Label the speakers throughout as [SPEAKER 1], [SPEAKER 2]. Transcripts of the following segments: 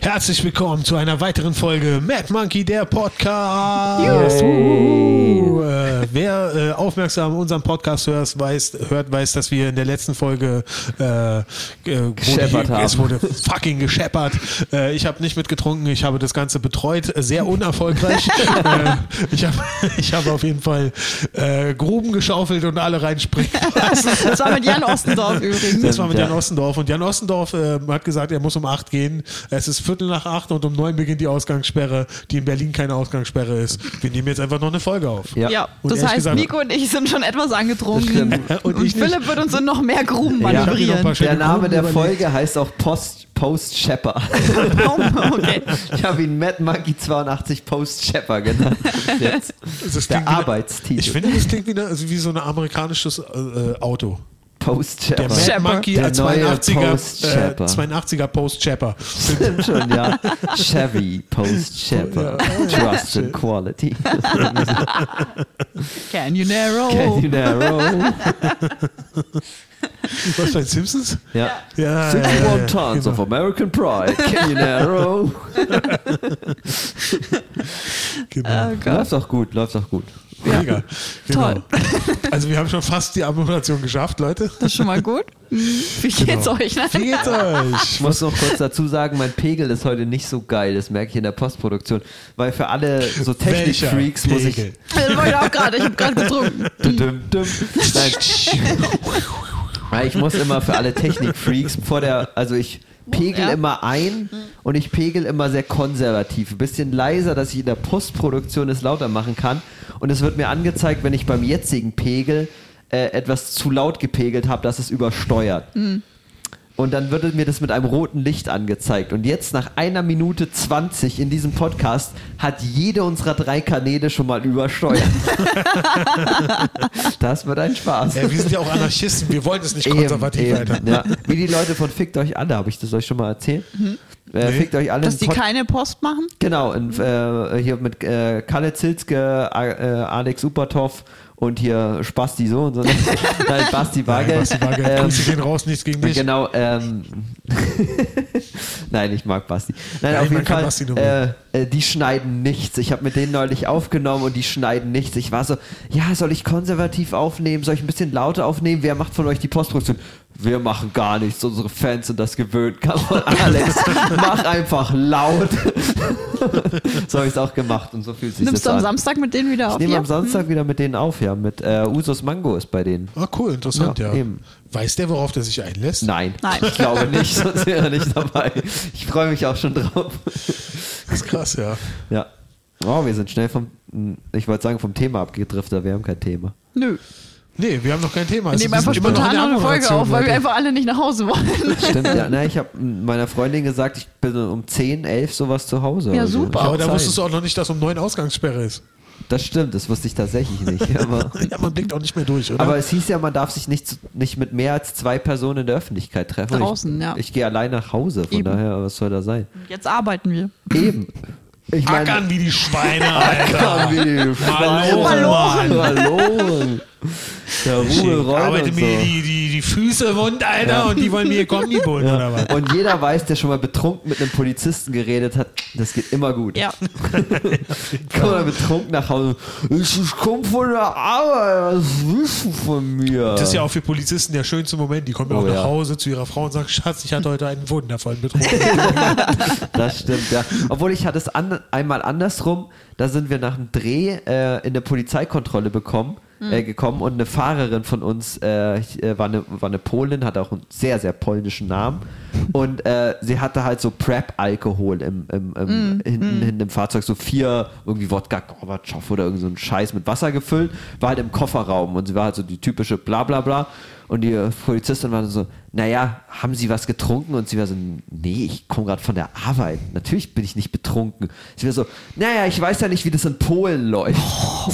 [SPEAKER 1] Herzlich willkommen zu einer weiteren Folge Mad Monkey, der Podcast. Äh, wer äh, aufmerksam unseren Podcast hört weiß, hört, weiß, dass wir in der letzten Folge äh, äh, wurde
[SPEAKER 2] Gescheppert
[SPEAKER 1] hier, es
[SPEAKER 2] haben.
[SPEAKER 1] wurde fucking gescheppert. Äh, ich habe nicht mitgetrunken, ich habe das Ganze betreut, sehr unerfolgreich. äh, ich habe ich hab auf jeden Fall äh, Gruben geschaufelt und alle reinspringen lassen.
[SPEAKER 3] Das war mit Jan Ostendorf übrigens.
[SPEAKER 1] Das war mit
[SPEAKER 2] Ja.
[SPEAKER 1] Jan Ostendorf. Und Jan Ostendorf äh, hat gesagt, er muss um 8 gehen. Es ist Viertel nach 8 und um 9 beginnt die Ausgangssperre, die in Berlin keine Ausgangssperre ist. Wir nehmen jetzt einfach noch eine Folge auf.
[SPEAKER 2] Ja.
[SPEAKER 3] Ja,
[SPEAKER 1] Und
[SPEAKER 3] das
[SPEAKER 1] ehrlich
[SPEAKER 3] heißt,
[SPEAKER 1] gesagt-
[SPEAKER 3] Nico und ich sind schon etwas angetrunken.
[SPEAKER 2] Das stimmt.
[SPEAKER 3] Und,
[SPEAKER 1] Und ich
[SPEAKER 3] Philipp wird uns in noch mehr Gruben
[SPEAKER 2] Ja.
[SPEAKER 1] Ich hab hier noch ein paar
[SPEAKER 3] manövrieren.
[SPEAKER 1] schöne
[SPEAKER 2] Der Name
[SPEAKER 1] Gruben
[SPEAKER 2] der
[SPEAKER 1] überlegt.
[SPEAKER 2] Folge heißt auch Post, Post Shepper.
[SPEAKER 3] Oh, okay.
[SPEAKER 2] Ich habe ihn Mad Monkey 82 Post Shepper genannt. Also bis Jetzt.
[SPEAKER 1] Das
[SPEAKER 2] Der
[SPEAKER 1] klingt wie eine-
[SPEAKER 2] Arbeitstitel.
[SPEAKER 1] Ich finde, das klingt wie, eine, also wie so ein amerikanisches äh, äh, Auto.
[SPEAKER 2] Post
[SPEAKER 1] Der
[SPEAKER 2] Shepper.
[SPEAKER 1] Mad
[SPEAKER 3] Shepard.
[SPEAKER 1] Monkey
[SPEAKER 2] Der
[SPEAKER 1] äh,
[SPEAKER 2] neue
[SPEAKER 1] 82er, äh,
[SPEAKER 2] Post-Shepard.
[SPEAKER 1] 82er Post-Chapper.
[SPEAKER 2] Stimmt schon, ja. Chevy Post Shepper. Trust and Quality.
[SPEAKER 1] Oh.
[SPEAKER 3] Can you narrow?
[SPEAKER 2] Can
[SPEAKER 1] Oh.
[SPEAKER 2] you narrow?
[SPEAKER 1] Was bei Simpsons?
[SPEAKER 2] Ja.
[SPEAKER 1] Ja,
[SPEAKER 2] 61
[SPEAKER 1] ja, ja,
[SPEAKER 2] tons
[SPEAKER 1] genau.
[SPEAKER 2] of American pride. Can you narrow?
[SPEAKER 1] Genau.
[SPEAKER 3] Oh Gott.
[SPEAKER 2] läuft doch gut, läuft doch gut.
[SPEAKER 1] Mega. Genau.
[SPEAKER 3] Toll.
[SPEAKER 1] Also wir haben schon fast die Amputation geschafft, Leute.
[SPEAKER 3] Das ist schon mal gut. Hm, Wie geht's euch? Ne?
[SPEAKER 1] Wie geht's euch?
[SPEAKER 2] Ich muss noch kurz dazu sagen, mein Pegel ist heute nicht so geil, das merke ich in der Postproduktion, weil für alle so
[SPEAKER 1] Welcher
[SPEAKER 2] Technikfreaks muss ich.
[SPEAKER 1] Pegel?
[SPEAKER 3] Das wollte ich auch gerade. Ich habe gerade getrunken.
[SPEAKER 2] Dum, dum. Nein. Weil ich muss immer für alle Technikfreaks vor der, also ich pegel
[SPEAKER 3] Ja.
[SPEAKER 2] immer ein und ich pegel immer sehr konservativ, ein bisschen leiser, dass ich in der Postproduktion es lauter machen kann und es wird mir angezeigt, wenn ich beim jetzigen Pegel äh, etwas zu laut gepegelt habe, dass es übersteuert. Und dann würde mir das mit einem roten Licht angezeigt. Und jetzt nach einer Minute 20 in diesem Podcast hat jede unserer drei Kanäle schon mal übersteuert. das wird ein Spaß.
[SPEAKER 1] Ja, wir sind ja auch Anarchisten, wir wollen es nicht konservativ weiter.
[SPEAKER 2] Ja. Wie die Leute von Fickt euch alle, habe ich das euch schon mal erzählt? Äh,
[SPEAKER 1] Nee.
[SPEAKER 2] Fickt euch alle.
[SPEAKER 3] Mhm. Dass
[SPEAKER 2] ein
[SPEAKER 3] die
[SPEAKER 2] Pod-
[SPEAKER 3] keine Post machen?
[SPEAKER 2] Genau, in, äh, hier mit äh, Kalle Zilzke, A- äh, Alex Upertoff und hier Spasti so und so. Nein, Basti Wagel.
[SPEAKER 1] Nein, Basti Wagel,
[SPEAKER 2] Ähm,
[SPEAKER 1] Grüße gehen raus, nichts gegen dich.
[SPEAKER 2] Genau, ähm. Nein, ich mag Basti. Nein,
[SPEAKER 1] Nein,
[SPEAKER 2] auf
[SPEAKER 1] man
[SPEAKER 2] jeden
[SPEAKER 1] kann
[SPEAKER 2] Fall.
[SPEAKER 1] Basti nur
[SPEAKER 2] Äh, äh, die schneiden nichts. Ich habe mit denen neulich aufgenommen und die schneiden nichts. Ich war so, ja, soll ich konservativ aufnehmen? Soll ich ein bisschen lauter aufnehmen? Wer macht von euch die Postproduktion? Wir machen gar nichts. Unsere Fans sind das gewöhnt. Come on, Alex, mach einfach laut. so habe ich es auch gemacht und so fühlt sich
[SPEAKER 3] Nimmst du
[SPEAKER 2] das
[SPEAKER 3] am
[SPEAKER 2] an.
[SPEAKER 3] Samstag mit denen
[SPEAKER 2] ich
[SPEAKER 3] wieder auf? Hm?
[SPEAKER 2] nehme
[SPEAKER 3] Ja?
[SPEAKER 2] am Samstag wieder mit denen auf, ja. Mit äh, Usos Mango ist bei denen.
[SPEAKER 1] Ah, cool, interessant, ja.
[SPEAKER 2] Ja, eben.
[SPEAKER 1] Weiß der, worauf der sich einlässt?
[SPEAKER 2] Nein.
[SPEAKER 3] Nein.
[SPEAKER 2] Ich glaube nicht, sonst wäre er nicht dabei. Ich freue mich auch schon drauf.
[SPEAKER 1] Das ist krass, ja.
[SPEAKER 2] Ja. Oh, wir sind schnell vom, ich wollte sagen, vom Thema abgedriftet, wir haben kein Thema.
[SPEAKER 3] Nö.
[SPEAKER 1] Nee, wir haben noch kein Thema.
[SPEAKER 3] Wir
[SPEAKER 1] Es
[SPEAKER 3] nehmen
[SPEAKER 1] Also ist
[SPEAKER 3] einfach
[SPEAKER 1] immer noch
[SPEAKER 3] spontan
[SPEAKER 1] in der
[SPEAKER 3] noch eine Folge
[SPEAKER 1] Anmoderation,
[SPEAKER 3] auf, weil wir
[SPEAKER 1] Leute.
[SPEAKER 3] einfach alle nicht nach Hause wollen.
[SPEAKER 2] Stimmt, ja. Na, ich habe meiner Freundin gesagt, ich bin um 10, 11 sowas zu Hause.
[SPEAKER 3] Ja,
[SPEAKER 2] oder so.
[SPEAKER 3] super.
[SPEAKER 2] Ich hab
[SPEAKER 1] Aber da
[SPEAKER 2] Zeit.
[SPEAKER 1] wusstest du auch noch nicht, dass um neun Ausgangssperre ist.
[SPEAKER 2] Das stimmt, das wusste ich tatsächlich nicht. Aber,
[SPEAKER 1] Ja, man blickt auch nicht mehr durch, oder?
[SPEAKER 2] aber es hieß ja, man darf sich nicht, zu- nicht mit mehr als zwei Personen in der Öffentlichkeit treffen. Und
[SPEAKER 3] Draußen,
[SPEAKER 2] ich,
[SPEAKER 3] ja.
[SPEAKER 2] Ich gehe allein nach Hause, von
[SPEAKER 3] Eben.
[SPEAKER 2] daher, was soll da sein?
[SPEAKER 3] Jetzt arbeiten wir.
[SPEAKER 2] Eben. Ich
[SPEAKER 1] Ackern wie die Schweine, Alter. Mann.
[SPEAKER 2] Verloren. Der Ruhe
[SPEAKER 1] Ich
[SPEAKER 2] Reul
[SPEAKER 1] arbeite
[SPEAKER 2] und
[SPEAKER 1] mir
[SPEAKER 2] so.
[SPEAKER 1] die, die, die Füße wund, Alter, und die wollen mir ihr Kombi holen, oder was?
[SPEAKER 2] Und jeder weiß, der schon mal betrunken mit einem Polizisten geredet hat, das geht immer gut.
[SPEAKER 3] Ja.
[SPEAKER 2] Komm mal betrunken nach Hause. Ich, ich komme von der Arbeit, was willst du von mir?
[SPEAKER 1] Das ist ja auch für Polizisten der schönste Moment. Die kommen ja
[SPEAKER 2] Oh,
[SPEAKER 1] auch nach
[SPEAKER 2] ja.
[SPEAKER 1] Hause zu ihrer Frau und sagen, Schatz, ich hatte heute einen wundervollen Betrug.
[SPEAKER 2] Das stimmt, ja. Obwohl ich hatte es an, einmal andersrum, da sind wir nach dem Dreh äh, in eine Polizeikontrolle bekommen, äh, gekommen und eine Fahrerin von uns äh, ich, äh, war, eine, war eine Polin, hat auch einen sehr, sehr polnischen Namen und äh, sie hatte halt so Prep-Alkohol im, im, im, hinten, hinten im Fahrzeug, so vier irgendwie Wodka Gorbatschow oder irgend so ein Scheiß mit Wasser gefüllt, war halt im Kofferraum und sie war halt so die typische bla bla bla und die Polizistin war so, naja, haben Sie was getrunken? Und sie war so, nee, ich komme gerade von der Arbeit. Natürlich bin ich nicht betrunken. Sie war so, naja, ich weiß ja nicht, wie das in Polen läuft.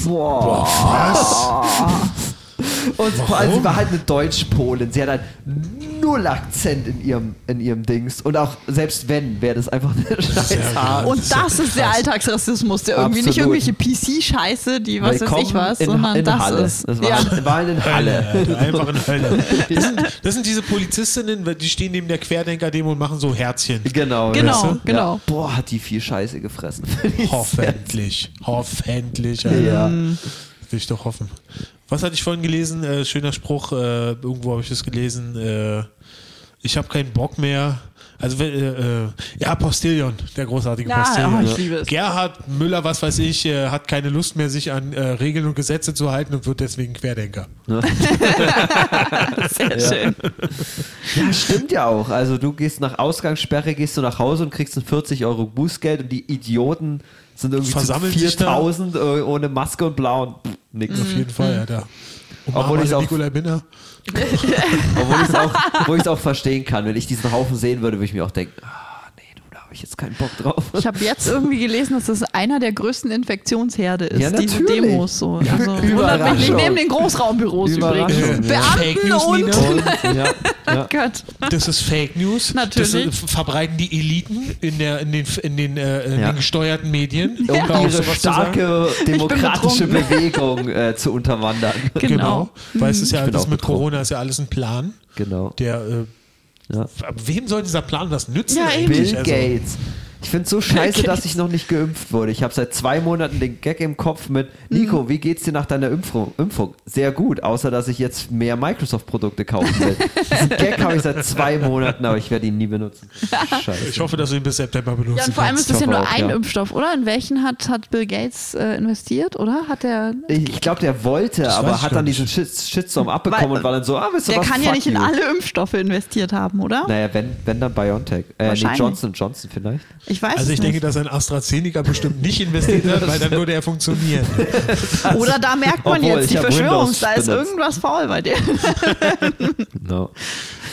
[SPEAKER 2] boah.
[SPEAKER 1] Was?
[SPEAKER 2] Und vor allem, sie
[SPEAKER 1] Warum?
[SPEAKER 2] war halt eine Deutschpolin. Sie hat halt null Akzent in ihrem, in ihrem Dings. Und auch selbst wenn, wäre das einfach eine scheiß
[SPEAKER 1] Sehr
[SPEAKER 2] Haar.
[SPEAKER 1] geil.
[SPEAKER 2] Und
[SPEAKER 1] Das ist ja
[SPEAKER 3] Und das ist der
[SPEAKER 1] krass.
[SPEAKER 3] Alltagsrassismus, der irgendwie nicht
[SPEAKER 2] Absolut.
[SPEAKER 3] irgendwelche PC-Scheiße, die was weiß ich
[SPEAKER 2] Willkommen
[SPEAKER 3] was,
[SPEAKER 2] in,
[SPEAKER 3] sondern
[SPEAKER 2] in
[SPEAKER 3] das
[SPEAKER 2] Halle.
[SPEAKER 3] ist.
[SPEAKER 2] Das war,
[SPEAKER 3] ja. Äh,
[SPEAKER 2] war in Halle.
[SPEAKER 1] Hölle, einfach in Hölle. Das sind, das sind diese Polizistinnen, die stehen neben der Querdenker-Demo und machen so Herzchen.
[SPEAKER 2] Genau.
[SPEAKER 3] Genau,
[SPEAKER 2] ja.
[SPEAKER 3] genau.
[SPEAKER 2] Ja. Boah, hat die viel Scheiße gefressen.
[SPEAKER 1] Hoffentlich. Hoffentlich. Alter.
[SPEAKER 2] ja.
[SPEAKER 1] Will ich doch hoffen. Was hatte ich vorhin gelesen? Äh, schöner Spruch. Äh, irgendwo habe ich es gelesen. Äh, ich habe keinen Bock mehr. Also, wenn, äh, äh, ja, Postillion, der großartige
[SPEAKER 3] Ja,
[SPEAKER 1] Postillion.
[SPEAKER 3] oh, ich liebe es.
[SPEAKER 1] Gerhard Müller, was weiß ich, äh, hat keine Lust mehr, sich an äh, Regeln und Gesetze zu halten und wird deswegen Querdenker.
[SPEAKER 3] Sehr schön.
[SPEAKER 2] Ja, stimmt ja auch. Also du gehst nach Ausgangssperre, gehst du nach Hause und kriegst ein 40 Euro Bußgeld und die Idioten sind irgendwie
[SPEAKER 1] Versammeln
[SPEAKER 2] zu
[SPEAKER 1] sich da.
[SPEAKER 2] 4000 äh, ohne Maske und blau und pff, nix.
[SPEAKER 3] Mhm,
[SPEAKER 1] Auf jeden Fall, Alter. Und
[SPEAKER 2] Obwohl
[SPEAKER 1] Obwohl
[SPEAKER 2] ich
[SPEAKER 1] ich
[SPEAKER 2] auch-
[SPEAKER 1] Nikolai Binner.
[SPEAKER 2] Obwohl ich es auch, obwohl ich's auch verstehen kann. Wenn ich diesen Haufen sehen würde, würde ich mir auch denken, ah, nee, du, da habe ich jetzt keinen Bock drauf.
[SPEAKER 3] Ich habe jetzt irgendwie gelesen, dass das einer der größten Infektionsherde ist,
[SPEAKER 2] Ja,
[SPEAKER 3] diese
[SPEAKER 2] natürlich.
[SPEAKER 3] Demos so. Also, wundert mich nicht
[SPEAKER 2] Überraschung.
[SPEAKER 3] neben den Großraumbüros
[SPEAKER 2] Überraschung,
[SPEAKER 3] übrigens.
[SPEAKER 2] ja.
[SPEAKER 1] Fake
[SPEAKER 3] Beamten
[SPEAKER 1] News, Nina.
[SPEAKER 3] und
[SPEAKER 2] Und, ja, Um ja. Äh,
[SPEAKER 3] Gott.
[SPEAKER 1] Das ist Fake News.
[SPEAKER 3] Natürlich.
[SPEAKER 1] Das äh, verbreiten die Eliten in, der, in, den, in, den, äh, in
[SPEAKER 2] Ja.
[SPEAKER 1] den gesteuerten Medien. Um
[SPEAKER 2] um
[SPEAKER 1] da auch
[SPEAKER 2] ihre
[SPEAKER 1] sowas zu sagen.
[SPEAKER 2] starke demokratische
[SPEAKER 3] betrunken.
[SPEAKER 2] Bewegung äh, zu unterwandern.
[SPEAKER 3] Genau.
[SPEAKER 1] Mhm. Weil es ist ja
[SPEAKER 2] bin
[SPEAKER 1] alles
[SPEAKER 2] auch
[SPEAKER 1] mit
[SPEAKER 2] betroffen.
[SPEAKER 1] Corona ist ja alles ein Plan.
[SPEAKER 2] Genau.
[SPEAKER 1] Der, äh,
[SPEAKER 2] Ja.
[SPEAKER 1] wem soll dieser Plan was nützen?
[SPEAKER 3] Ja, eben.
[SPEAKER 1] eigentlich?
[SPEAKER 2] Bill
[SPEAKER 1] Also,
[SPEAKER 2] Gates. Ich finde es so scheiße,
[SPEAKER 3] Gates.
[SPEAKER 2] dass ich noch nicht geimpft wurde. Ich habe seit zwei Monaten den Gag im Kopf mit
[SPEAKER 3] Mhm.
[SPEAKER 2] Nico, wie geht's dir nach deiner Impfung? Impfung? Sehr gut, außer dass ich jetzt mehr Microsoft-Produkte kaufen will. Diesen Gag habe ich seit zwei Monaten, aber ich werde ihn nie benutzen. Scheiße.
[SPEAKER 1] ich hoffe, dass du ihn bis September benutzt.
[SPEAKER 3] Ja, und vor allem ist das ja
[SPEAKER 2] Kopf
[SPEAKER 3] nur
[SPEAKER 2] auf,
[SPEAKER 3] ein
[SPEAKER 2] ja.
[SPEAKER 3] Impfstoff, oder? In welchen hat, hat Bill Gates äh, investiert, oder? Hat er.
[SPEAKER 2] Ich, ich glaube, der wollte,
[SPEAKER 1] Das weiß
[SPEAKER 2] aber
[SPEAKER 1] ich gar
[SPEAKER 2] hat dann
[SPEAKER 1] nicht.
[SPEAKER 2] diesen Shit, Shitstorm abbekommen
[SPEAKER 3] Weil-
[SPEAKER 2] und war dann so, ah, wisst ihr
[SPEAKER 3] Der
[SPEAKER 2] was?
[SPEAKER 3] kann ja
[SPEAKER 2] Fuck
[SPEAKER 3] nicht in
[SPEAKER 2] you.
[SPEAKER 3] alle Impfstoffe investiert haben, oder?
[SPEAKER 2] Naja, wenn, wenn dann BioNTech. Äh, nee,
[SPEAKER 3] Wahrscheinlich.
[SPEAKER 2] Johnson Johnson vielleicht.
[SPEAKER 3] Ich weiß
[SPEAKER 1] also
[SPEAKER 3] es
[SPEAKER 1] ich
[SPEAKER 3] nicht.
[SPEAKER 1] denke, dass ein AstraZeneca bestimmt nicht investiert hat, weil dann würde er funktionieren.
[SPEAKER 3] Oder da merkt man
[SPEAKER 2] Obwohl,
[SPEAKER 3] jetzt die
[SPEAKER 2] ich hab
[SPEAKER 3] Verschwörung,
[SPEAKER 2] Windows
[SPEAKER 3] da ist
[SPEAKER 2] benutzt.
[SPEAKER 3] irgendwas faul bei dir.
[SPEAKER 2] No.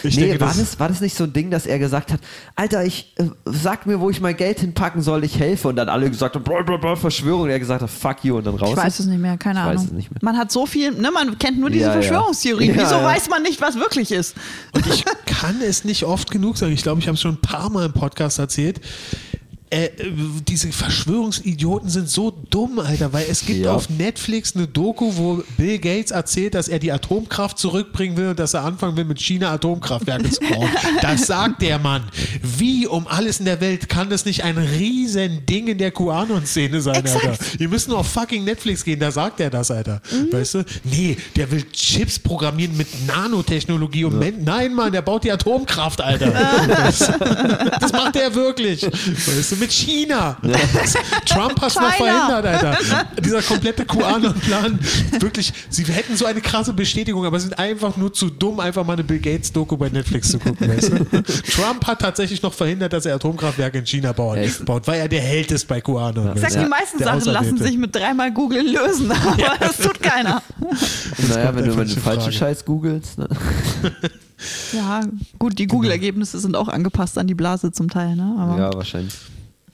[SPEAKER 1] Ich
[SPEAKER 2] nee,
[SPEAKER 1] denke,
[SPEAKER 2] war,
[SPEAKER 1] das-
[SPEAKER 2] das, war das nicht so ein Ding, dass er gesagt hat, Alter, ich äh, sag mir, wo ich mein Geld hinpacken soll, ich helfe. Und dann alle gesagt haben, blablabla, Verschwörung. Und er gesagt hat, fuck you. Und dann raus.
[SPEAKER 3] Ich weiß es nicht mehr, keine
[SPEAKER 2] Ich
[SPEAKER 3] Ahnung.
[SPEAKER 2] weiß es nicht mehr.
[SPEAKER 3] Man hat so viel, ne, man kennt nur diese
[SPEAKER 2] Ja, ja.
[SPEAKER 3] Verschwörungstheorie.
[SPEAKER 2] Ja,
[SPEAKER 3] Wieso
[SPEAKER 2] ja.
[SPEAKER 3] weiß man nicht, was wirklich ist?
[SPEAKER 1] Und ich kann es nicht oft genug sagen. Ich glaube, ich habe es schon ein paar Mal im Podcast erzählt. Äh, äh, diese Verschwörungsidioten sind so dumm, Alter, weil es gibt
[SPEAKER 2] Ja.
[SPEAKER 1] auf Netflix eine Doku, wo Bill Gates erzählt, dass er die Atomkraft zurückbringen will und dass er anfangen will, mit China Atomkraftwerke zu bauen. Das sagt der Mann. Wie um alles in der Welt kann das nicht ein riesen Ding in der QAnon-Szene sein,
[SPEAKER 3] Exakt.
[SPEAKER 1] Alter? Ihr müsst nur auf fucking Netflix gehen, da sagt er das, Alter. Weißt du? Nee, der will Chips programmieren mit Nanotechnologie und Men Nein, Mann, der baut die Atomkraft, Alter. das, das macht er wirklich. Weißt du, mit China. Trump hat's noch
[SPEAKER 3] China.
[SPEAKER 1] verhindert, Alter. Dieser komplette QAnon-Plan. Wirklich, sie hätten so eine krasse Bestätigung, aber sind einfach nur zu dumm, einfach mal eine Bill Gates-Doku bei Netflix zu gucken. Weißt du? Trump hat tatsächlich noch verhindert, dass er Atomkraftwerke in China baut,
[SPEAKER 2] Echt?
[SPEAKER 1] baut weil er der Held ist bei QAnon.
[SPEAKER 3] Ich
[SPEAKER 1] weißt
[SPEAKER 3] sag,
[SPEAKER 1] du?
[SPEAKER 3] die meisten
[SPEAKER 1] Der
[SPEAKER 3] Sachen
[SPEAKER 1] Auserwählte.
[SPEAKER 3] lassen sich mit dreimal googeln lösen, aber das tut keiner.
[SPEAKER 2] naja,
[SPEAKER 1] kommt
[SPEAKER 2] wenn du
[SPEAKER 1] einfach
[SPEAKER 2] mal den
[SPEAKER 1] zur
[SPEAKER 2] falschen
[SPEAKER 1] Frage.
[SPEAKER 2] Scheiß googelst. Ne?
[SPEAKER 3] Ja, gut, die Google-Ergebnisse sind auch angepasst an die Blase zum Teil, ne? Aber,
[SPEAKER 2] Genau. Ja, wahrscheinlich.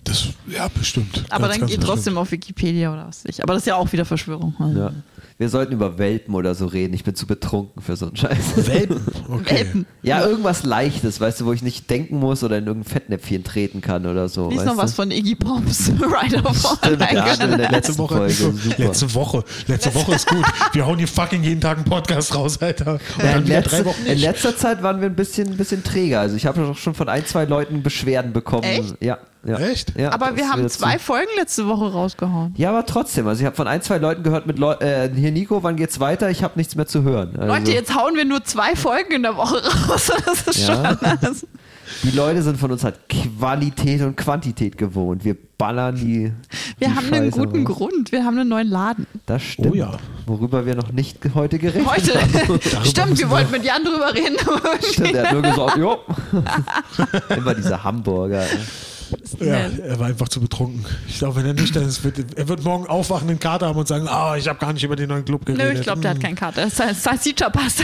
[SPEAKER 1] Das, ja, bestimmt.
[SPEAKER 3] aber
[SPEAKER 1] Ganz,
[SPEAKER 3] dann
[SPEAKER 1] ganz
[SPEAKER 3] geht
[SPEAKER 1] bestimmt.
[SPEAKER 3] trotzdem auf Wikipedia oder was weiß ich. Aber das ist ja auch wieder Verschwörung. Also.
[SPEAKER 2] Ja. Wir sollten über Welpen oder so reden. Ich bin zu betrunken für so einen Scheiß.
[SPEAKER 1] Welpen. Okay.
[SPEAKER 3] Welpen.
[SPEAKER 2] Ja, irgendwas Leichtes, weißt du, wo ich nicht denken muss oder in irgendein Fettnäpfchen treten kann oder so.
[SPEAKER 3] Lies
[SPEAKER 2] weißt
[SPEAKER 3] noch
[SPEAKER 2] du?
[SPEAKER 3] was von Iggy Pops, Rider of
[SPEAKER 2] Stimmt, ja, in der
[SPEAKER 3] Online.
[SPEAKER 2] letzten
[SPEAKER 1] Letzte Woche,
[SPEAKER 2] Folge.
[SPEAKER 1] Nico,
[SPEAKER 2] Super.
[SPEAKER 1] letzte Woche, letzte Woche ist gut. Wir hauen hier fucking jeden Tag einen Podcast raus, Alter. Und
[SPEAKER 2] Ja,
[SPEAKER 1] dann
[SPEAKER 2] in,
[SPEAKER 1] wieder
[SPEAKER 2] letzter,
[SPEAKER 1] drei Wochen
[SPEAKER 2] in
[SPEAKER 1] nicht.
[SPEAKER 2] letzter Zeit waren wir ein bisschen, ein bisschen träger. Also ich habe doch schon von ein, zwei Leuten Beschwerden bekommen.
[SPEAKER 3] Echt?
[SPEAKER 2] Ja, ja.
[SPEAKER 1] Echt?
[SPEAKER 2] Ja,
[SPEAKER 3] Aber
[SPEAKER 2] das
[SPEAKER 3] wir haben
[SPEAKER 2] wird zu-
[SPEAKER 3] zwei Folgen letzte Woche rausgehauen.
[SPEAKER 2] Ja, aber trotzdem. Also ich habe von ein, zwei Leuten gehört mit Leu äh, hier Nico, wann geht's weiter? Ich habe nichts mehr zu hören. Also,
[SPEAKER 3] Leute, jetzt hauen wir nur zwei Folgen in der Woche raus. Das ist
[SPEAKER 2] Ja.
[SPEAKER 3] schon anders.
[SPEAKER 2] Die Leute sind von uns halt Qualität und Quantität gewohnt. Wir ballern die.
[SPEAKER 3] Wir
[SPEAKER 2] die
[SPEAKER 3] haben einen
[SPEAKER 2] Scheiße
[SPEAKER 3] guten
[SPEAKER 2] raus.
[SPEAKER 3] Grund. Wir haben einen neuen Laden.
[SPEAKER 2] Das stimmt.
[SPEAKER 1] Oh ja.
[SPEAKER 2] Worüber wir noch nicht ge- heute gerechnet haben.
[SPEAKER 3] Heute. Stimmt,
[SPEAKER 1] müssen
[SPEAKER 3] wir
[SPEAKER 1] wir-
[SPEAKER 3] wollten mit Jan drüber reden.
[SPEAKER 2] Stimmt, der hat nur gesagt, jo. Immer diese Hamburger.
[SPEAKER 1] Ja, er war einfach zu betrunken. Ich glaube, wenn er nüchtern ist, wird, er wird morgen aufwachen, einen Kater haben und sagen, ah, ich habe gar nicht über den neuen Club geredet.
[SPEAKER 3] Nö, ich glaube, der hat
[SPEAKER 1] Hm,
[SPEAKER 3] keinen Kater. Er hat Salsiccia-Pasta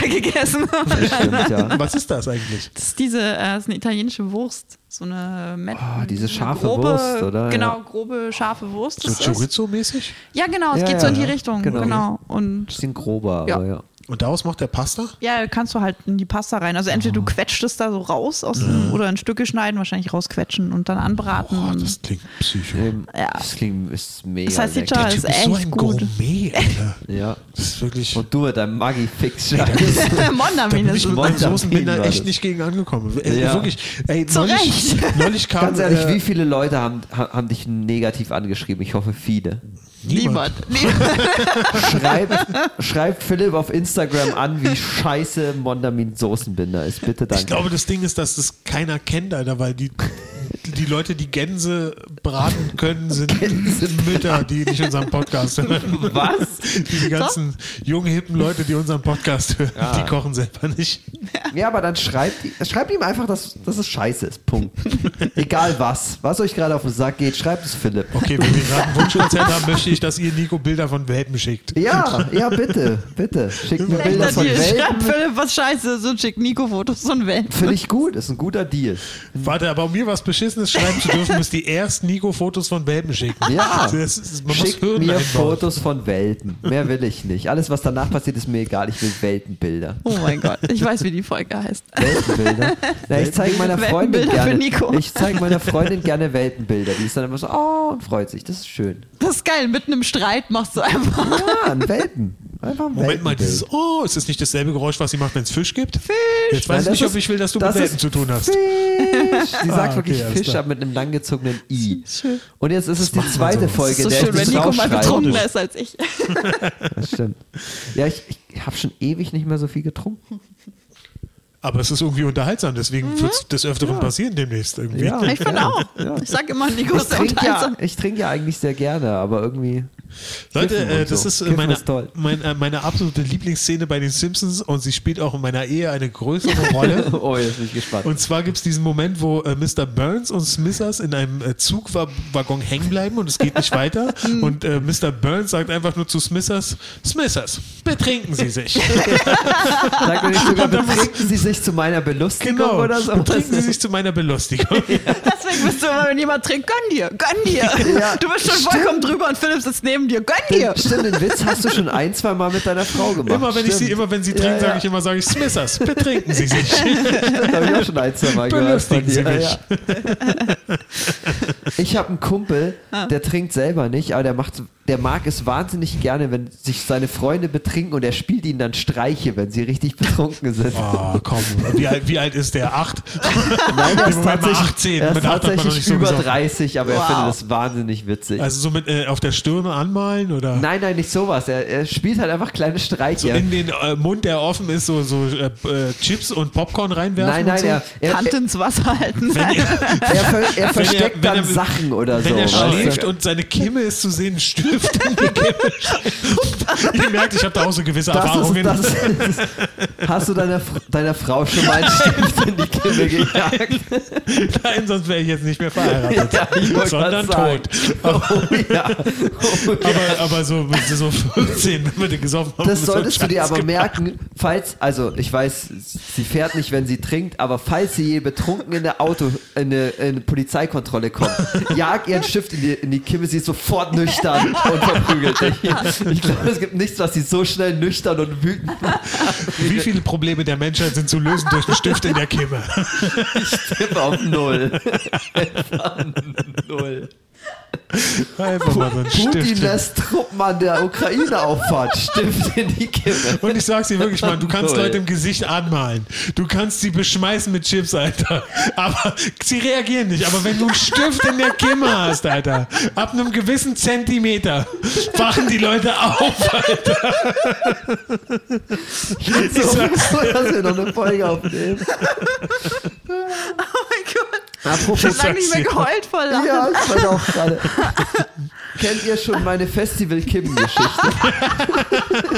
[SPEAKER 3] gegessen.
[SPEAKER 2] Stimmt, ja.
[SPEAKER 1] Was ist das eigentlich?
[SPEAKER 3] Das ist diese, äh, das ist eine italienische Wurst. So eine äh, Met
[SPEAKER 2] Oh, diese scharfe
[SPEAKER 3] grobe,
[SPEAKER 2] Wurst, oder?
[SPEAKER 3] Genau, grobe, scharfe Wurst.
[SPEAKER 1] So
[SPEAKER 3] ist das.
[SPEAKER 1] Chorizo-mäßig?
[SPEAKER 3] Ja, genau, es
[SPEAKER 2] Ja,
[SPEAKER 3] geht so
[SPEAKER 2] ja,
[SPEAKER 3] in die
[SPEAKER 2] ja.
[SPEAKER 3] Richtung.
[SPEAKER 2] Genau.
[SPEAKER 3] Genau. Und
[SPEAKER 2] Bisschen grober,
[SPEAKER 3] Ja.
[SPEAKER 2] aber ja.
[SPEAKER 1] Und daraus macht er Pasta?
[SPEAKER 3] Ja, kannst du halt in die Pasta rein. Also entweder
[SPEAKER 2] Ah.
[SPEAKER 3] du quetscht es da so raus aus dem, oder in Stücke schneiden, wahrscheinlich rausquetschen und dann anbraten.
[SPEAKER 1] Boah,
[SPEAKER 3] und,
[SPEAKER 1] das klingt psycho.
[SPEAKER 2] Ähm,
[SPEAKER 3] Ja.
[SPEAKER 2] Das klingt ist mega.
[SPEAKER 3] Das heißt, die
[SPEAKER 2] lecker.
[SPEAKER 3] Jar-
[SPEAKER 1] Der
[SPEAKER 3] das
[SPEAKER 1] Typ
[SPEAKER 3] ist
[SPEAKER 1] ist so
[SPEAKER 3] echt
[SPEAKER 1] ein
[SPEAKER 3] gut.
[SPEAKER 1] Gourmet, Alter.
[SPEAKER 2] Ja.
[SPEAKER 1] Das ist wirklich.
[SPEAKER 2] Und du mit deinem Maggi-Fix.
[SPEAKER 1] Da bin ich
[SPEAKER 3] Mondamin
[SPEAKER 1] mit
[SPEAKER 2] Wollt
[SPEAKER 1] meinen
[SPEAKER 2] am
[SPEAKER 1] Soßen
[SPEAKER 2] Gehen
[SPEAKER 1] bin da
[SPEAKER 2] war
[SPEAKER 1] echt
[SPEAKER 2] das.
[SPEAKER 1] nicht gegen angekommen. Ey,
[SPEAKER 2] Ja.
[SPEAKER 1] Wirklich. Ey,
[SPEAKER 3] Zu
[SPEAKER 1] neulich,
[SPEAKER 3] Recht.
[SPEAKER 1] neulich kam
[SPEAKER 2] Ganz ehrlich,
[SPEAKER 1] äh,
[SPEAKER 2] wie viele Leute haben, ha- haben dich negativ angeschrieben? Ich hoffe, viele.
[SPEAKER 1] niemand.
[SPEAKER 3] niemand. niemand.
[SPEAKER 2] Schreibt, schreibt Philipp auf Instagram an, wie scheiße Mondamin-Soßenbinder ist. Bitte danke.
[SPEAKER 1] Ich glaube, das Ding ist, dass das keiner kennt, Alter, weil die, die Leute, die Gänse braten können, sind
[SPEAKER 2] Gänse
[SPEAKER 1] Mütter, die nicht unseren Podcast hören.
[SPEAKER 2] Was?
[SPEAKER 1] Diese ganzen jungen, hippen Leute, die unseren Podcast hören, die kochen selber nicht.
[SPEAKER 2] Ja, aber dann schreibt, die- schreibt ihm einfach, dass, dass es scheiße ist. Punkt. Egal was. Was euch gerade auf den Sack geht, schreibt es Philipp.
[SPEAKER 1] Okay, wenn wir gerade einen Wunschkonzert haben, möchte ich, dass ihr Nico Bilder von Welpen schickt.
[SPEAKER 2] Ja, ja, bitte, bitte. Schickt mir Bilder
[SPEAKER 3] Schlechter
[SPEAKER 2] von
[SPEAKER 3] Deal. Schreibt
[SPEAKER 2] Welpen.
[SPEAKER 3] Philipp, was scheiße ist und schickt Nico Fotos von Welt.
[SPEAKER 2] Finde ich gut, ist ein guter Deal.
[SPEAKER 1] Warte, aber um mir was Beschissenes schreiben zu dürfen, müsst ihr erst Nico Fotos von Welpen schicken.
[SPEAKER 2] Ja.
[SPEAKER 1] Das ist, man muss
[SPEAKER 2] Schickt
[SPEAKER 1] Hürden
[SPEAKER 2] mir
[SPEAKER 1] einbauen.
[SPEAKER 2] Fotos von Welpen. Mehr will ich nicht. Alles, was danach passiert, ist mir egal. Ich will Welpenbilder.
[SPEAKER 3] Oh mein Gott, ich weiß, wie die Folge heißt.
[SPEAKER 2] Weltenbilder. Na, ich zeige meiner Freundin
[SPEAKER 3] Weltenbilder
[SPEAKER 2] gerne.
[SPEAKER 3] für Nico.
[SPEAKER 2] Ich zeige meiner Freundin gerne Weltenbilder. Die ist dann immer so, oh, und freut sich. Das ist schön.
[SPEAKER 3] Das ist geil, mitten im Streit machst du einfach
[SPEAKER 2] Ja, ein Welpen. Einfach ein
[SPEAKER 1] Moment mal,
[SPEAKER 2] Welpenbild.
[SPEAKER 1] dieses Oh, ist das nicht dasselbe Geräusch, was sie macht, wenn es Fisch gibt? Fisch! Jetzt
[SPEAKER 2] Nein,
[SPEAKER 1] weiß ich
[SPEAKER 2] das
[SPEAKER 1] nicht, ob
[SPEAKER 2] ist-
[SPEAKER 1] ich will, dass du
[SPEAKER 2] das
[SPEAKER 1] mit Welpen
[SPEAKER 2] ist
[SPEAKER 1] zu tun hast.
[SPEAKER 2] Fisch. Sie
[SPEAKER 1] Ah,
[SPEAKER 2] sagt
[SPEAKER 1] okay,
[SPEAKER 2] wirklich
[SPEAKER 1] alles
[SPEAKER 2] Fisch,
[SPEAKER 1] klar.
[SPEAKER 2] aber mit einem langgezogenen I.
[SPEAKER 3] Schön.
[SPEAKER 2] Und jetzt ist es die zweite Folge,
[SPEAKER 3] so
[SPEAKER 2] der
[SPEAKER 3] schön,
[SPEAKER 2] ich
[SPEAKER 3] wenn
[SPEAKER 2] das
[SPEAKER 3] Nico mal
[SPEAKER 2] rausschreibe.
[SPEAKER 3] betrunkener ist als ich.
[SPEAKER 2] Das stimmt. Ja, ich, ich habe schon ewig nicht mehr so viel getrunken.
[SPEAKER 1] Aber es ist irgendwie unterhaltsam, deswegen wird es des Öfteren passieren demnächst irgendwie.
[SPEAKER 2] Mhm. Ja.
[SPEAKER 3] Ich finde auch. Ich sag immer, Nico
[SPEAKER 2] Ich
[SPEAKER 3] ist der
[SPEAKER 2] trinke ja,
[SPEAKER 3] unterhaltsam.
[SPEAKER 2] ich trink ja eigentlich sehr gerne, aber irgendwie.
[SPEAKER 1] Leute,
[SPEAKER 2] Kiffen und
[SPEAKER 1] äh, das
[SPEAKER 2] so.
[SPEAKER 1] ist äh,
[SPEAKER 2] Kiffen
[SPEAKER 1] meine,
[SPEAKER 2] ist toll.
[SPEAKER 1] mein, äh, meine absolute Lieblingsszene bei den Simpsons und sie spielt auch in meiner Ehe eine größere Rolle.
[SPEAKER 2] Oh, jetzt bin ich gespannt.
[SPEAKER 1] Und zwar gibt es diesen Moment, wo äh, Mr. Burns und Smithers in einem äh, Zugwaggon hängen bleiben und es geht nicht weiter.
[SPEAKER 2] Hm.
[SPEAKER 1] und äh, Mr. Burns sagt einfach nur zu Smithers, Smithers, betrinken Sie sich.
[SPEAKER 2] Sag mir nicht sogar, betrinken Sie sich zu meiner Belustigung
[SPEAKER 1] genau,
[SPEAKER 2] oder so.
[SPEAKER 1] betrinken Sie sich zu meiner Belustigung.
[SPEAKER 3] Deswegen bist du immer, wenn jemand trinkt, gönn dir, gönn dir.
[SPEAKER 2] Ja,
[SPEAKER 3] du bist schon
[SPEAKER 2] stimmt.
[SPEAKER 3] vollkommen drüber und Philipp sitzt neben dir, gönn dir.
[SPEAKER 2] Den, stimmt, den Witz hast du schon ein, zwei Mal mit deiner Frau gemacht.
[SPEAKER 1] Immer wenn, ich sie,
[SPEAKER 2] Stimmt.
[SPEAKER 1] immer wenn sie trinken,
[SPEAKER 2] ja,
[SPEAKER 1] sage
[SPEAKER 2] ja.
[SPEAKER 1] ich immer, sage ich, Smithers, betrinken Sie sich.
[SPEAKER 2] Das habe ich auch schon ein, zwei Mal gehört. von
[SPEAKER 1] Belustigen Sie
[SPEAKER 2] dir.
[SPEAKER 1] mich.
[SPEAKER 2] Ja, ja. Ich habe einen Kumpel, der trinkt selber nicht, aber der, macht, der mag es wahnsinnig gerne, wenn sich seine Freunde betrinken und er spielt ihnen dann Streiche, wenn sie richtig betrunken sind.
[SPEAKER 1] Oh, komm. Wie alt, wie alt ist der? Acht?
[SPEAKER 2] Nein, er
[SPEAKER 1] Im
[SPEAKER 2] ist
[SPEAKER 1] Moment mal
[SPEAKER 2] tatsächlich,
[SPEAKER 1] 18.
[SPEAKER 2] er ist
[SPEAKER 1] Mit 8 hat man noch nicht
[SPEAKER 2] tatsächlich
[SPEAKER 1] so
[SPEAKER 2] über
[SPEAKER 1] gesagt.
[SPEAKER 2] 30, aber er
[SPEAKER 3] Wow.
[SPEAKER 2] findet das wahnsinnig witzig.
[SPEAKER 1] Also so mit äh, auf der Stirn anmalen oder
[SPEAKER 2] nein, nein, nicht sowas. Er, er spielt halt einfach kleine Streiche.
[SPEAKER 1] so in den äh, Mund, der offen ist, so, so äh, äh, Chips und Popcorn reinwerfen?
[SPEAKER 2] nein, nein,
[SPEAKER 1] und so?
[SPEAKER 2] er, er,
[SPEAKER 3] Hand ins Wasser halten.
[SPEAKER 1] Wenn er,
[SPEAKER 2] er, er, ver, er versteckt
[SPEAKER 1] wenn
[SPEAKER 2] dann
[SPEAKER 1] er-
[SPEAKER 2] Sachen oder
[SPEAKER 1] wenn
[SPEAKER 2] so.
[SPEAKER 1] er
[SPEAKER 2] weißt du?
[SPEAKER 1] schläft und seine Kimme ist zu sehen, stirbt in die Kimme. Ihr merkt, ich habe da auch so gewisse
[SPEAKER 2] Das ist,
[SPEAKER 1] Erfahrungen.
[SPEAKER 2] das ist, hast du deiner, Fr- deiner Frau schon mal einen Stift in die Kimme gejagt?
[SPEAKER 1] Nein, sonst wäre ich jetzt nicht mehr verheiratet,
[SPEAKER 2] Ja, ich wollte
[SPEAKER 1] sondern
[SPEAKER 2] gerade
[SPEAKER 1] tot.
[SPEAKER 2] Oh, ja. Oh, ja.
[SPEAKER 1] Aber, aber so, so 15, wenn wir den gesoffen haben.
[SPEAKER 2] Das
[SPEAKER 1] so
[SPEAKER 2] solltest du dir
[SPEAKER 1] Scheiß
[SPEAKER 2] aber
[SPEAKER 1] gemacht.
[SPEAKER 2] merken, falls, also ich weiß, sie fährt nicht, wenn sie trinkt, aber falls sie je betrunken in eine Auto, in eine, in eine Polizeikontrolle kommt, jag ihren Stift in die, in die Kimme, sie ist sofort nüchtern und verprügelt dich. Ich glaube, es gibt nichts, was sie so schnell nüchtern und wütend
[SPEAKER 1] Wie viele Probleme der Menschheit sind zu lösen durch einen Stift in der Kimme?
[SPEAKER 2] tippt auf Null. Einfach Null.
[SPEAKER 1] Einfach mal so einen
[SPEAKER 2] Putin
[SPEAKER 1] Stift.
[SPEAKER 2] lässt Truppen an der Ukraine auffahrt. Stift in die Kimme.
[SPEAKER 1] Und ich sag's dir wirklich, Mann, du kannst
[SPEAKER 2] Null.
[SPEAKER 1] Leute im Gesicht anmalen. Du kannst sie beschmeißen mit Chips, Alter. Aber sie reagieren nicht. Aber wenn du einen Stift in der Kimme hast, Alter, ab einem gewissen Zentimeter wachen die Leute auf.
[SPEAKER 2] So, dass wir noch eine Folge aufnehmen.
[SPEAKER 3] Oh mein Gott. Ich
[SPEAKER 2] Apropos
[SPEAKER 3] hab lange nicht mehr geheult vor Lachen.
[SPEAKER 2] Ja, ich fand auch gerade. Kennt ihr schon meine Festival-Kim-Geschichte?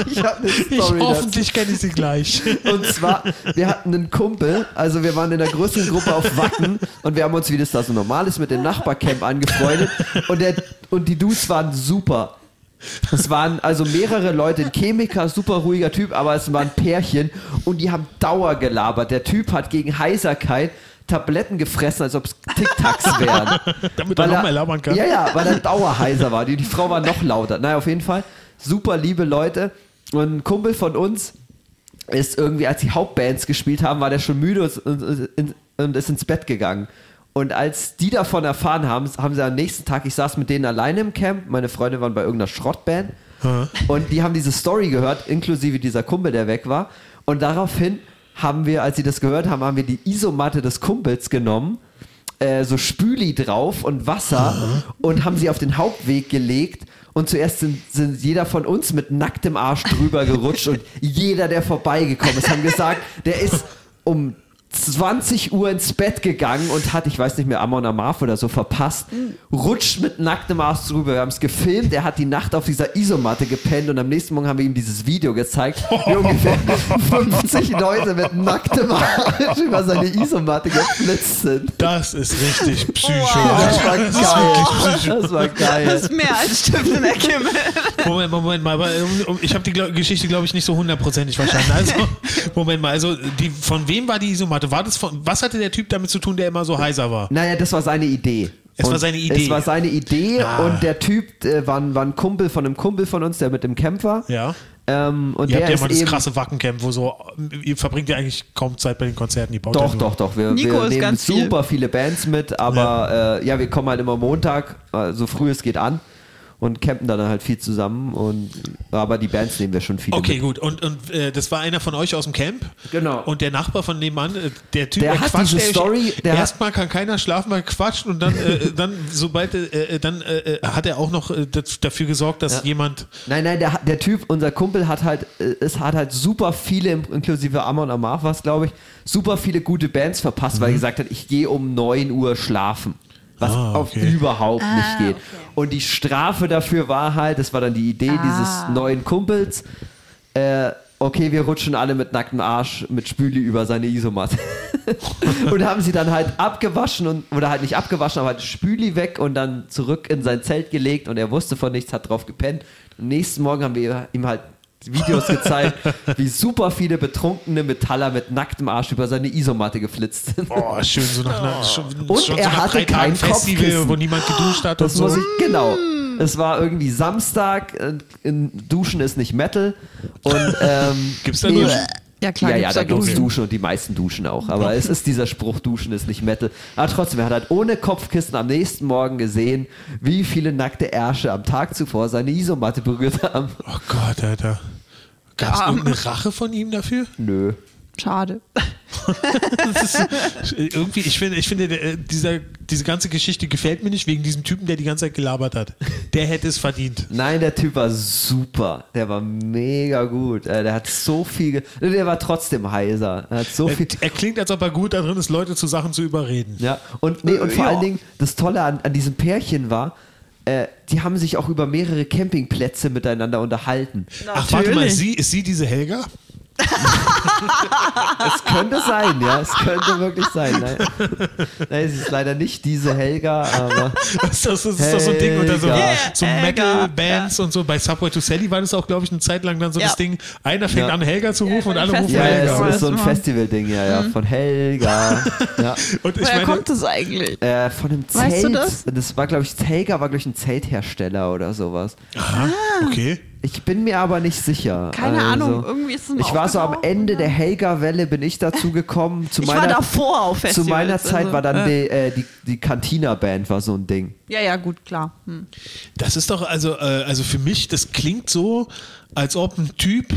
[SPEAKER 2] ich habe eine
[SPEAKER 1] Ich,
[SPEAKER 2] Story dazu.
[SPEAKER 1] hoffentlich kenne ich sie gleich.
[SPEAKER 2] Und zwar, wir hatten einen Kumpel, also wir waren in der größeren Gruppe auf Wacken und wir haben uns, wie das da so normal ist, mit dem Nachbarcamp angefreundet und, der, und die Dudes waren super. Es waren also mehrere Leute, ein Chemiker, super ruhiger Typ, aber es waren Pärchen und die haben Dauer gelabert. Der Typ hat gegen Heiserkeit Tabletten gefressen, als ob es Tic-Tacs wären.
[SPEAKER 1] Damit er noch mal labern kann.
[SPEAKER 2] Ja, ja, weil er dauerheiser war. Die, die Frau war noch lauter. Naja, auf jeden Fall. Super liebe Leute. Und ein Kumpel von uns ist irgendwie, als die Hauptbands gespielt haben, war der schon müde und, und, und, und ist ins Bett gegangen. Und als die davon erfahren haben, haben sie am nächsten Tag, ich saß mit denen alleine im Camp, meine Freunde waren bei irgendeiner Schrottband und die haben diese Story gehört, inklusive dieser Kumpel, der weg war. Und daraufhin haben wir, als sie das gehört haben, haben wir die Isomatte des Kumpels genommen, äh, so Spüli drauf und Wasser und haben sie auf den Hauptweg gelegt. Und zuerst sind, sind jeder von uns mit nacktem Arsch drüber gerutscht und jeder, der vorbeigekommen ist, haben gesagt, der ist um 20 Uhr ins Bett gegangen und hat, ich weiß nicht mehr, Amon Amarth oder so verpasst,
[SPEAKER 1] Mhm.
[SPEAKER 2] rutscht mit nacktem Arsch drüber. Wir haben es gefilmt, er hat die Nacht auf dieser Isomatte gepennt und am nächsten Morgen haben wir ihm dieses Video gezeigt, wie ungefähr 50 Leute mit nacktem Arsch über seine Isomatte geflitzt sind.
[SPEAKER 1] Das ist richtig Psycho.
[SPEAKER 2] Das war
[SPEAKER 1] wirklich
[SPEAKER 2] geil. Das war
[SPEAKER 3] Das
[SPEAKER 2] geil.
[SPEAKER 3] ist mehr als Stift in der Kimme.
[SPEAKER 1] Moment, Moment mal, aber ähm, um- ich habe die Gla- Geschichte, glaube ich, nicht so hundertprozentig verstanden. Also, Moment mal, also die, von wem war die Isomatte? War das von, was hatte der Typ damit zu tun, der immer so heiser war?
[SPEAKER 2] Naja, das war seine Idee.
[SPEAKER 1] Es war
[SPEAKER 2] Und
[SPEAKER 1] seine Idee.
[SPEAKER 2] Es war seine Idee
[SPEAKER 1] Ah.
[SPEAKER 2] und der Typ äh, war, ein- war ein Kumpel von einem Kumpel von uns, der mit dem Camp war.
[SPEAKER 1] Ja.
[SPEAKER 2] Ähm, und
[SPEAKER 1] Ihr
[SPEAKER 2] der
[SPEAKER 1] habt ja
[SPEAKER 2] ist
[SPEAKER 1] immer das
[SPEAKER 2] eben,
[SPEAKER 1] krasse Wackencamp, wo so, äh, ihr verbringt ja eigentlich kaum Zeit bei den Konzerten, die baut ja
[SPEAKER 2] Doch,
[SPEAKER 1] nur-
[SPEAKER 2] doch, doch. Wir,
[SPEAKER 3] Nico
[SPEAKER 2] wir
[SPEAKER 3] ist
[SPEAKER 2] nehmen
[SPEAKER 3] ganz viel.
[SPEAKER 2] super viele Bands mit, aber ja. Äh, ja, wir kommen halt immer Montag, äh, so früh es geht an und campen dann halt viel zusammen. Und, aber die Bands nehmen wir schon viele
[SPEAKER 1] Okay,
[SPEAKER 2] mit.
[SPEAKER 1] gut. Und, und äh, das war einer von euch aus dem Camp.
[SPEAKER 2] Genau.
[SPEAKER 1] Und der Nachbar von nebenan, äh, der Typ,
[SPEAKER 2] Der hat diese
[SPEAKER 1] euch-
[SPEAKER 2] Story, der hat-
[SPEAKER 1] erstmal kann keiner schlafen, mal quatscht und dann, äh, dann sobald, äh, äh, dann äh, äh, hat er auch noch äh, das- dafür gesorgt, dass jemand.
[SPEAKER 2] Nein, nein, der, der Typ, unser Kumpel, hat halt, äh, es hat halt super viele, inklusive Amon Amarth war es, glaube ich, super viele gute Bands verpasst, weil er gesagt hat, ich gehe um 9 Uhr schlafen. Was
[SPEAKER 1] Mhm. Ah, okay.
[SPEAKER 2] auf überhaupt nicht geht. Und die Strafe dafür war halt, das war dann die Idee dieses neuen Kumpels, äh, okay, wir rutschen alle mit nacktem Arsch mit Spüli über seine Isomatte. und haben sie dann halt abgewaschen und, oder halt nicht abgewaschen, aber halt Spüli weg und dann zurück in sein Zelt gelegt und er wusste von nichts, hat drauf gepennt. Am nächsten Morgen haben wir ihm halt Videos gezeigt, wie super viele betrunkene Metaller mit nacktem Arsch über seine Isomatte geflitzt sind.
[SPEAKER 1] Boah, schön so nach einer, schon,
[SPEAKER 2] Oh. Und
[SPEAKER 1] schon
[SPEAKER 2] er
[SPEAKER 1] so nach
[SPEAKER 2] hatte
[SPEAKER 1] drei Tagen
[SPEAKER 2] kein
[SPEAKER 1] Festival,
[SPEAKER 2] Kopfkissen.
[SPEAKER 1] wo niemand geduscht hat
[SPEAKER 2] Das
[SPEAKER 1] und
[SPEAKER 2] muss
[SPEAKER 1] so.
[SPEAKER 2] ich,
[SPEAKER 3] Mm.
[SPEAKER 2] genau. Es war irgendwie Samstag, äh, in- Duschen ist nicht Metal und ähm,
[SPEAKER 1] Gibt's da Duschen?
[SPEAKER 3] Äh, Ja, klar,
[SPEAKER 2] ja, ja,
[SPEAKER 3] gibt's da
[SPEAKER 2] da gibt's
[SPEAKER 3] Duschen.
[SPEAKER 2] Duschen und die meisten duschen auch. Aber es ist dieser Spruch, Duschen ist nicht Metal. Aber trotzdem, er hat halt ohne Kopfkissen am nächsten Morgen gesehen, wie viele nackte Ärsche am Tag zuvor seine Isomatte berührt haben.
[SPEAKER 1] oh Gott, Alter. Gab
[SPEAKER 2] Ah.
[SPEAKER 1] es irgendeine Rache von ihm dafür?
[SPEAKER 2] Nö.
[SPEAKER 3] Schade.
[SPEAKER 1] Das ist, irgendwie, ich finde, ich finde der, dieser, diese ganze Geschichte gefällt mir nicht wegen diesem Typen, der die ganze Zeit gelabert hat. Der hätte es verdient.
[SPEAKER 2] Nein, der Typ war super. Der war mega gut. Äh, Der hat so viel. Ge der war trotzdem heiser. Er hat so
[SPEAKER 1] Er,
[SPEAKER 2] viel.
[SPEAKER 1] er klingt, als ob er gut darin ist, Leute zu Sachen zu überreden.
[SPEAKER 2] Ja, und, nee, und vor
[SPEAKER 3] Ja.
[SPEAKER 2] allen Dingen, das Tolle an, an diesem Pärchen war, äh, die haben sich auch über mehrere Campingplätze miteinander unterhalten.
[SPEAKER 1] Ach, warte mal,
[SPEAKER 3] Natürlich.
[SPEAKER 1] sie, ist sie diese Helga?
[SPEAKER 2] Es könnte sein, ja, es könnte wirklich sein. Nein, Nein es ist leider nicht diese Helga, aber
[SPEAKER 1] Das, das, das ist doch so ein Ding unter so,
[SPEAKER 2] Helga.
[SPEAKER 1] so
[SPEAKER 3] Yeah, Helga.
[SPEAKER 1] Metal-Bands und so. Bei Subway to Sally war das auch, glaube ich, eine Zeit lang dann so
[SPEAKER 3] Ja.
[SPEAKER 1] das Ding, einer fängt
[SPEAKER 2] Ja.
[SPEAKER 1] an, Helga zu rufen und alle rufen
[SPEAKER 2] ja,
[SPEAKER 3] Ja,
[SPEAKER 1] Helga.
[SPEAKER 3] ja,
[SPEAKER 2] es ist so ein
[SPEAKER 3] ja.
[SPEAKER 2] Festival-Ding, ja,
[SPEAKER 3] Mhm.
[SPEAKER 2] ja, von Helga. Ja.
[SPEAKER 1] Und ich
[SPEAKER 3] Woher
[SPEAKER 1] meine,
[SPEAKER 3] kommt das eigentlich?
[SPEAKER 2] Äh, von einem Zelt.
[SPEAKER 3] Weißt du das?
[SPEAKER 2] war, glaube ich, Helga war, glaube ich, ein Zelthersteller oder sowas.
[SPEAKER 1] aha, Ah, okay.
[SPEAKER 2] Ich bin mir aber nicht sicher.
[SPEAKER 3] Keine
[SPEAKER 2] also,
[SPEAKER 3] Ahnung, irgendwie ist es mir
[SPEAKER 2] Ich war so am
[SPEAKER 3] aufgetaucht,
[SPEAKER 2] Ende der Helga-Welle, bin ich dazu gekommen. Zu
[SPEAKER 3] Ich
[SPEAKER 2] meiner,
[SPEAKER 3] war davor auf
[SPEAKER 2] zu
[SPEAKER 3] Festivals.
[SPEAKER 2] meiner Zeit
[SPEAKER 3] also,
[SPEAKER 2] war dann
[SPEAKER 3] äh,
[SPEAKER 2] die, äh, die, die Cantina-Band war so ein Ding.
[SPEAKER 3] Ja, ja, gut, klar. Hm.
[SPEAKER 1] Das ist doch, also, äh, also für mich, das klingt so, als ob ein Typ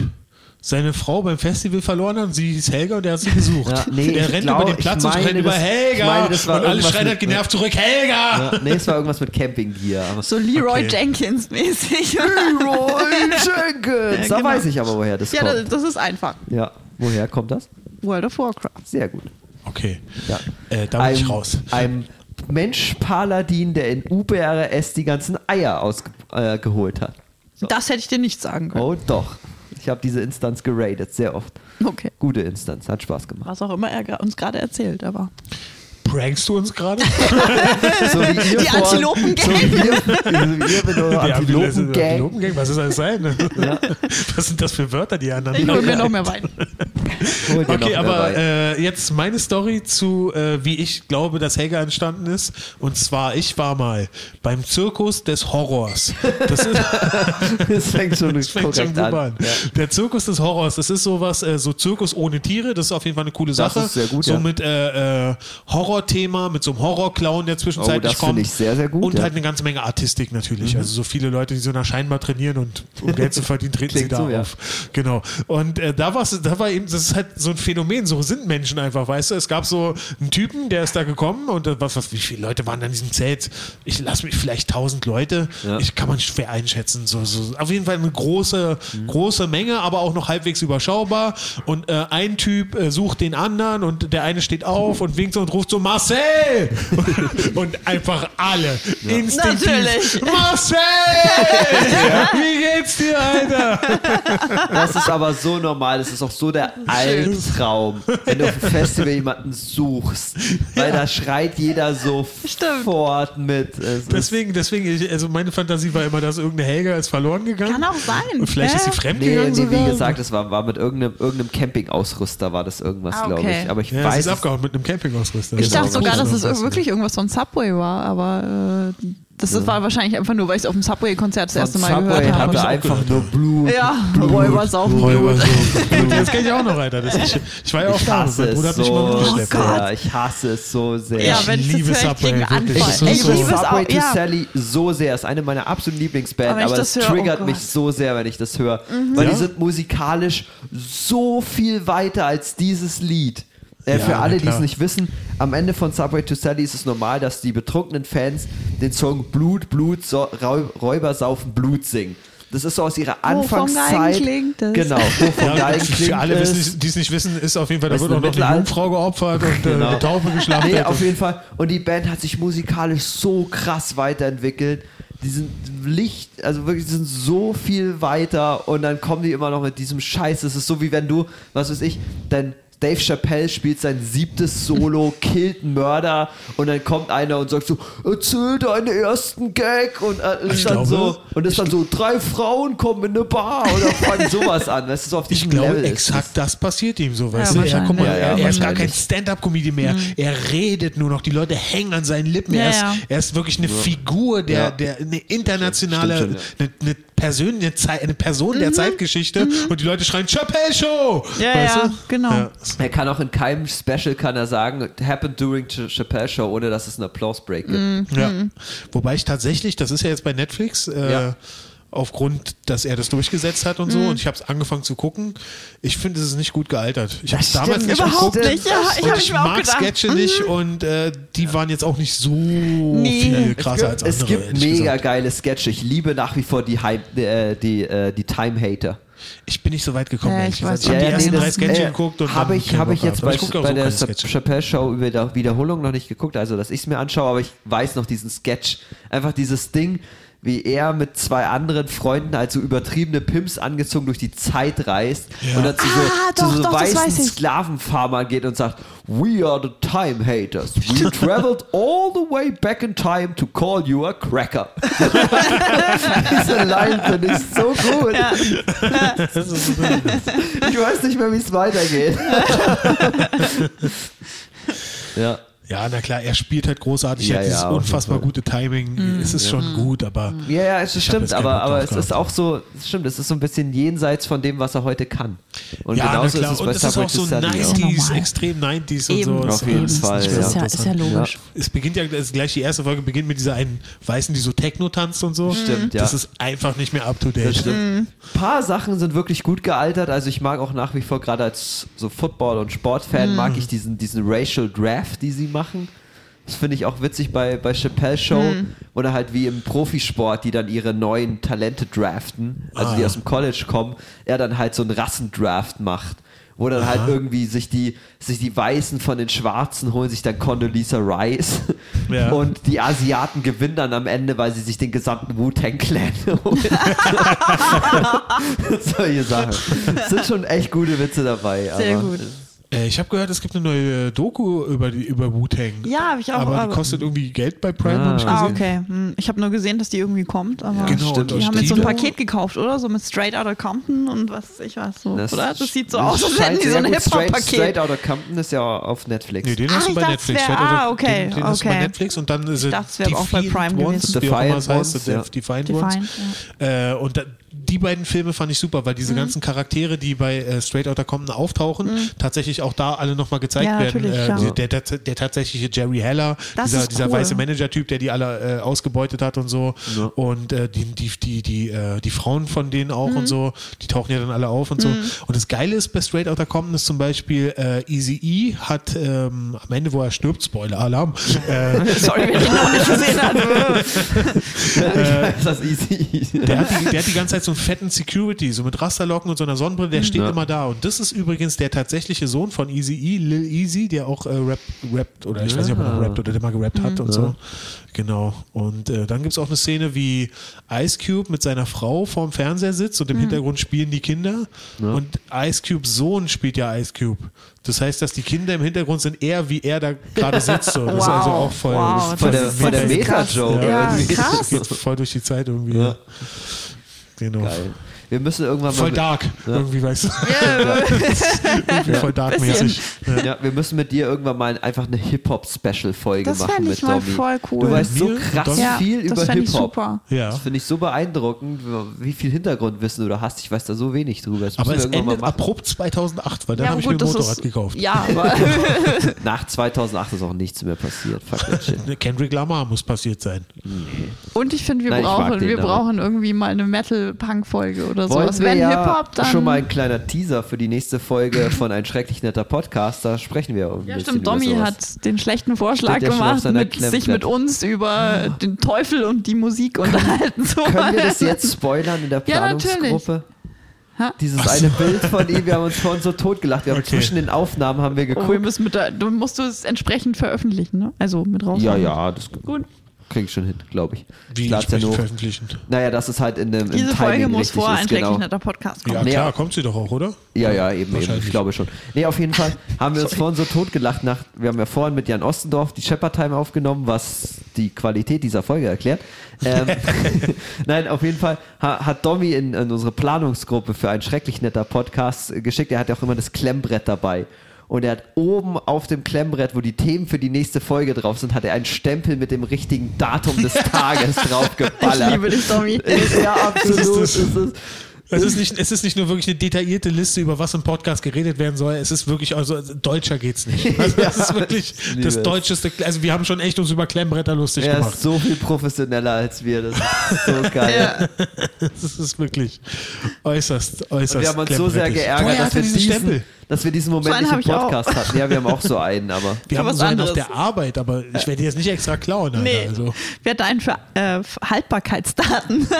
[SPEAKER 1] seine Frau beim Festival verloren hat und sie hieß Helga und der hat sie gesucht.
[SPEAKER 2] Ja, nee,
[SPEAKER 1] der
[SPEAKER 2] ich
[SPEAKER 1] rennt
[SPEAKER 2] glaub-
[SPEAKER 1] über den
[SPEAKER 2] ich
[SPEAKER 1] Platz und
[SPEAKER 2] meine,
[SPEAKER 1] rennt über
[SPEAKER 2] das-
[SPEAKER 1] Helga
[SPEAKER 2] ich meine, das war
[SPEAKER 1] und alle
[SPEAKER 2] irgendwas
[SPEAKER 1] schreien halt
[SPEAKER 2] mit-
[SPEAKER 1] genervt zurück, Helga!
[SPEAKER 2] Ja, nee, es war irgendwas mit Camping-Gear. aber-
[SPEAKER 3] So Leroy
[SPEAKER 1] Okay.
[SPEAKER 3] Jenkins-mäßig.
[SPEAKER 1] genau.
[SPEAKER 2] Roy Jenkins.
[SPEAKER 3] Ja,
[SPEAKER 2] Da
[SPEAKER 3] genau.
[SPEAKER 2] weiß ich aber, woher das
[SPEAKER 3] ja, das,
[SPEAKER 2] kommt.
[SPEAKER 3] das ist einfach.
[SPEAKER 2] Ja, woher kommt das?
[SPEAKER 3] World of Warcraft.
[SPEAKER 2] Sehr gut.
[SPEAKER 1] Okay,
[SPEAKER 2] Ja.
[SPEAKER 1] äh, da bin
[SPEAKER 2] ein,
[SPEAKER 1] ich raus.
[SPEAKER 2] Ein Mensch-Paladin, der in UBRS die ganzen Eier ausgeholt äh, geholt hat.
[SPEAKER 3] Das hätte ich dir nicht sagen können.
[SPEAKER 2] Oh doch. Ich habe diese Instanz geradet, sehr oft.
[SPEAKER 3] Okay.
[SPEAKER 2] Gute Instanz, hat Spaß gemacht.
[SPEAKER 3] Was auch immer er gra- uns gerade erzählt, aber.
[SPEAKER 1] Prankst du uns gerade?
[SPEAKER 2] Also So wie ihr
[SPEAKER 3] Die
[SPEAKER 2] vorhin-
[SPEAKER 3] Antilopengang.
[SPEAKER 2] So wie ihr, so wie ihr mit eurer
[SPEAKER 1] Die
[SPEAKER 2] Antilopengang.
[SPEAKER 1] Antilopengang, was ist das sein? Was sind das für Wörter, die anderen
[SPEAKER 3] Ich
[SPEAKER 1] haben?
[SPEAKER 3] hol mir noch mehr Wein.
[SPEAKER 2] Hol dir noch
[SPEAKER 1] Okay,
[SPEAKER 2] eine
[SPEAKER 1] aber
[SPEAKER 2] rein.
[SPEAKER 1] äh, jetzt meine Story zu, äh, wie ich glaube, dass Helga entstanden ist. Und zwar, ich war mal beim Zirkus des Horrors. Das ist,
[SPEAKER 2] das fängt schon
[SPEAKER 1] das fängt schon
[SPEAKER 2] korrekt
[SPEAKER 1] gut an.
[SPEAKER 2] an. Ja.
[SPEAKER 1] Der Zirkus des Horrors, das ist sowas, äh, so Zirkus ohne Tiere, das ist auf jeden Fall eine coole
[SPEAKER 2] Das
[SPEAKER 1] Sache.
[SPEAKER 2] ist sehr gut,
[SPEAKER 1] so
[SPEAKER 2] ja.
[SPEAKER 1] mit äh, äh, Horrorthema, mit so einem Horrorclown, der
[SPEAKER 2] Oh,
[SPEAKER 1] zwischenzeitlich
[SPEAKER 2] das
[SPEAKER 1] kommt.
[SPEAKER 2] finde ich sehr, sehr gut,
[SPEAKER 1] Und
[SPEAKER 2] ja. Mhm.
[SPEAKER 1] halt eine ganze Menge Artistik natürlich. Also so viele Leute, die so nach scheinbar trainieren und um Geld zu verdienen, treten sie
[SPEAKER 2] Klingt
[SPEAKER 1] da
[SPEAKER 2] so, ja.
[SPEAKER 1] auf. Genau. Und äh, da war da war eben, das ist halt so ein Phänomen, so sind Menschen einfach, weißt du? Es gab so einen Typen, der ist da gekommen und äh, was, was, wie viele Leute waren da in diesem Zelt? Ich lasse mich vielleicht tausend Leute.
[SPEAKER 2] Ja.
[SPEAKER 1] Ich kann man schwer einschätzen. So, so, auf jeden Fall eine große, große Menge, aber auch noch halbwegs überschaubar. Und äh, ein Typ äh, sucht den anderen und der eine steht auf und winkt so und ruft so Marcel! und einfach alle instinktiv.
[SPEAKER 3] Natürlich.
[SPEAKER 1] Marcel! Wie geht's dir, Alter?
[SPEAKER 2] Das ist aber so normal, das ist auch so der Albtraum, wenn du auf dem Festival jemanden suchst, weil da schreit jeder sofort mit. Es ist-
[SPEAKER 1] Deswegen, deswegen, ich, also meine Fantasie war immer, dass irgendeine Helga ist verloren gegangen.
[SPEAKER 3] Kann auch sein.
[SPEAKER 1] Und vielleicht ist sie
[SPEAKER 3] Ja.
[SPEAKER 2] Nee,
[SPEAKER 1] fremdgegangen.
[SPEAKER 2] nee,
[SPEAKER 1] sogar.
[SPEAKER 2] wie gesagt, es war, war mit irgendeinem, irgendeinem Campingausrüster war das irgendwas,
[SPEAKER 3] Ah,
[SPEAKER 2] glaube
[SPEAKER 3] okay.
[SPEAKER 2] ich. Aber ich
[SPEAKER 1] ja, sie
[SPEAKER 2] weiß
[SPEAKER 1] ist
[SPEAKER 2] es
[SPEAKER 1] abgehauen mit einem Campingausrüster.
[SPEAKER 3] Ich
[SPEAKER 1] Genau.
[SPEAKER 3] dachte sogar, dass es
[SPEAKER 1] Das-
[SPEAKER 3] wirklich irgendwas von Subway war, aber äh, das war wahrscheinlich einfach nur, weil ich es auf dem Subway-Konzert das erste
[SPEAKER 2] Von
[SPEAKER 3] Mal
[SPEAKER 2] Subway
[SPEAKER 3] gehört habe.
[SPEAKER 2] hatte einfach nur Blut.
[SPEAKER 3] Ja, Räuber
[SPEAKER 1] Oh,
[SPEAKER 3] saufen Blut.
[SPEAKER 1] Das kenne ich auch noch weiter. Das ich, ich war ja auch
[SPEAKER 2] Ich
[SPEAKER 1] da.
[SPEAKER 2] hasse
[SPEAKER 1] Mein Bruder hat
[SPEAKER 2] es
[SPEAKER 1] mich mal
[SPEAKER 2] so
[SPEAKER 1] mitgeschleppt.
[SPEAKER 3] Oh
[SPEAKER 2] sehr. Ich hasse es so sehr.
[SPEAKER 3] Ja,
[SPEAKER 1] Ich
[SPEAKER 3] wenn ich das
[SPEAKER 1] liebe
[SPEAKER 3] höre, ich
[SPEAKER 1] Subway,
[SPEAKER 3] krieg einen
[SPEAKER 1] wirklich.
[SPEAKER 3] Anfall.
[SPEAKER 1] Das
[SPEAKER 2] Ich
[SPEAKER 1] ist so-
[SPEAKER 2] liebe
[SPEAKER 3] liebe es
[SPEAKER 2] Subway
[SPEAKER 3] auch,
[SPEAKER 2] to
[SPEAKER 3] ja.
[SPEAKER 2] Sally so sehr. Ist eine meiner absoluten Lieblingsbands,
[SPEAKER 3] Aber wenn ich
[SPEAKER 2] aber
[SPEAKER 3] das
[SPEAKER 2] es
[SPEAKER 3] höre, oh
[SPEAKER 2] triggert
[SPEAKER 3] Gott. Mhm.
[SPEAKER 2] mich so sehr, wenn ich das höre. Weil
[SPEAKER 1] Ja?
[SPEAKER 2] die sind musikalisch so viel weiter als dieses Lied. Äh,
[SPEAKER 1] Ja,
[SPEAKER 2] für
[SPEAKER 1] na
[SPEAKER 2] alle, die es
[SPEAKER 1] klar.
[SPEAKER 2] nicht wissen, am Ende von Subway to Sally ist es normal, dass die betrunkenen Fans den Song Blut, Blut, so, Rau- Räuber saufen, Blut singen. Das ist so aus ihrer
[SPEAKER 3] Wo vom Geigen
[SPEAKER 2] Anfangszeit.
[SPEAKER 3] klingt es.
[SPEAKER 2] Genau, wo vom
[SPEAKER 1] Ja,
[SPEAKER 2] Geigen klingt
[SPEAKER 1] für alle,
[SPEAKER 2] es.
[SPEAKER 1] wissen, die es nicht wissen, ist auf jeden Fall, da
[SPEAKER 2] Weißt
[SPEAKER 1] wird
[SPEAKER 2] du,
[SPEAKER 1] auch noch eine
[SPEAKER 2] Mittelalter-
[SPEAKER 1] Jungfrau geopfert und äh,
[SPEAKER 2] Genau.
[SPEAKER 1] eine Taufe geschlachtet.
[SPEAKER 2] Nee, auf
[SPEAKER 1] und-
[SPEAKER 2] jeden Fall. Und die Band hat sich musikalisch so krass weiterentwickelt. Die sind Licht, also wirklich, die sind so viel weiter und dann kommen die immer noch mit diesem Scheiß. Es ist so wie wenn du, was weiß ich, dein Dave Chappelle spielt sein siebtes Solo, killt einen Mörder und dann kommt einer und sagt so, erzähl deinen ersten Gag und äh, ist
[SPEAKER 1] Ich
[SPEAKER 2] dann
[SPEAKER 1] glaube-
[SPEAKER 2] so und ist dann so, drei Frauen kommen in eine Bar oder fangen sowas an. Das ist so auf
[SPEAKER 1] ich
[SPEAKER 2] diesem
[SPEAKER 1] glaube,
[SPEAKER 2] Level. ist
[SPEAKER 1] exakt das passiert ihm so, weißt
[SPEAKER 3] Ja,
[SPEAKER 1] du? Er, guck mal,
[SPEAKER 3] wahrscheinlich. Mhm.
[SPEAKER 2] Ja, ja,
[SPEAKER 1] er ist gar kein
[SPEAKER 2] wahrscheinlich.
[SPEAKER 1] Stand-Up-Comedy mehr. Er redet nur noch. Die Leute hängen an seinen Lippen. er,
[SPEAKER 3] Ja,
[SPEAKER 1] ist,
[SPEAKER 3] ja.
[SPEAKER 1] er ist wirklich eine Figur, der,
[SPEAKER 2] Ja.
[SPEAKER 1] der eine internationale,
[SPEAKER 2] Stimmt
[SPEAKER 1] eine, eine, Person, eine, Zei- eine Person der Zeitgeschichte. Und die Leute schreien, Chappelle Show!
[SPEAKER 3] Mhm. Ja,
[SPEAKER 1] weißt
[SPEAKER 3] ja,
[SPEAKER 1] du?
[SPEAKER 3] genau.
[SPEAKER 1] Ja.
[SPEAKER 2] Er kann auch in keinem Special kann er sagen, "It happened during Ch Chappelle Show, ohne dass es einen Applause Break gibt.
[SPEAKER 3] Mhm.
[SPEAKER 1] Ja. Wobei ich tatsächlich, das ist ja jetzt bei Netflix, äh,
[SPEAKER 2] Ja.
[SPEAKER 1] aufgrund, dass er das durchgesetzt hat und so,
[SPEAKER 3] Mhm.
[SPEAKER 1] und ich habe es angefangen zu gucken. Ich finde, es ist nicht gut gealtert. Ich habe
[SPEAKER 2] Das
[SPEAKER 1] damals
[SPEAKER 2] stimmt,
[SPEAKER 1] nicht
[SPEAKER 3] Überhaupt
[SPEAKER 1] geguckt.
[SPEAKER 3] nicht. Ja, ich
[SPEAKER 1] und
[SPEAKER 3] habe
[SPEAKER 1] ich
[SPEAKER 3] ich mir auch
[SPEAKER 1] mag
[SPEAKER 3] gedacht. Mhm.
[SPEAKER 1] Sketche nicht und äh, die waren jetzt auch nicht so viel krasser als andere.
[SPEAKER 2] es gibt
[SPEAKER 1] ehrlich
[SPEAKER 2] mega
[SPEAKER 1] gesagt.
[SPEAKER 2] geile Sketche. Ich liebe nach wie vor die, Heim, äh, die, äh, die Time Hater.
[SPEAKER 1] Ich bin nicht so weit gekommen,
[SPEAKER 3] Ja,
[SPEAKER 1] ehrlich
[SPEAKER 3] ich
[SPEAKER 1] gesagt.
[SPEAKER 3] weiß
[SPEAKER 1] Ich habe
[SPEAKER 3] nicht.
[SPEAKER 1] die
[SPEAKER 3] Ja,
[SPEAKER 1] ersten
[SPEAKER 3] nee,
[SPEAKER 1] drei
[SPEAKER 3] das- äh,
[SPEAKER 1] Sketche geguckt und
[SPEAKER 2] habe
[SPEAKER 1] dann
[SPEAKER 2] ich,
[SPEAKER 1] keinen
[SPEAKER 2] äh, hab
[SPEAKER 1] Bock
[SPEAKER 2] ich
[SPEAKER 1] gehabt.
[SPEAKER 2] jetzt bei,
[SPEAKER 1] Aber guck auch
[SPEAKER 2] bei
[SPEAKER 1] so
[SPEAKER 2] der
[SPEAKER 1] keine
[SPEAKER 2] Sa-
[SPEAKER 1] Sketche.
[SPEAKER 2] Chappelle Show über der Wiederholung noch nicht geguckt, also dass ich es mir anschaue, aber ich weiß noch diesen Sketch. Einfach dieses Ding, wie er mit zwei anderen Freunden als so übertriebene Pimps angezogen durch die Zeit reist
[SPEAKER 1] Ja.
[SPEAKER 2] und dann zu so,
[SPEAKER 3] Ah,
[SPEAKER 2] zu
[SPEAKER 3] doch,
[SPEAKER 2] so
[SPEAKER 3] doch, das
[SPEAKER 2] weißen
[SPEAKER 3] weiß ich.
[SPEAKER 2] Sklavenfarmern geht und sagt, We are the time haters. We traveled all the way back in time to call you a cracker. Diese Line finde ich so gut. Ich weiß nicht mehr, wie es weitergeht. ja.
[SPEAKER 1] Ja, na klar, er spielt halt großartig.
[SPEAKER 2] Ja,
[SPEAKER 1] er hat dieses
[SPEAKER 2] ja, auf jeden
[SPEAKER 1] unfassbar
[SPEAKER 2] Fall.
[SPEAKER 1] gute Timing.
[SPEAKER 3] Mhm.
[SPEAKER 1] Es ist schon gut, aber.
[SPEAKER 2] Ja, ja, es
[SPEAKER 1] hab jetzt
[SPEAKER 2] stimmt,
[SPEAKER 1] keinen
[SPEAKER 2] aber,
[SPEAKER 1] Bock
[SPEAKER 2] aber
[SPEAKER 1] drauf
[SPEAKER 2] es ist
[SPEAKER 1] gehabt.
[SPEAKER 2] auch so, es stimmt, es ist so ein bisschen jenseits von dem, was er heute kann. Und
[SPEAKER 1] ja, na
[SPEAKER 2] genauso
[SPEAKER 1] klar.
[SPEAKER 2] ist es
[SPEAKER 1] und
[SPEAKER 2] bei
[SPEAKER 1] es ist
[SPEAKER 2] Subway
[SPEAKER 1] auch
[SPEAKER 2] to
[SPEAKER 1] so
[SPEAKER 2] Sally auch.
[SPEAKER 1] 90s,
[SPEAKER 3] normal.
[SPEAKER 1] extrem 90s und
[SPEAKER 3] Eben.
[SPEAKER 1] so.
[SPEAKER 3] Auf
[SPEAKER 1] Es-
[SPEAKER 2] jeden
[SPEAKER 1] es ist
[SPEAKER 2] Fall,
[SPEAKER 1] nicht
[SPEAKER 2] ja.
[SPEAKER 1] mehr
[SPEAKER 3] Ist
[SPEAKER 1] so
[SPEAKER 3] ja, ist ja
[SPEAKER 1] interessant.
[SPEAKER 3] logisch.
[SPEAKER 1] Es beginnt ja das- gleich, die erste Folge beginnt mit dieser einen Weißen, die so Techno tanzt und so.
[SPEAKER 2] Stimmt, ja.
[SPEAKER 1] Das ist einfach nicht mehr up to
[SPEAKER 2] Das
[SPEAKER 1] date.
[SPEAKER 2] stimmt. Ein paar Sachen sind wirklich gut gealtert. Also ich mag auch nach wie vor gerade als so Football- und Sportfan mag ich diesen, diesen Racial Draft, die sie machen. Das finde ich auch witzig bei, bei Chappelle Show oder halt wie im Profisport, die dann ihre neuen Talente draften, also die
[SPEAKER 1] Ah.
[SPEAKER 2] aus dem College kommen, er dann halt so einen Rassendraft macht. Wo dann halt irgendwie sich die, sich die Weißen von den Schwarzen holen sich dann Condoleezza Rice.
[SPEAKER 1] Ja.
[SPEAKER 2] Und die Asiaten gewinnen dann am Ende, weil sie sich den gesamten Wu-Tang-Clan holen. Solche Sachen. Es sind schon echt gute Witze dabei.
[SPEAKER 3] Sehr
[SPEAKER 2] aber
[SPEAKER 3] gut.
[SPEAKER 1] Äh, ich habe gehört, es gibt eine neue äh, Doku über, die, über Wu-Tang.
[SPEAKER 3] Ja, hab ich auch,
[SPEAKER 1] Aber, die
[SPEAKER 3] aber-
[SPEAKER 1] kostet irgendwie Geld bei Prime,
[SPEAKER 2] Ah.
[SPEAKER 1] habe ich
[SPEAKER 3] Ah,
[SPEAKER 1] gesehen.
[SPEAKER 3] okay. Hm, Ich habe nur gesehen, dass die irgendwie kommt, aber
[SPEAKER 1] Genau, und
[SPEAKER 3] die
[SPEAKER 1] aus
[SPEAKER 3] haben jetzt so ein
[SPEAKER 1] dieser-
[SPEAKER 3] Paket gekauft, oder? So mit Straight Outta Compton und was weiß ich was so,
[SPEAKER 2] Das
[SPEAKER 3] oder? Das sieht so aus, als hätten die
[SPEAKER 2] scheint
[SPEAKER 3] so ein
[SPEAKER 2] sehr gut. Straight, Straight
[SPEAKER 3] Hip-Hop-Paket.
[SPEAKER 2] Outta Compton ist ja auf Netflix.
[SPEAKER 1] Nee, den
[SPEAKER 3] Ah,
[SPEAKER 1] hast du
[SPEAKER 3] ich
[SPEAKER 1] bei
[SPEAKER 3] dachte,
[SPEAKER 1] Netflix.
[SPEAKER 3] es wär-
[SPEAKER 1] Shadow-
[SPEAKER 3] ah, okay,
[SPEAKER 1] Den, den hast du bei
[SPEAKER 3] okay.
[SPEAKER 1] Netflix und dann sind
[SPEAKER 3] dachte, es wär auch bei Prime
[SPEAKER 1] Ones,
[SPEAKER 3] gewesen.
[SPEAKER 1] wie auch immer es
[SPEAKER 2] Defiant
[SPEAKER 1] heißt,
[SPEAKER 2] Ones,
[SPEAKER 1] Defiant
[SPEAKER 3] ja.
[SPEAKER 1] Ones.
[SPEAKER 3] Defiant,
[SPEAKER 1] Äh, und da, die beiden Filme fand ich super, weil diese
[SPEAKER 3] Mhm.
[SPEAKER 1] ganzen Charaktere, die bei äh, Straight Outta Compton auftauchen, tatsächlich auch da alle nochmal gezeigt
[SPEAKER 3] Ja,
[SPEAKER 1] werden.
[SPEAKER 3] natürlich,
[SPEAKER 1] Äh,
[SPEAKER 3] ja.
[SPEAKER 1] die- der, der, der tatsächliche Jerry Heller,
[SPEAKER 3] Das
[SPEAKER 1] dieser,
[SPEAKER 3] ist
[SPEAKER 1] dieser
[SPEAKER 3] cool.
[SPEAKER 1] weiße Manager-Typ, der die alle äh, ausgebeutet hat und so.
[SPEAKER 2] Ja.
[SPEAKER 1] Und äh, die, die, die, die, äh, die Frauen von denen auch und so, die tauchen ja dann alle auf und so. Und das Geile ist bei Straight Outta Compton ist zum Beispiel, äh, Easy E hat ähm, am Ende, wo er stirbt, Spoiler-Alarm, äh,
[SPEAKER 3] Sorry, wenn Genau, ich ihn noch nicht gesehen habe.
[SPEAKER 2] ist das easy.
[SPEAKER 1] Der hat, die, der hat die ganze Zeit so einen fetten Security, so mit Rasterlocken und so einer Sonnenbrille, der steht
[SPEAKER 2] Ja.
[SPEAKER 1] immer da. Und das ist übrigens der tatsächliche Sohn von Easy E, Lil Easy, der auch äh, rappt, rappt oder ich weiß nicht, ob er noch
[SPEAKER 2] Ah.
[SPEAKER 1] rappt oder der mal gerappt hat und so. Genau. Und äh, dann gibt es auch eine Szene, wie Ice Cube mit seiner Frau vorm Fernseher sitzt
[SPEAKER 2] Mhm.
[SPEAKER 1] und im Hintergrund spielen die Kinder. Und Ice Cubes Sohn spielt ja Ice Cube. Das heißt, dass die Kinder im Hintergrund sind eher, wie er da gerade sitzt. So. Das ist
[SPEAKER 3] Wow.
[SPEAKER 1] also auch voll,
[SPEAKER 3] Wow,
[SPEAKER 1] das ist
[SPEAKER 2] Voll
[SPEAKER 1] voll
[SPEAKER 2] der, voll der
[SPEAKER 1] meta-
[SPEAKER 2] Meta-Joke.
[SPEAKER 3] Ja,
[SPEAKER 2] irgendwie.
[SPEAKER 3] krass.
[SPEAKER 1] Geht voll durch die Zeit irgendwie.
[SPEAKER 2] Ja.
[SPEAKER 1] Genau.
[SPEAKER 2] Geil. Wir müssen irgendwann mal.
[SPEAKER 1] Voll
[SPEAKER 2] mit-
[SPEAKER 1] dark, irgendwie, weißt du. irgendwie voll dark-mäßig.
[SPEAKER 2] Ja, wir müssen mit dir irgendwann mal einfach eine Hip-Hop-Special-Folge
[SPEAKER 3] Das
[SPEAKER 2] machen
[SPEAKER 3] fänd
[SPEAKER 2] mit
[SPEAKER 3] ich mal
[SPEAKER 2] Domi.
[SPEAKER 3] voll cool.
[SPEAKER 2] Du weißt so
[SPEAKER 1] Mir?
[SPEAKER 2] krass
[SPEAKER 1] Domi?
[SPEAKER 3] Ja,
[SPEAKER 2] viel
[SPEAKER 3] das
[SPEAKER 2] über
[SPEAKER 3] fänd ich
[SPEAKER 2] Hip-Hop.
[SPEAKER 3] super.
[SPEAKER 1] Ja.
[SPEAKER 2] Das finde ich so beeindruckend, wie viel Hintergrundwissen du da hast. Ich weiß da so wenig drüber. Das
[SPEAKER 1] Aber es
[SPEAKER 2] müssen wir irgendwann
[SPEAKER 1] endet
[SPEAKER 2] mal machen.
[SPEAKER 1] abrupt 2008, weil dann
[SPEAKER 3] ja,
[SPEAKER 1] habe ich mir ein
[SPEAKER 3] gut, das
[SPEAKER 1] Motorrad
[SPEAKER 3] ist,
[SPEAKER 1] gekauft.
[SPEAKER 3] Ja, aber
[SPEAKER 2] Nach 2008 ist auch nichts mehr passiert. Fuck that shit.
[SPEAKER 1] Äh, Kendrick Lamar muss passiert sein.
[SPEAKER 3] und ich finde, wir
[SPEAKER 2] Nein, ich mag
[SPEAKER 3] brauchen,
[SPEAKER 2] den
[SPEAKER 3] wir
[SPEAKER 2] aber.
[SPEAKER 3] brauchen irgendwie mal eine Metal-Punk-Folge oder
[SPEAKER 2] Wollen
[SPEAKER 3] sowas.
[SPEAKER 2] wir
[SPEAKER 3] Wenn
[SPEAKER 2] ja
[SPEAKER 3] Hip-Hop, dann
[SPEAKER 2] schon mal ein kleiner Teaser für die nächste Folge von Ein schrecklich netter Podcast. Da sprechen wir ein
[SPEAKER 3] Ja,
[SPEAKER 2] bisschen
[SPEAKER 3] stimmt.
[SPEAKER 2] über
[SPEAKER 3] Domi
[SPEAKER 2] sowas.
[SPEAKER 3] hat den schlechten Vorschlag
[SPEAKER 2] Steht ja schon auf
[SPEAKER 3] gemacht,
[SPEAKER 2] seiner
[SPEAKER 3] mit, sich
[SPEAKER 2] Klemmplatte.
[SPEAKER 3] mit uns über den Teufel und die Musik unterhalten zu
[SPEAKER 2] Können wir das
[SPEAKER 3] wollen.
[SPEAKER 2] jetzt spoilern in der
[SPEAKER 3] Ja,
[SPEAKER 2] Planungsgruppe?
[SPEAKER 3] Hä?
[SPEAKER 2] Dieses eine Bild von ihm, wir haben uns vorhin so tot gelacht. Wir haben
[SPEAKER 1] Okay.
[SPEAKER 2] zwischen den Aufnahmen haben wir
[SPEAKER 3] Oh, wir
[SPEAKER 2] geguckt.
[SPEAKER 3] müssen mit der, du musst du es entsprechend veröffentlichen, ne? Also mit raus.
[SPEAKER 2] ja, ja, das
[SPEAKER 3] Gut.
[SPEAKER 2] krieg ich schon hin, glaube ich.
[SPEAKER 1] Wie
[SPEAKER 2] ich
[SPEAKER 1] ich
[SPEAKER 2] lad's ja nur.
[SPEAKER 1] veröffentlichen.
[SPEAKER 2] Naja, das ist halt in dem im
[SPEAKER 3] Diese
[SPEAKER 2] Timing
[SPEAKER 3] Folge muss
[SPEAKER 2] richtig
[SPEAKER 3] vor
[SPEAKER 2] ist,
[SPEAKER 3] ein schrecklich
[SPEAKER 2] genau.
[SPEAKER 3] netter Podcast kommen.
[SPEAKER 1] Ja,
[SPEAKER 2] Nee,
[SPEAKER 1] klar,
[SPEAKER 2] ja.
[SPEAKER 1] kommt sie doch auch, oder?
[SPEAKER 2] Ja, ja, eben, eben.
[SPEAKER 1] Wahrscheinlich.
[SPEAKER 2] Ich glaube schon. Nee, auf jeden Fall haben wir uns vorhin so tot gelacht. Nach, wir haben ja vorhin mit Jan Ostendorf die Shepard Time aufgenommen, was die Qualität dieser Folge erklärt. Ähm, Nein, auf jeden Fall ha, hat Domi in, in unsere Planungsgruppe für ein schrecklich netter Podcast äh, geschickt. Er hat ja auch immer das Klemmbrett dabei. Und er hat oben auf dem Klemmbrett, wo die Themen für die nächste Folge drauf sind, hat er einen Stempel mit dem richtigen Datum des Tages draufgeballert.
[SPEAKER 3] Ich liebe dich, Domi.
[SPEAKER 2] Ja, absolut.
[SPEAKER 1] Das ist es.
[SPEAKER 2] Es ist-
[SPEAKER 1] Es ist, nicht, es ist nicht nur wirklich eine detaillierte Liste, über was im Podcast geredet werden soll. Es ist wirklich, also deutscher geht's nicht. Also, das
[SPEAKER 2] Ja,
[SPEAKER 1] ist wirklich
[SPEAKER 2] ich liebe
[SPEAKER 1] das
[SPEAKER 2] es.
[SPEAKER 1] deutscheste. Also, wir haben schon echt uns über Klemmbretter lustig
[SPEAKER 2] Er
[SPEAKER 1] gemacht.
[SPEAKER 2] ist so viel professioneller als wir. Das ist so geil.
[SPEAKER 3] Ja.
[SPEAKER 1] Das ist wirklich äußerst, äußerst.
[SPEAKER 2] Und wir haben uns so sehr
[SPEAKER 1] klemmbrettig.
[SPEAKER 2] geärgert,
[SPEAKER 1] Woher
[SPEAKER 2] dass
[SPEAKER 1] hat er
[SPEAKER 2] wir,
[SPEAKER 1] diesen Stempel?
[SPEAKER 2] diesen, dass wir diesen
[SPEAKER 3] So
[SPEAKER 2] Moment
[SPEAKER 3] einen
[SPEAKER 2] nicht
[SPEAKER 3] hab
[SPEAKER 2] im
[SPEAKER 3] ich auch.
[SPEAKER 2] Podcast hatten. Ja, wir haben auch so einen, aber
[SPEAKER 1] Wir
[SPEAKER 3] Für
[SPEAKER 1] haben
[SPEAKER 3] was
[SPEAKER 1] so einen auf
[SPEAKER 3] anderes.
[SPEAKER 1] der Arbeit, aber ich werde jetzt nicht extra klauen. Alter.
[SPEAKER 3] Nee,
[SPEAKER 1] Also.
[SPEAKER 3] wir hatten einen für äh, für Haltbarkeitsdaten.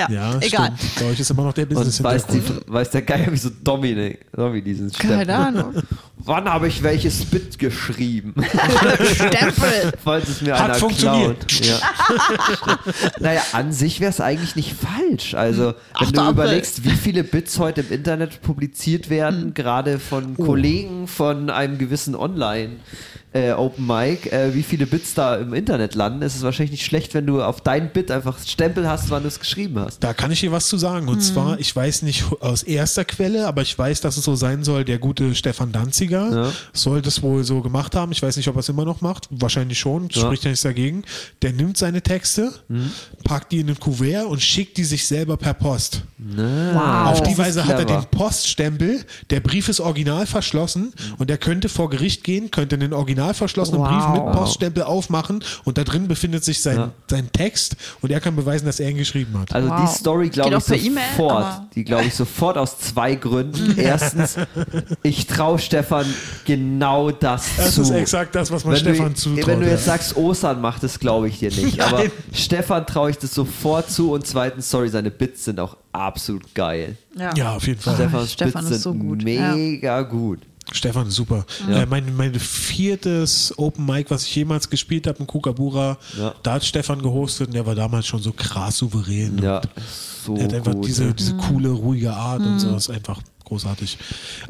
[SPEAKER 1] Ah,
[SPEAKER 3] ja,
[SPEAKER 1] ja,
[SPEAKER 3] egal.
[SPEAKER 1] Stimmt. Bei euch ist immer noch der Business
[SPEAKER 2] und weiß, die,
[SPEAKER 1] Hintergrund.
[SPEAKER 2] weiß der Geier, wieso Domi, ne, Domi diesen
[SPEAKER 3] Keine
[SPEAKER 2] Stempel.
[SPEAKER 3] Ahnung.
[SPEAKER 2] Wann habe ich welches Bit geschrieben?
[SPEAKER 3] Stempel.
[SPEAKER 2] Falls es mir
[SPEAKER 1] Hat
[SPEAKER 2] einer
[SPEAKER 1] funktioniert.
[SPEAKER 2] klaut. Ja. naja, an sich wäre es eigentlich nicht falsch.
[SPEAKER 1] Hm.
[SPEAKER 2] Also, wenn
[SPEAKER 3] Ach,
[SPEAKER 2] du
[SPEAKER 3] da-
[SPEAKER 2] überlegst, wie viele Bits heute im Internet publiziert
[SPEAKER 1] Hm.
[SPEAKER 2] werden, gerade von
[SPEAKER 1] Oh.
[SPEAKER 2] Kollegen von einem gewissen Online äh, Open Mic, äh, wie viele Bits da im Internet landen, ist es wahrscheinlich nicht schlecht, wenn du auf dein Bit einfach Stempel hast, wann du es geschrieben hast.
[SPEAKER 1] Da kann ich dir was zu sagen. Und
[SPEAKER 3] Mhm.
[SPEAKER 1] zwar, ich weiß nicht aus erster Quelle, aber ich weiß, dass es so sein soll. Der gute Stefan Danziger
[SPEAKER 2] Ja.
[SPEAKER 1] soll das wohl so gemacht haben. Ich weiß nicht, ob er es immer noch macht. Wahrscheinlich schon.
[SPEAKER 2] Ja. Mhm.
[SPEAKER 1] Spricht ja nichts dagegen. Der nimmt seine Texte, packt die in ein Kuvert und schickt die sich selber per Post.
[SPEAKER 3] Wow.
[SPEAKER 1] Auf
[SPEAKER 2] das
[SPEAKER 1] die
[SPEAKER 2] ist
[SPEAKER 1] Weise hat er
[SPEAKER 2] clever.
[SPEAKER 1] den Poststempel. Der Brief ist original verschlossen
[SPEAKER 2] Mhm.
[SPEAKER 1] und er könnte vor Gericht gehen, könnte den original verschlossenen
[SPEAKER 3] Wow.
[SPEAKER 1] Brief mit Poststempel aufmachen und da drin befindet sich sein,
[SPEAKER 2] Ja.
[SPEAKER 1] sein Text und er kann beweisen, dass er ihn geschrieben hat.
[SPEAKER 2] Also
[SPEAKER 3] Wow.
[SPEAKER 2] die Story glaube
[SPEAKER 3] Geht
[SPEAKER 2] ich
[SPEAKER 3] auch per E-Mail,
[SPEAKER 2] sofort.
[SPEAKER 3] aber-
[SPEAKER 2] die glaube ich sofort aus zwei Gründen. Erstens, ich traue Stefan genau das,
[SPEAKER 1] Das
[SPEAKER 2] zu.
[SPEAKER 1] ist exakt das, was man
[SPEAKER 2] wenn
[SPEAKER 1] Stefan
[SPEAKER 2] du,
[SPEAKER 1] zutraut,
[SPEAKER 2] Wenn du
[SPEAKER 1] ja.
[SPEAKER 2] jetzt sagst, Osan macht es, glaube ich dir nicht. Aber
[SPEAKER 1] Nein.
[SPEAKER 2] Stefan traue ich das sofort zu. Und zweitens, sorry, seine Bits sind auch absolut geil.
[SPEAKER 1] Ja, auf jeden Fall.
[SPEAKER 2] Stefans
[SPEAKER 3] Ah, Stefan
[SPEAKER 2] Bits
[SPEAKER 3] ist
[SPEAKER 2] sind
[SPEAKER 3] so gut, ja.
[SPEAKER 2] mega gut.
[SPEAKER 1] Stefan ist super.
[SPEAKER 2] Ja.
[SPEAKER 1] Äh, mein, mein viertes Open Mic, was ich jemals gespielt habe, in Kukabura,
[SPEAKER 2] Ja.
[SPEAKER 1] da hat Stefan gehostet und der war damals schon so krass souverän.
[SPEAKER 2] Ja,
[SPEAKER 1] und
[SPEAKER 2] so
[SPEAKER 1] er hat einfach
[SPEAKER 2] gut.
[SPEAKER 1] diese, diese coole, ruhige Art und so. Ist einfach großartig.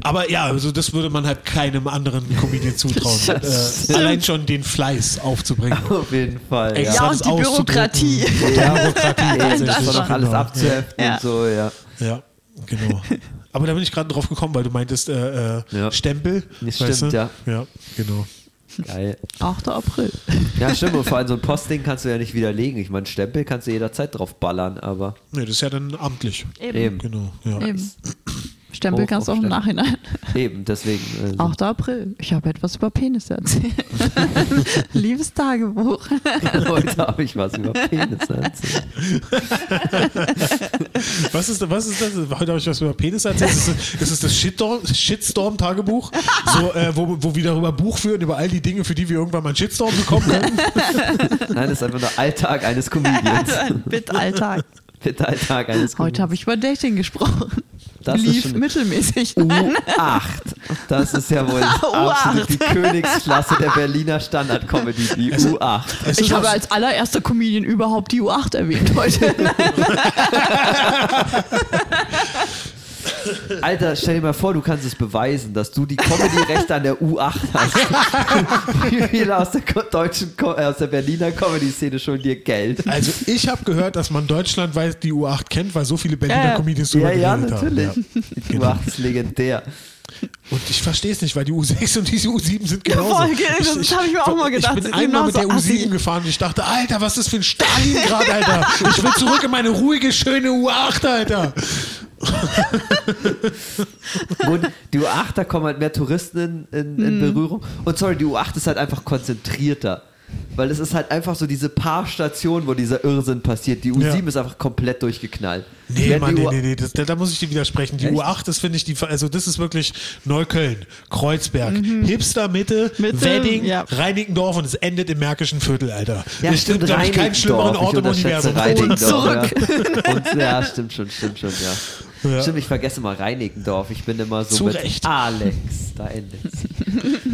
[SPEAKER 1] Aber ja, also das würde man halt keinem anderen Comedian zutrauen.
[SPEAKER 2] Das
[SPEAKER 1] äh, allein schon den Fleiß aufzubringen.
[SPEAKER 2] Auf jeden Fall.
[SPEAKER 1] Exakt.
[SPEAKER 2] ja.
[SPEAKER 3] Ja, und die
[SPEAKER 1] auszudrucken.
[SPEAKER 3] Bürokratie.
[SPEAKER 1] Ja, Bürokratie
[SPEAKER 2] Das
[SPEAKER 1] tatsächlich.
[SPEAKER 2] war noch alles
[SPEAKER 1] Genau.
[SPEAKER 2] abzuheften
[SPEAKER 3] Ja.
[SPEAKER 2] und so, ja.
[SPEAKER 1] Ja, genau. Aber da bin ich gerade drauf gekommen, weil du meintest äh, äh,
[SPEAKER 2] Ja.
[SPEAKER 1] Stempel.
[SPEAKER 2] Das
[SPEAKER 1] weißt
[SPEAKER 2] stimmt,
[SPEAKER 1] du?
[SPEAKER 2] ja.
[SPEAKER 1] Ja, genau.
[SPEAKER 2] Geil.
[SPEAKER 3] 8. April.
[SPEAKER 2] Ja, stimmt. Und vor allem so ein Postding kannst du ja nicht widerlegen. Ich meine, Stempel kannst du jederzeit drauf ballern, aber
[SPEAKER 1] Nee, das ist ja dann amtlich.
[SPEAKER 2] eben. Eben,
[SPEAKER 1] Genau, ja.
[SPEAKER 3] Eben. Stempel
[SPEAKER 2] Hoch
[SPEAKER 3] kannst du auch im
[SPEAKER 2] aufstellen.
[SPEAKER 3] Nachhinein.
[SPEAKER 2] deswegen. Also.
[SPEAKER 3] 8. April. Ich habe etwas über Penisse erzählt. Liebes Tagebuch.
[SPEAKER 2] Heute habe ich was über Penis erzählt.
[SPEAKER 1] Was ist, was ist das? Heute habe ich was über Penis erzählt. Das ist, das, ist das Shitdor- Shitstorm-Tagebuch, so, äh, wo, wo wir darüber Buch führen, über all die Dinge, für die wir irgendwann mal einen Shitstorm bekommen können.
[SPEAKER 2] Nein, das ist einfach nur Alltag eines Comedians.
[SPEAKER 3] Bit Alltag.
[SPEAKER 2] Mit Alltag eines
[SPEAKER 3] Heute
[SPEAKER 2] Comedians.
[SPEAKER 3] habe ich über Dating gesprochen.
[SPEAKER 2] Das ist
[SPEAKER 3] Lief
[SPEAKER 2] schon-
[SPEAKER 3] mittelmäßig.
[SPEAKER 2] U8. Das ist ja wohl absolut die Königsklasse der Berliner Standard-Comedy, die U8.
[SPEAKER 1] Es
[SPEAKER 3] Ich
[SPEAKER 1] ist
[SPEAKER 3] habe
[SPEAKER 1] auch-
[SPEAKER 3] als allererster Comedian überhaupt die U8 erwähnt heute.
[SPEAKER 2] Alter, stell dir mal vor, du kannst es beweisen, dass du die Comedy-Rechte an der U8 hast. Wie viele aus der, ko- deutschen, Ko- äh, aus der Berliner Comedy-Szene schulden dir Geld?
[SPEAKER 1] also ich habe gehört, dass man deutschlandweit die U8 kennt, weil so viele Berliner
[SPEAKER 3] Ja, ja.
[SPEAKER 1] Comedians
[SPEAKER 2] Ja,
[SPEAKER 1] drüber
[SPEAKER 2] ja,
[SPEAKER 1] geredet
[SPEAKER 2] natürlich.
[SPEAKER 1] haben. Ja. Genau.
[SPEAKER 2] Die U8 ist legendär.
[SPEAKER 1] Und ich verstehe es nicht, weil die U6 und diese U7 sind genauso.
[SPEAKER 3] Voll, ge- das habe ich mir auch mal gedacht.
[SPEAKER 1] Ich bin
[SPEAKER 3] Die
[SPEAKER 1] einmal mit
[SPEAKER 3] machen so
[SPEAKER 1] der U7
[SPEAKER 3] assi.
[SPEAKER 1] gefahren und ich dachte, Alter, was ist das für ein Stalingrad, Alter? Ich will zurück in meine ruhige, schöne U8, Alter.
[SPEAKER 2] Und die U8, da kommen halt mehr Touristen in, in, in Berührung. Und sorry, die U8 ist halt einfach konzentrierter. Weil es ist halt einfach so diese paar Stationen, wo dieser Irrsinn passiert. Die
[SPEAKER 1] Ja.
[SPEAKER 2] U7 ist einfach komplett durchgeknallt.
[SPEAKER 1] Nee,
[SPEAKER 2] Während
[SPEAKER 1] Mann,
[SPEAKER 2] die
[SPEAKER 1] nee,
[SPEAKER 2] U-
[SPEAKER 1] nee, nee, das, da, da muss ich dir widersprechen. Die
[SPEAKER 2] Echt?
[SPEAKER 1] U8, das finde ich, die, also das ist wirklich Neukölln, Kreuzberg,
[SPEAKER 2] Mhm.
[SPEAKER 1] Hipster-Mitte,
[SPEAKER 3] Mitte,
[SPEAKER 1] Wedding,
[SPEAKER 3] ja.
[SPEAKER 1] Reinickendorf und es endet im Märkischen Viertel, Alter.
[SPEAKER 2] Ja,
[SPEAKER 1] das
[SPEAKER 2] stimmt,
[SPEAKER 1] gibt, glaub ich, keinen
[SPEAKER 2] Reinickendorf.
[SPEAKER 1] schlimmeren
[SPEAKER 2] Ich
[SPEAKER 1] Ort im
[SPEAKER 2] unterschätze
[SPEAKER 1] Universum.
[SPEAKER 2] Reinickendorf,
[SPEAKER 3] Und
[SPEAKER 2] Ja. Und, ja, stimmt schon, stimmt schon, ja.
[SPEAKER 1] Ja.
[SPEAKER 2] Stimmt, ich vergesse mal Reinickendorf. Ich bin immer so
[SPEAKER 1] Zu
[SPEAKER 2] mit
[SPEAKER 1] Recht.
[SPEAKER 2] Alex. Da endet's.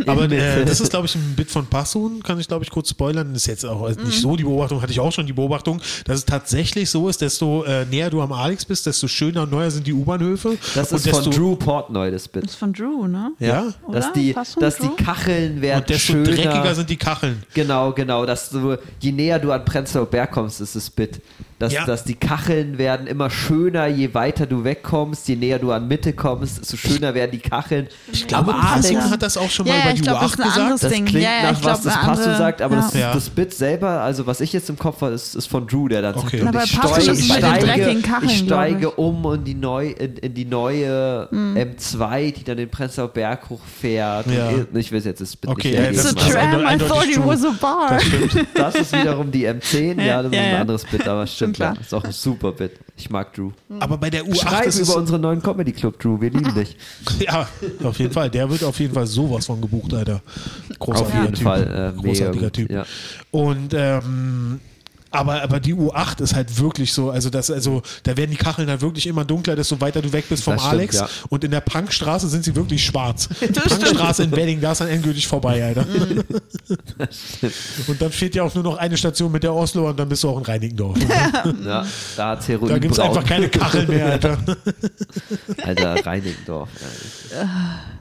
[SPEAKER 1] Aber äh,
[SPEAKER 2] Mitte.
[SPEAKER 1] das ist, glaube ich, ein Bit von Passun, kann ich, glaube ich, kurz spoilern. Das ist jetzt auch
[SPEAKER 2] Mhm.
[SPEAKER 1] nicht so die Beobachtung, hatte ich auch schon die Beobachtung, dass es tatsächlich so ist, desto äh, näher du am Alex bist, desto schöner und neuer sind die U-Bahnhöfe.
[SPEAKER 2] Das
[SPEAKER 1] und
[SPEAKER 2] ist
[SPEAKER 1] desto,
[SPEAKER 2] von Drew Portnoy, das Bit.
[SPEAKER 3] Das ist von Drew, ne?
[SPEAKER 1] Ja.
[SPEAKER 3] Oder?
[SPEAKER 2] Dass, die,
[SPEAKER 3] Passt schon,
[SPEAKER 2] dass die
[SPEAKER 3] Drew?
[SPEAKER 2] Kacheln werden
[SPEAKER 1] Und desto
[SPEAKER 2] schöner.
[SPEAKER 1] dreckiger sind die Kacheln.
[SPEAKER 2] Genau, genau. Dass du, je näher du an Prenzlauer Berg kommst, ist das Bit. Dass,
[SPEAKER 1] Ja.
[SPEAKER 2] dass die Kacheln werden immer schöner, je weiter du wegkommst, je näher du an Mitte kommst, desto schöner werden die Kacheln. Ich
[SPEAKER 1] Aber Passun hat das auch schon mal
[SPEAKER 3] Ja,
[SPEAKER 1] über
[SPEAKER 3] ja,
[SPEAKER 1] die
[SPEAKER 3] ich glaub, das
[SPEAKER 1] U8
[SPEAKER 3] ist ein
[SPEAKER 1] gesagt.
[SPEAKER 3] anderes
[SPEAKER 2] das
[SPEAKER 3] Ding.
[SPEAKER 2] klingt
[SPEAKER 3] Ja, ja,
[SPEAKER 2] nach
[SPEAKER 3] ich glaub,
[SPEAKER 2] was das
[SPEAKER 3] eine
[SPEAKER 2] Passu
[SPEAKER 3] andere-
[SPEAKER 2] sagt, aber das,
[SPEAKER 1] Ja.
[SPEAKER 2] das Bit selber, also was ich jetzt im Kopf habe, ist, ist von Drew, der dann sagt,
[SPEAKER 1] Okay.
[SPEAKER 2] und
[SPEAKER 1] Aber
[SPEAKER 2] ich
[SPEAKER 3] Passu
[SPEAKER 2] steige,
[SPEAKER 1] ist
[SPEAKER 2] ich
[SPEAKER 1] mit den
[SPEAKER 2] steige,
[SPEAKER 3] dreckigen Kacheln,
[SPEAKER 2] ich steige
[SPEAKER 3] glaub Mhm.
[SPEAKER 2] um in die, neu, in, in die neue M2, die dann den Prenzlauer Berg hochfährt.
[SPEAKER 1] Ja.
[SPEAKER 2] Und ich will jetzt das Bit
[SPEAKER 1] Okay,
[SPEAKER 2] nicht
[SPEAKER 1] ja,
[SPEAKER 2] ergeben,
[SPEAKER 3] It's
[SPEAKER 1] das
[SPEAKER 3] a
[SPEAKER 1] ist
[SPEAKER 2] aber-
[SPEAKER 1] einde-
[SPEAKER 3] tram, I
[SPEAKER 1] eindeutig
[SPEAKER 3] thought it
[SPEAKER 1] Drew.
[SPEAKER 3] was a bar.
[SPEAKER 2] Das ist wiederum die M10, ja, das ist
[SPEAKER 3] Ja,
[SPEAKER 2] ein
[SPEAKER 3] ja.
[SPEAKER 2] anderes Bit, aber stimmt,
[SPEAKER 3] Klar.
[SPEAKER 2] ja, ist auch ein super Bit. Ich mag Drew.
[SPEAKER 1] Aber bei der U8
[SPEAKER 2] Schreib
[SPEAKER 1] Uh, ist
[SPEAKER 2] über
[SPEAKER 1] es,
[SPEAKER 2] unseren neuen Comedy Club, Drew, wir lieben dich.
[SPEAKER 1] ja, auf jeden Fall. Der wird auf jeden Fall sowas von gebucht, Alter. Großartiger
[SPEAKER 2] Auf jeden
[SPEAKER 1] Typ.
[SPEAKER 2] Fall, äh,
[SPEAKER 1] Großartiger
[SPEAKER 2] mega gut,
[SPEAKER 1] Typ.
[SPEAKER 2] ja.
[SPEAKER 1] Und ähm, aber, aber die U8 ist halt wirklich so, also das, also da werden die Kacheln halt wirklich immer dunkler, desto weiter du weg bist vom
[SPEAKER 2] Das stimmt,
[SPEAKER 1] Alex.
[SPEAKER 2] ja.
[SPEAKER 1] Und in der Punkstraße sind sie wirklich schwarz. Die
[SPEAKER 3] Das stimmt.
[SPEAKER 1] Punkstraße in Wedding, da ist dann endgültig vorbei, Alter.
[SPEAKER 2] Mhm.
[SPEAKER 1] und dann fehlt ja auch nur noch eine Station mit der Oslo und dann bist du auch in Reinickendorf.
[SPEAKER 2] Ja, da hat's Heroin
[SPEAKER 1] Da gibt es
[SPEAKER 2] braun.
[SPEAKER 1] einfach keine Kacheln mehr, Alter.
[SPEAKER 2] Alter, Reinickendorf. ey.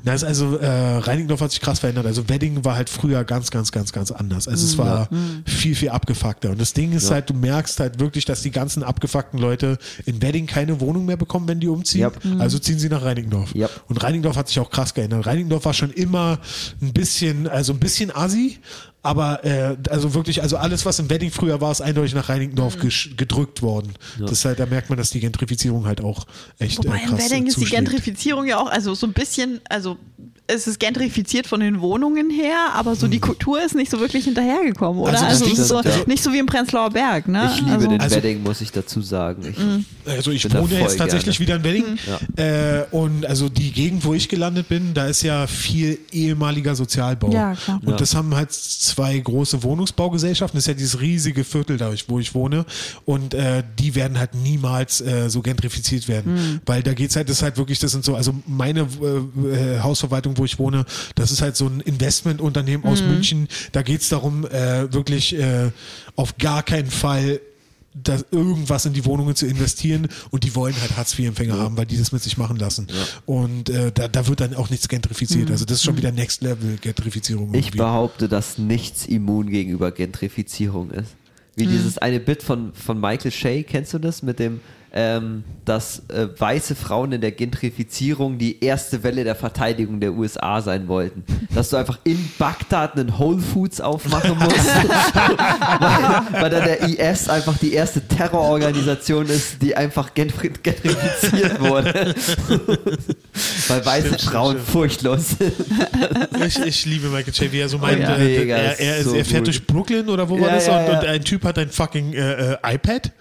[SPEAKER 1] Na, ist also äh, Reinickendorf hat sich krass verändert. Also Wedding war halt früher ganz, ganz, ganz, ganz anders. Also
[SPEAKER 2] Mhm.
[SPEAKER 1] es war viel, viel abgefuckter. Und das Ding ist halt, du merkst halt wirklich, dass die ganzen abgefuckten Leute in Wedding keine Wohnung mehr bekommen, wenn die umziehen.
[SPEAKER 2] Yep.
[SPEAKER 1] Also ziehen sie nach Reinickendorf.
[SPEAKER 2] Yep.
[SPEAKER 1] Und Reinickendorf hat sich auch krass geändert. Reinickendorf war schon immer ein bisschen, also ein bisschen assi, aber äh, also wirklich, also alles, was in Wedding früher war, ist eindeutig nach
[SPEAKER 2] Mhm.
[SPEAKER 1] Reinickendorf gesch- gedrückt worden. Das ist halt, da merkt man, dass die Gentrifizierung halt auch echt
[SPEAKER 3] Wobei
[SPEAKER 1] äh,
[SPEAKER 3] in
[SPEAKER 1] krass
[SPEAKER 3] Wedding ist die
[SPEAKER 1] zuschlägt.
[SPEAKER 3] Gentrifizierung ja auch, also so ein bisschen, also es ist gentrifiziert von den Wohnungen her, aber so die Kultur ist nicht so wirklich hinterhergekommen, oder?
[SPEAKER 1] Hm. Also das
[SPEAKER 3] Also, es
[SPEAKER 1] Ding
[SPEAKER 3] ist so,
[SPEAKER 2] ist, ja.
[SPEAKER 3] nicht so wie im Prenzlauer Berg, ne?
[SPEAKER 2] Ich liebe
[SPEAKER 3] also, Mhm.
[SPEAKER 2] den
[SPEAKER 1] Also-
[SPEAKER 2] Wedding, muss ich dazu sagen. Ich,
[SPEAKER 1] Also ich
[SPEAKER 2] Bin da
[SPEAKER 1] wohne
[SPEAKER 2] voll Mhm.
[SPEAKER 1] jetzt tatsächlich wieder in Wedding. Äh, und also die Gegend, wo ich gelandet bin, da ist ja viel ehemaliger Sozialbau.
[SPEAKER 3] Ja, klar.
[SPEAKER 1] Und das haben halt zwei große Wohnungsbaugesellschaften. Das ist ja dieses riesige Viertel da, wo ich wohne. Und äh, die werden halt niemals äh, so gentrifiziert werden. Weil da geht's halt, das ist halt wirklich, das sind so, also meine äh, äh, Hausverwaltung, wo ich wohne, das ist halt so ein Investmentunternehmen aus München. Da geht's darum, äh, wirklich äh, auf gar keinen Fall das irgendwas in die Wohnungen zu investieren und die wollen halt Hartz-IV-Empfänger haben, weil die das mit sich machen lassen. Und äh, da, da wird dann auch nichts gentrifiziert. Also das ist schon wieder Next Level Gentrifizierung.
[SPEAKER 2] Ich
[SPEAKER 1] irgendwie.
[SPEAKER 2] behaupte, dass nichts immun gegenüber Gentrifizierung ist. Wie dieses eine Bit von, von Michael Shea, kennst du das? Mit dem, ähm, dass äh, weiße Frauen in der Gentrifizierung die erste Welle der Verteidigung der USA sein wollten. Dass du einfach in Bagdad einen Whole Foods aufmachen musst, weil, weil dann der IS einfach die erste Terrororganisation ist, die einfach gentri gentrifiziert wurde. weil weiße
[SPEAKER 1] Stimmt, stimmt,
[SPEAKER 2] Frauen
[SPEAKER 1] stimmt.
[SPEAKER 2] furchtlos sind.
[SPEAKER 1] Ich, ich liebe Michael Che, wie er so meint,
[SPEAKER 2] Ja.
[SPEAKER 1] äh,
[SPEAKER 2] Mega,
[SPEAKER 1] er, er, ist,
[SPEAKER 2] so
[SPEAKER 1] er fährt
[SPEAKER 2] gut.
[SPEAKER 1] durch Brooklyn oder wo war
[SPEAKER 2] Ja,
[SPEAKER 1] das
[SPEAKER 2] ja,
[SPEAKER 1] und,
[SPEAKER 2] ja.
[SPEAKER 1] und ein Typ hat ein fucking äh, äh, iPad.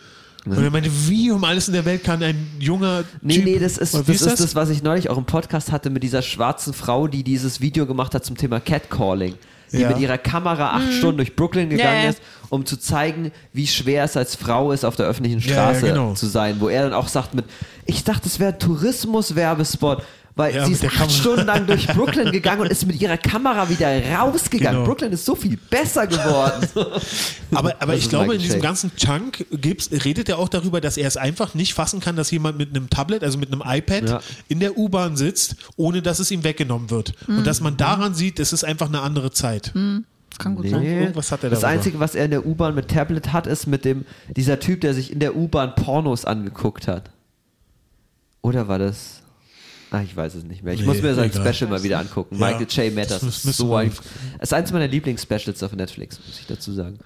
[SPEAKER 1] Und er meinte, wie um alles in der Welt kann ein junger
[SPEAKER 2] Nee,
[SPEAKER 1] Typ...
[SPEAKER 2] nee, das ist,
[SPEAKER 1] Oder
[SPEAKER 2] das,
[SPEAKER 1] wie
[SPEAKER 2] ist das? was ich neulich auch im Podcast hatte mit dieser schwarzen Frau, die dieses Video gemacht hat zum Thema Catcalling. Die
[SPEAKER 1] Ja.
[SPEAKER 2] mit ihrer Kamera acht Stunden durch Brooklyn gegangen
[SPEAKER 3] Mhm. ja.
[SPEAKER 2] ist, um zu zeigen, wie schwer es als Frau ist, auf der öffentlichen
[SPEAKER 1] Ja, ja,
[SPEAKER 2] Straße
[SPEAKER 1] genau.
[SPEAKER 2] zu sein. Wo er dann auch sagt mit, ich dachte, es wäre ein Tourismus-Werbespot. Weil
[SPEAKER 1] Ja,
[SPEAKER 2] sie
[SPEAKER 1] mit
[SPEAKER 2] ist
[SPEAKER 1] der
[SPEAKER 2] acht
[SPEAKER 1] Kamera.
[SPEAKER 2] Stunden lang durch Brooklyn gegangen und ist mit ihrer Kamera wieder rausgegangen.
[SPEAKER 1] Genau.
[SPEAKER 2] Brooklyn ist so viel besser geworden.
[SPEAKER 1] Aber, aber
[SPEAKER 2] Das
[SPEAKER 1] ich
[SPEAKER 2] ist
[SPEAKER 1] glaube,
[SPEAKER 2] Michael
[SPEAKER 1] in diesem
[SPEAKER 2] Che.
[SPEAKER 1] ganzen Chunk gibt's, redet er auch darüber, dass er es einfach nicht fassen kann, dass jemand mit einem Tablet, also mit einem iPad,
[SPEAKER 2] Ja.
[SPEAKER 1] in der U-Bahn sitzt, ohne dass es ihm weggenommen wird. Und dass man daran sieht, es ist einfach eine andere Zeit.
[SPEAKER 3] Kann gut sein.
[SPEAKER 2] Nee.
[SPEAKER 1] Irgendwas hat er
[SPEAKER 2] Das
[SPEAKER 1] darüber.
[SPEAKER 2] Einzige, was er in der U-Bahn mit Tablet hat, ist mit dem, dieser Typ, der sich in der U-Bahn Pornos angeguckt hat. Oder war das? Ach, ich weiß es nicht mehr. Ich
[SPEAKER 1] Nee,
[SPEAKER 2] muss mir sein
[SPEAKER 1] egal.
[SPEAKER 2] Special mal wieder angucken.
[SPEAKER 1] Ja.
[SPEAKER 2] Michael J. Matters.
[SPEAKER 1] Das müssen-
[SPEAKER 2] Das ist,
[SPEAKER 1] müssen
[SPEAKER 2] so
[SPEAKER 1] wir-
[SPEAKER 2] ein, das ist eins meiner Lieblings-Specials auf Netflix, muss ich dazu sagen.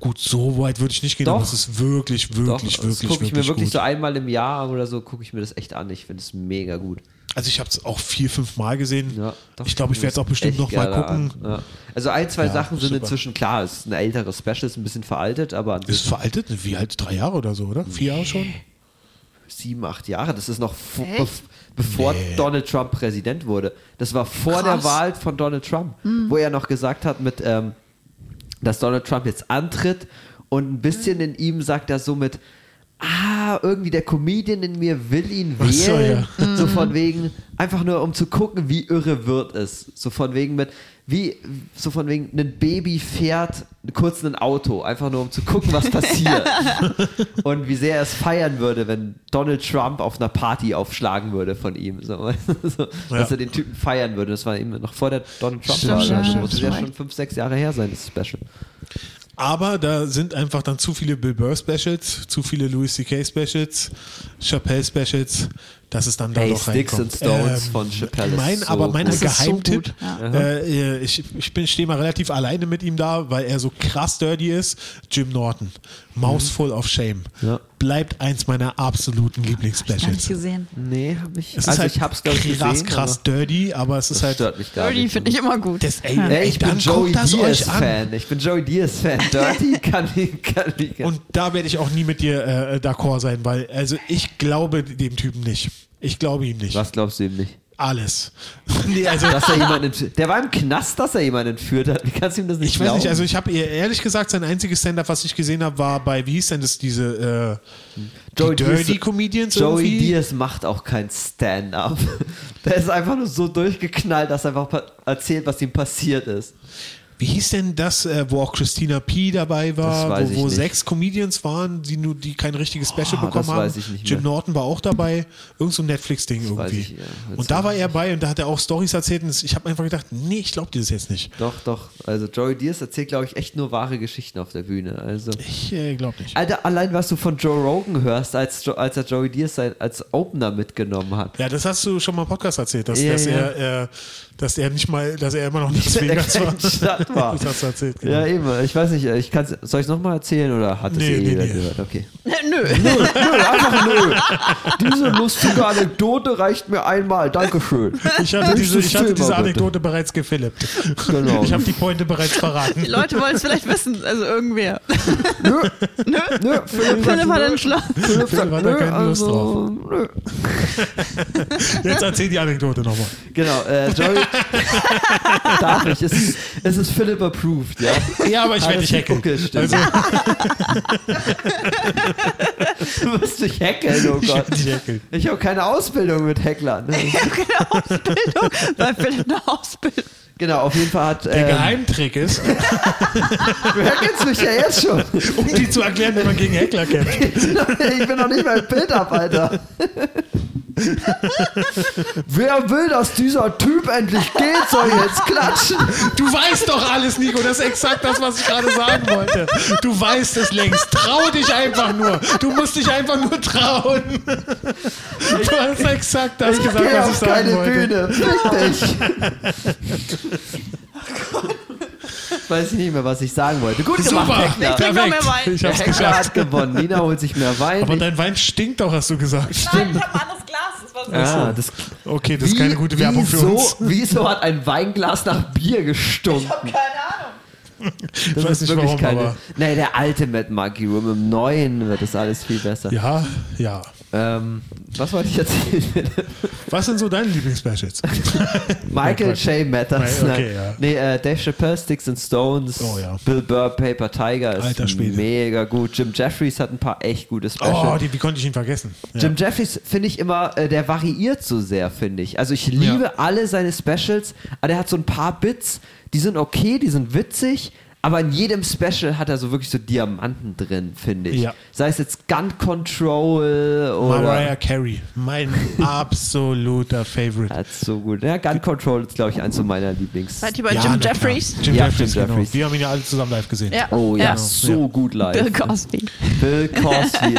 [SPEAKER 1] Gut, so weit würde ich nicht gehen,
[SPEAKER 2] Doch.
[SPEAKER 1] aber es ist wirklich,
[SPEAKER 2] Doch,
[SPEAKER 1] wirklich,
[SPEAKER 2] das
[SPEAKER 1] wirklich,
[SPEAKER 2] gucke ich mir
[SPEAKER 1] wirklich
[SPEAKER 2] wirklich
[SPEAKER 1] gut.
[SPEAKER 2] so einmal im Jahr oder so, gucke ich mir das echt an. Ich finde es mega gut.
[SPEAKER 1] Also ich habe es auch vier, fünf Mal gesehen.
[SPEAKER 2] Ja, doch,
[SPEAKER 1] ich glaube, ich werde es auch bestimmt
[SPEAKER 2] echt
[SPEAKER 1] noch mal
[SPEAKER 2] geiler
[SPEAKER 1] gucken.
[SPEAKER 2] Abend. Ja. Also ein, zwei
[SPEAKER 1] Ja,
[SPEAKER 2] Sachen sind
[SPEAKER 1] super.
[SPEAKER 2] inzwischen klar. Es ist ein älteres Special, ist ein bisschen veraltet, aber an sich
[SPEAKER 1] Ist veraltet, wie halt drei Jahre oder so, oder? Vier Jahre schon?
[SPEAKER 2] sieben, acht Jahre. Das ist noch vor-
[SPEAKER 3] Echt?
[SPEAKER 2] bev- bevor Donald Trump Präsident wurde. Das war vor
[SPEAKER 3] Krass. Mhm.
[SPEAKER 2] der Wahl von Donald Trump, wo er noch gesagt hat, mit, ähm, dass Donald Trump jetzt antritt und ein bisschen
[SPEAKER 3] Mhm.
[SPEAKER 2] in ihm sagt er somit, ah, irgendwie der Comedian in mir will ihn
[SPEAKER 1] Ach so,
[SPEAKER 2] wählen. So,
[SPEAKER 3] Mhm.
[SPEAKER 2] von wegen, einfach nur um zu gucken, wie irre wird es. So von wegen mit, wie, so von wegen, ein Baby fährt kurz ein Auto, einfach nur um zu gucken, was passiert. und wie sehr er es feiern würde, wenn Donald Trump auf einer Party aufschlagen würde von ihm. So, weißt du, so, Dass
[SPEAKER 1] Ja.
[SPEAKER 2] er den Typen feiern würde. Das war eben noch vor der Donald Trump
[SPEAKER 3] Stimmt,
[SPEAKER 2] war.
[SPEAKER 3] ja,
[SPEAKER 2] Das
[SPEAKER 3] stimmt,
[SPEAKER 2] muss ja
[SPEAKER 3] stimmt.
[SPEAKER 2] schon fünf, sechs Jahre her sein, das Special.
[SPEAKER 1] Aber da sind einfach dann zu viele Bill Burr Specials, zu viele Louis C.K. Specials, Chappelle Specials, dass es dann da
[SPEAKER 2] Hey,
[SPEAKER 1] doch
[SPEAKER 2] Sticks
[SPEAKER 1] reinkommt. Ähm,
[SPEAKER 2] and Stones von Chappelle ist
[SPEAKER 1] Mein,
[SPEAKER 2] so
[SPEAKER 1] aber mein
[SPEAKER 2] gut.
[SPEAKER 3] Das ist so
[SPEAKER 1] Geheimtipp,
[SPEAKER 3] gut, ja.
[SPEAKER 1] äh, ich, ich bin stehe mal relativ alleine mit ihm da, weil er so krass dirty ist. Jim Norton, Mausful of Shame,
[SPEAKER 2] Ja.
[SPEAKER 1] bleibt eins meiner absoluten
[SPEAKER 3] Gar nicht
[SPEAKER 1] Lieblingsspecials.
[SPEAKER 3] gesehen.
[SPEAKER 2] Nee, hab ich.
[SPEAKER 1] Es ist
[SPEAKER 2] also
[SPEAKER 1] halt
[SPEAKER 2] ich hab's glaube ich
[SPEAKER 1] krass,
[SPEAKER 2] gesehen.
[SPEAKER 1] krass dirty, aber es ist
[SPEAKER 2] aber das
[SPEAKER 1] halt
[SPEAKER 2] stört mich gar
[SPEAKER 3] Dirty
[SPEAKER 2] nicht.
[SPEAKER 3] finde ich immer gut.
[SPEAKER 1] das, ey,
[SPEAKER 2] Ey,
[SPEAKER 1] ey,
[SPEAKER 2] ich bin
[SPEAKER 1] dann
[SPEAKER 2] Joey
[SPEAKER 1] guckt das
[SPEAKER 2] Diaz
[SPEAKER 1] euch an.
[SPEAKER 2] Fan. Ich bin Joey Diaz Fan. Dirty kann ich, kann ich.
[SPEAKER 1] Und da werde ich auch nie mit dir äh, d'accord sein, weil also ich glaube dem Typen nicht. Ich glaube ihm nicht.
[SPEAKER 2] Was glaubst du ihm nicht?
[SPEAKER 1] Alles. nee, also
[SPEAKER 2] Dass er jemanden, entf- der war im Knast, dass er jemanden entführt hat. Wie kannst du ihm das nicht
[SPEAKER 1] ich weiß
[SPEAKER 2] glauben?
[SPEAKER 1] nicht, also ich habe ihr ehrlich gesagt, sein einziges Stand-up, was ich gesehen habe, war bei, wie hieß denn das, diese äh,
[SPEAKER 2] Joey
[SPEAKER 1] die
[SPEAKER 2] Diaz-
[SPEAKER 1] Dirty Comedians
[SPEAKER 2] Joey
[SPEAKER 1] irgendwie?
[SPEAKER 2] Diaz macht auch kein Stand-up. Der ist einfach nur so durchgeknallt, dass er einfach pa- erzählt, was ihm passiert ist.
[SPEAKER 1] Wie hieß denn das, äh, wo auch Christina P. dabei war,
[SPEAKER 2] Das weiß ich
[SPEAKER 1] wo, wo
[SPEAKER 2] nicht.
[SPEAKER 1] sechs Comedians waren, die nur die kein richtiges Special
[SPEAKER 2] Oh,
[SPEAKER 1] bekommen
[SPEAKER 2] das
[SPEAKER 1] haben?
[SPEAKER 2] weiß ich nicht
[SPEAKER 1] Jim
[SPEAKER 2] mehr.
[SPEAKER 1] Norton war auch dabei, irgend so ein Netflix-Ding
[SPEAKER 2] weiß
[SPEAKER 1] irgendwie.
[SPEAKER 2] ich, ja. Jetzt
[SPEAKER 1] und da
[SPEAKER 2] weiß
[SPEAKER 1] war
[SPEAKER 2] ich
[SPEAKER 1] er bei und da hat er auch Stories erzählt und ich habe einfach gedacht, nee, ich glaube dir das jetzt nicht.
[SPEAKER 2] Doch, doch. Also Joey Diaz erzählt, glaube ich, echt nur wahre Geschichten auf der Bühne. Also.
[SPEAKER 1] Ich äh, glaube nicht.
[SPEAKER 2] Alter, allein was du von Joe Rogan hörst, als, jo als er Joey Diaz sein, als Opener mitgenommen hat.
[SPEAKER 1] Ja, das hast du schon mal im Podcast erzählt, dass,
[SPEAKER 2] Ja,
[SPEAKER 1] dass,
[SPEAKER 2] ja.
[SPEAKER 1] Er, äh, dass er nicht mal, dass er immer noch nicht
[SPEAKER 2] in der
[SPEAKER 1] Vegas war.
[SPEAKER 2] kleinen Stadt war.
[SPEAKER 1] Das hast du erzählt. Genau.
[SPEAKER 2] Ja, eben. Ich weiß nicht, ich kann's, soll ich es nochmal erzählen oder hat es
[SPEAKER 1] Nee,
[SPEAKER 2] eh
[SPEAKER 1] nee,
[SPEAKER 2] jeder
[SPEAKER 1] nee.
[SPEAKER 2] gehört? Okay.
[SPEAKER 3] Äh, Nö.
[SPEAKER 2] Nö, einfach nö. Diese lustige Anekdote reicht mir einmal. Dankeschön.
[SPEAKER 1] Ich hatte diese, ich hatte diese
[SPEAKER 2] Filmer, bitte.
[SPEAKER 1] Anekdote bereits gefilippt.
[SPEAKER 2] Genau.
[SPEAKER 1] Ich habe die Pointe bereits verraten.
[SPEAKER 3] Die Leute wollen es vielleicht wissen. Also irgendwer.
[SPEAKER 2] Nö, nö, Philipp,
[SPEAKER 3] Philipp hat entschlossen.
[SPEAKER 2] Philipp
[SPEAKER 1] Philipp
[SPEAKER 2] sagt
[SPEAKER 1] hat da
[SPEAKER 2] nö,
[SPEAKER 1] keine Lust
[SPEAKER 2] also, nö.
[SPEAKER 1] Jetzt erzähl die Anekdote nochmal.
[SPEAKER 2] Genau, äh, Joey. Darf ich? Es ist, es ist Philipp approved, ja.
[SPEAKER 1] Ja, aber ich werde
[SPEAKER 2] Alles
[SPEAKER 1] dich Also, hacken.
[SPEAKER 2] okay, stimmt. Du wirst dich hackeln, oh
[SPEAKER 1] Ich
[SPEAKER 2] Gott.
[SPEAKER 1] werde dich hackeln.
[SPEAKER 2] Ich habe keine Ausbildung mit Hecklern.
[SPEAKER 3] Bildung, weil Philipp eine Ausbildung.
[SPEAKER 2] Genau, auf jeden Fall hat.
[SPEAKER 1] Der
[SPEAKER 2] Ähm,
[SPEAKER 1] Geheimtrick ist,
[SPEAKER 2] du erkennst mich ja jetzt schon.
[SPEAKER 1] um die zu erklären, wie man gegen Heckler kämpft.
[SPEAKER 2] ich bin noch nicht mal im Bild ab, Alter. Wer will, dass dieser Typ endlich geht, soll jetzt klatschen.
[SPEAKER 1] Du weißt doch alles, Nico. Das ist exakt das, was ich gerade sagen wollte. Du weißt es längst. Trau dich einfach nur. Du musst dich einfach nur trauen. Du hast exakt das gesagt,
[SPEAKER 2] Geh
[SPEAKER 1] was ich
[SPEAKER 2] auf
[SPEAKER 1] sagen
[SPEAKER 2] keine
[SPEAKER 1] wollte.
[SPEAKER 2] Bühne. Fick dich. Weiß ich nicht mehr, was ich sagen wollte. Gut gemacht,
[SPEAKER 1] Super.
[SPEAKER 2] Heckler.
[SPEAKER 3] trink noch mehr Wein.
[SPEAKER 1] Ich hab's
[SPEAKER 2] Der Heckler
[SPEAKER 1] geschafft.
[SPEAKER 2] hat gewonnen. Nina holt sich mehr Wein.
[SPEAKER 1] Aber
[SPEAKER 2] Ich-
[SPEAKER 1] dein Wein stinkt doch, hast du gesagt.
[SPEAKER 4] Nein, ich habe ein anderes Glas. Das war so.
[SPEAKER 2] Ah, das,
[SPEAKER 1] Okay, das ist keine gute Werbung für
[SPEAKER 2] wieso,
[SPEAKER 1] uns.
[SPEAKER 2] Wieso hat ein Weinglas nach Bier gestunken?
[SPEAKER 4] Keine Ahnung.
[SPEAKER 1] Ich weiß nicht warum, aber.
[SPEAKER 2] Nee, der alte Mad Monkey Room. Im neuen wird das alles viel besser.
[SPEAKER 1] Ja, ja.
[SPEAKER 2] Ähm, was wollte ich erzählen?
[SPEAKER 1] Was sind so deine Lieblingsspecials?
[SPEAKER 2] Michael J. Matters.
[SPEAKER 1] Okay,
[SPEAKER 2] nein.
[SPEAKER 1] ja.
[SPEAKER 2] Nee, äh, Dave Chappelle, Sticks and Stones,
[SPEAKER 1] Oh, ja.
[SPEAKER 2] Bill Burr, Paper Tiger ist
[SPEAKER 1] Alter Schwede.
[SPEAKER 2] mega gut. Jim Jeffries hat ein paar echt gute
[SPEAKER 1] Oh,
[SPEAKER 2] Specials.
[SPEAKER 1] die, wie konnte ich ihn vergessen? Ja.
[SPEAKER 2] Jim Jeffries finde ich immer, äh, der variiert so sehr, finde ich. Also ich liebe alle seine Specials, aber der hat so ein paar Bits, die sind okay, die sind witzig, aber in jedem Special hat er so wirklich so Diamanten drin, finde ich.
[SPEAKER 1] Ja.
[SPEAKER 2] Sei es jetzt Gun Control oder...
[SPEAKER 1] Mariah Carey, mein absoluter Favorite.
[SPEAKER 2] Hat so gut. Ja, Gun Control ist, glaube ich, eins so meiner Lieblings.
[SPEAKER 3] Seid ihr bei
[SPEAKER 1] Ja,
[SPEAKER 3] Jim
[SPEAKER 1] na klar.
[SPEAKER 3] Jeffries?
[SPEAKER 1] Jim
[SPEAKER 2] Ja,
[SPEAKER 1] Jeffries,
[SPEAKER 2] Jim
[SPEAKER 1] genau.
[SPEAKER 2] Jeffries.
[SPEAKER 1] Wir haben ihn ja alle zusammen live gesehen.
[SPEAKER 3] Ja.
[SPEAKER 2] Oh ja,
[SPEAKER 3] Ja.
[SPEAKER 1] Genau.
[SPEAKER 2] so gut live.
[SPEAKER 3] Bill Cosby.
[SPEAKER 2] Bill Cosby.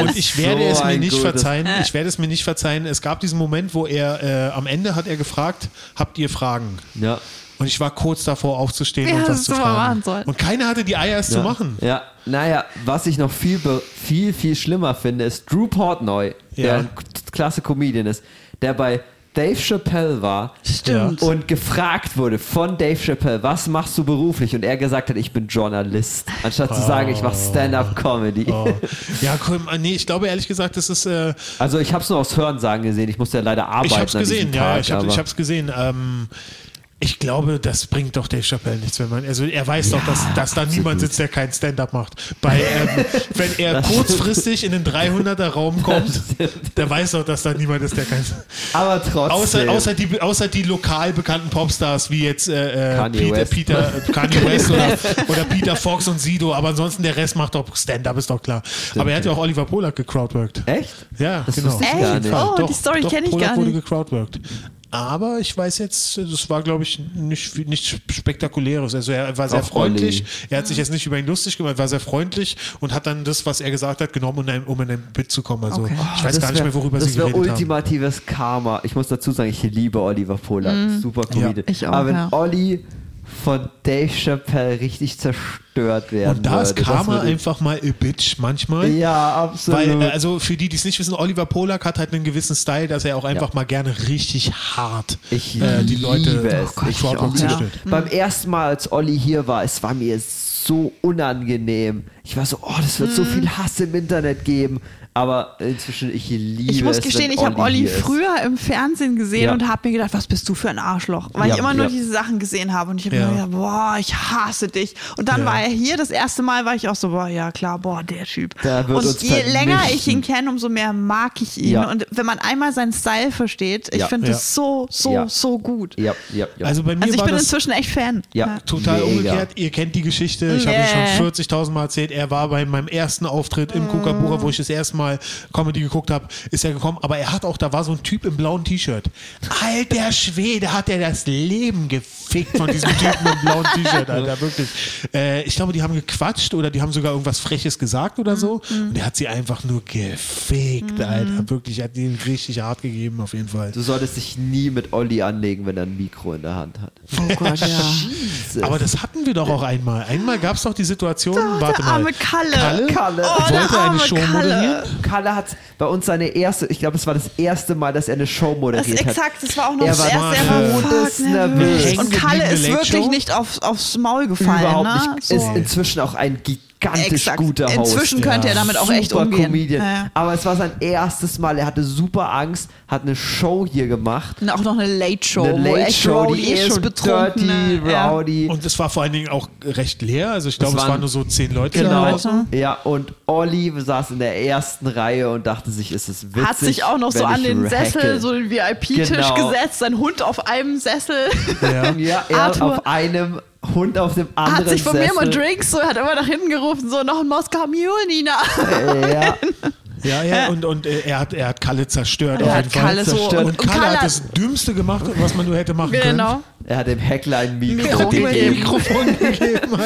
[SPEAKER 1] Und
[SPEAKER 2] ist
[SPEAKER 1] ich werde
[SPEAKER 2] so
[SPEAKER 1] es mir
[SPEAKER 2] ein
[SPEAKER 1] nicht
[SPEAKER 2] gutes-
[SPEAKER 1] verzeihen. Ich werde es mir nicht verzeihen. Es gab diesen Moment, wo er äh, am Ende hat er gefragt: Habt ihr Fragen?
[SPEAKER 2] Ja.
[SPEAKER 1] Und ich war kurz davor aufzustehen
[SPEAKER 3] Ja,
[SPEAKER 1] und
[SPEAKER 3] das
[SPEAKER 1] das zu
[SPEAKER 3] hättest du mal
[SPEAKER 1] fragen.
[SPEAKER 3] machen sollen.
[SPEAKER 1] Und keiner hatte die Eier, es zu
[SPEAKER 2] ja.
[SPEAKER 1] machen.
[SPEAKER 2] Ja, naja, was ich noch viel, be- viel, viel schlimmer finde, ist Drew Portnoy, der
[SPEAKER 1] Ja.
[SPEAKER 2] ein k- klasse Comedian ist, der bei Dave Chappelle war
[SPEAKER 1] Stimmt.
[SPEAKER 2] und gefragt wurde von Dave Chappelle, was machst du beruflich? Und er gesagt hat, ich bin Journalist, anstatt zu sagen, ich mache Stand-up-Comedy.
[SPEAKER 1] Oh. Ja, komm, äh, nee, ich glaube ehrlich gesagt, das ist. Äh,
[SPEAKER 2] Also ich habe es nur aus Hörensagen gesehen, ich musste ja leider arbeiten.
[SPEAKER 1] ich hab's
[SPEAKER 2] an diesem
[SPEAKER 1] gesehen,
[SPEAKER 2] Tag,
[SPEAKER 1] ja, ich, hab,
[SPEAKER 2] aber-
[SPEAKER 1] ich hab's gesehen. Ähm, ich glaube, das bringt doch Dave Chappelle nichts, wenn man. Also er weiß doch, dass, dass da niemand sitzt, der keinen Stand-up macht. Bei, ähm, wenn er kurzfristig in den 300er Raum kommt, der weiß doch, dass da niemand ist, der keinen.
[SPEAKER 2] aber trotzdem.
[SPEAKER 1] Außer, außer, die, außer die lokal bekannten Popstars wie jetzt äh, äh,
[SPEAKER 2] Kanye
[SPEAKER 1] Peter,
[SPEAKER 2] West.
[SPEAKER 1] Peter äh, Kanye West oder, oder Peter Fox und Sido, aber ansonsten der Rest macht doch Stand-up, ist doch klar. Aber er hat ja auch Oliver Polak gecrowdworked.
[SPEAKER 2] Echt?
[SPEAKER 1] Ja,
[SPEAKER 2] Das
[SPEAKER 1] genau.
[SPEAKER 2] wusste ich gar nicht.
[SPEAKER 3] Oh, die Story kenn ich
[SPEAKER 1] Polak
[SPEAKER 3] gar
[SPEAKER 1] wurde
[SPEAKER 3] nicht.
[SPEAKER 1] gecrowdworked. Aber ich weiß jetzt, das war, glaube ich, nicht, nichts Spektakuläres. Also er war sehr
[SPEAKER 2] Ach,
[SPEAKER 1] freundlich.
[SPEAKER 2] Olli.
[SPEAKER 1] Er hat sich jetzt nicht über ihn lustig gemacht, war sehr freundlich und hat dann das, was er gesagt hat, genommen, um in ein- um in ein Bit zu kommen. Also
[SPEAKER 3] Okay.
[SPEAKER 1] ich weiß
[SPEAKER 2] Ah, Das
[SPEAKER 1] gar nicht
[SPEAKER 2] wär-
[SPEAKER 1] mehr, worüber
[SPEAKER 2] das
[SPEAKER 1] sie
[SPEAKER 2] wär
[SPEAKER 1] geredet haben.
[SPEAKER 2] ultimatives Karma. Ich muss dazu sagen, ich liebe Oliver Pollack. Super Comedian.
[SPEAKER 3] Mhm. Ich auch,
[SPEAKER 2] Aber wenn
[SPEAKER 3] ja.
[SPEAKER 2] Olli von Dave Chappelle richtig zerstört werden
[SPEAKER 1] Und da ist
[SPEAKER 2] würde, das
[SPEAKER 1] Karma
[SPEAKER 2] würde-
[SPEAKER 1] einfach mal a bitch manchmal.
[SPEAKER 2] Ja, absolut.
[SPEAKER 1] Weil, äh, also für die, die es nicht wissen, Oliver Polak hat halt einen gewissen Style, dass er auch einfach mal gerne richtig hart
[SPEAKER 2] ich
[SPEAKER 1] äh, die
[SPEAKER 2] liebe
[SPEAKER 1] Leute
[SPEAKER 2] es. ich
[SPEAKER 1] Crowdwork
[SPEAKER 2] auch, ja.
[SPEAKER 1] zustellt.
[SPEAKER 3] Mhm.
[SPEAKER 2] Beim ersten Mal, als Olli hier war, es war mir so unangenehm. Ich war so, oh, das wird so
[SPEAKER 3] Mhm.
[SPEAKER 2] viel Hass im Internet geben. Aber inzwischen, ich liebe
[SPEAKER 3] Ich
[SPEAKER 2] es,
[SPEAKER 3] muss
[SPEAKER 2] wenn
[SPEAKER 3] gestehen, ich habe
[SPEAKER 2] Olli
[SPEAKER 3] Olli
[SPEAKER 2] hier ist.
[SPEAKER 3] früher im Fernsehen gesehen
[SPEAKER 2] Ja.
[SPEAKER 3] und habe mir gedacht, was bist du für ein Arschloch? Weil
[SPEAKER 2] Ja,
[SPEAKER 3] ich immer nur
[SPEAKER 2] ja.
[SPEAKER 3] diese Sachen gesehen habe und ich habe
[SPEAKER 1] Ja.
[SPEAKER 3] mir gedacht, boah, ich hasse dich. Und dann
[SPEAKER 1] Ja.
[SPEAKER 3] war er hier, das erste Mal war ich auch so, boah, ja klar, boah, der Typ.
[SPEAKER 2] Der wird
[SPEAKER 3] und
[SPEAKER 2] uns
[SPEAKER 3] je
[SPEAKER 2] vernichten.
[SPEAKER 3] länger ich ihn kenne, umso mehr mag ich ihn.
[SPEAKER 2] Ja.
[SPEAKER 3] Und wenn man einmal seinen Style versteht, ich
[SPEAKER 2] Ja.
[SPEAKER 3] finde
[SPEAKER 1] Ja.
[SPEAKER 3] das so, so,
[SPEAKER 2] Ja.
[SPEAKER 3] so gut.
[SPEAKER 2] Ja, ja, ja.
[SPEAKER 1] Also bei mir
[SPEAKER 3] Also ich
[SPEAKER 1] war
[SPEAKER 3] bin
[SPEAKER 1] das
[SPEAKER 3] inzwischen echt Fan.
[SPEAKER 2] ja.
[SPEAKER 1] total
[SPEAKER 2] Mega.
[SPEAKER 1] umgekehrt. Ihr kennt die Geschichte. Ich habe
[SPEAKER 3] Nee.
[SPEAKER 1] habe schon 40.000 Mal erzählt. Er war bei meinem ersten Auftritt im Kukabura, wo ich das erste Mal Comedy geguckt habe, ist er gekommen. Aber er hat auch, da war so ein Typ im blauen T-Shirt. Alter Schwede, hat er das Leben gefickt von diesem Typen im blauen T-Shirt, Alter, wirklich. Äh, ich glaube, die haben gequatscht oder die haben sogar irgendwas Freches gesagt oder so. Und er hat sie einfach nur gefickt, Alter, wirklich. Er hat ihnen richtig hart gegeben, auf jeden Fall.
[SPEAKER 2] Du solltest dich nie mit Olli anlegen, wenn er ein Mikro in der Hand hat.
[SPEAKER 3] Oh Gott, ja.
[SPEAKER 2] Jesus.
[SPEAKER 1] Aber das hatten wir doch auch einmal. Einmal gab es doch die Situation, warte
[SPEAKER 3] Oh, der
[SPEAKER 1] mal.
[SPEAKER 3] arme Kalle.
[SPEAKER 1] Kalle,
[SPEAKER 2] Kalle.
[SPEAKER 3] Oh, der
[SPEAKER 1] wollte
[SPEAKER 3] arme
[SPEAKER 1] eine Show
[SPEAKER 3] Kalle.
[SPEAKER 1] moderieren.
[SPEAKER 2] Kalle hat bei uns seine erste, ich glaube, es war das erste Mal, dass er eine Show
[SPEAKER 3] Das ist
[SPEAKER 2] moderiert hat.
[SPEAKER 3] exakt, das war auch noch
[SPEAKER 2] Er
[SPEAKER 3] das
[SPEAKER 2] war
[SPEAKER 3] erste.
[SPEAKER 2] todesnervös.
[SPEAKER 3] fuck, nervös.
[SPEAKER 1] Hängen
[SPEAKER 3] Und Kalle
[SPEAKER 1] gebliebene
[SPEAKER 3] ist
[SPEAKER 1] Late
[SPEAKER 3] wirklich
[SPEAKER 1] Show?
[SPEAKER 3] nicht auf, aufs Maul gefallen.
[SPEAKER 2] Überhaupt
[SPEAKER 3] Ne?
[SPEAKER 2] nicht.
[SPEAKER 3] So.
[SPEAKER 2] Ist inzwischen auch ein gigantisch
[SPEAKER 3] Exakt.
[SPEAKER 2] guter Host.
[SPEAKER 3] Inzwischen könnte er damit auch echt
[SPEAKER 2] super
[SPEAKER 3] umgehen.
[SPEAKER 2] Comedian.
[SPEAKER 3] Ja, ja.
[SPEAKER 2] Aber es war sein erstes Mal. Er hatte super Angst, hat eine Show hier gemacht.
[SPEAKER 3] Und auch noch eine Late Show,
[SPEAKER 2] eine
[SPEAKER 3] wo
[SPEAKER 2] Late
[SPEAKER 3] Oh, echt
[SPEAKER 2] Show,
[SPEAKER 3] Rowdy
[SPEAKER 2] die eh
[SPEAKER 3] ist,
[SPEAKER 2] schon
[SPEAKER 3] betrunken. ne?
[SPEAKER 2] dirty, rowdy.
[SPEAKER 1] Und es war vor allen Dingen auch recht leer. Also ich glaube,
[SPEAKER 2] Es
[SPEAKER 1] es
[SPEAKER 2] waren-
[SPEAKER 1] waren nur so zehn Leute.
[SPEAKER 2] Genau.
[SPEAKER 1] da.
[SPEAKER 3] Leute.
[SPEAKER 2] Ja, und Olli saß in der ersten Reihe und dachte sich, ist es witzig.
[SPEAKER 3] Hat sich auch noch so
[SPEAKER 2] wenn
[SPEAKER 3] an
[SPEAKER 2] ich
[SPEAKER 3] den
[SPEAKER 2] racke.
[SPEAKER 3] Sessel, so den VIP-Tisch
[SPEAKER 2] Genau.
[SPEAKER 3] gesetzt, sein Hund auf einem Sessel.
[SPEAKER 1] Ja.
[SPEAKER 2] Ja, er
[SPEAKER 3] Arthur.
[SPEAKER 2] auf einem Hund auf dem anderen
[SPEAKER 3] hat sich von
[SPEAKER 2] Sessel.
[SPEAKER 3] mir immer Drinks, so hat immer nach hinten gerufen, so noch ein Moskau Mule, Nina.
[SPEAKER 2] Äh, Ja,
[SPEAKER 1] Ja, ja, und, und äh, er, hat, er hat Kalle zerstört.
[SPEAKER 3] Er
[SPEAKER 1] auf
[SPEAKER 3] hat
[SPEAKER 1] jeden Fall.
[SPEAKER 3] Kalle so-
[SPEAKER 1] zerstört.
[SPEAKER 3] und
[SPEAKER 1] Und Kalle,
[SPEAKER 3] Kalle-
[SPEAKER 1] hat das Dümmste gemacht, was man nur hätte machen
[SPEAKER 3] genau.
[SPEAKER 2] er hat dem Heckler ein
[SPEAKER 1] können.
[SPEAKER 2] Mikro
[SPEAKER 3] Mikro gegeben.
[SPEAKER 2] gegeben.
[SPEAKER 1] Mikrofon gegeben,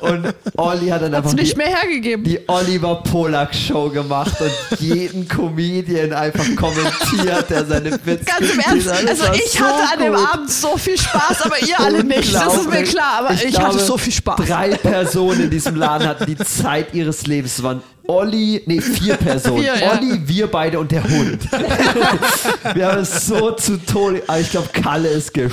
[SPEAKER 1] Alter.
[SPEAKER 2] Und Olli hat dann
[SPEAKER 3] Hat's
[SPEAKER 2] einfach
[SPEAKER 3] nicht
[SPEAKER 2] die,
[SPEAKER 3] mehr hergegeben.
[SPEAKER 2] die Oliver Polak Show gemacht und jeden Comedian einfach kommentiert, der seine Witze
[SPEAKER 3] Ganz im
[SPEAKER 2] gespielt
[SPEAKER 3] Ernst,
[SPEAKER 2] hat. Das
[SPEAKER 3] also
[SPEAKER 2] war
[SPEAKER 3] ich
[SPEAKER 2] so
[SPEAKER 3] hatte an dem
[SPEAKER 2] gut.
[SPEAKER 3] Abend so viel Spaß, aber ihr alle nicht. Das ist mir
[SPEAKER 2] Unglaublich.
[SPEAKER 3] klar, aber ich,
[SPEAKER 2] glaube,
[SPEAKER 3] hatte so viel Spaß.
[SPEAKER 2] Drei Personen in diesem Laden hatten die Zeit ihres Lebens. Es waren Olli, nee, vier Personen.
[SPEAKER 3] Vier, ja.
[SPEAKER 2] Olli, wir beide und der Hund. wir haben es so zu Tode. Aber ich glaube, Kalle ist gesch.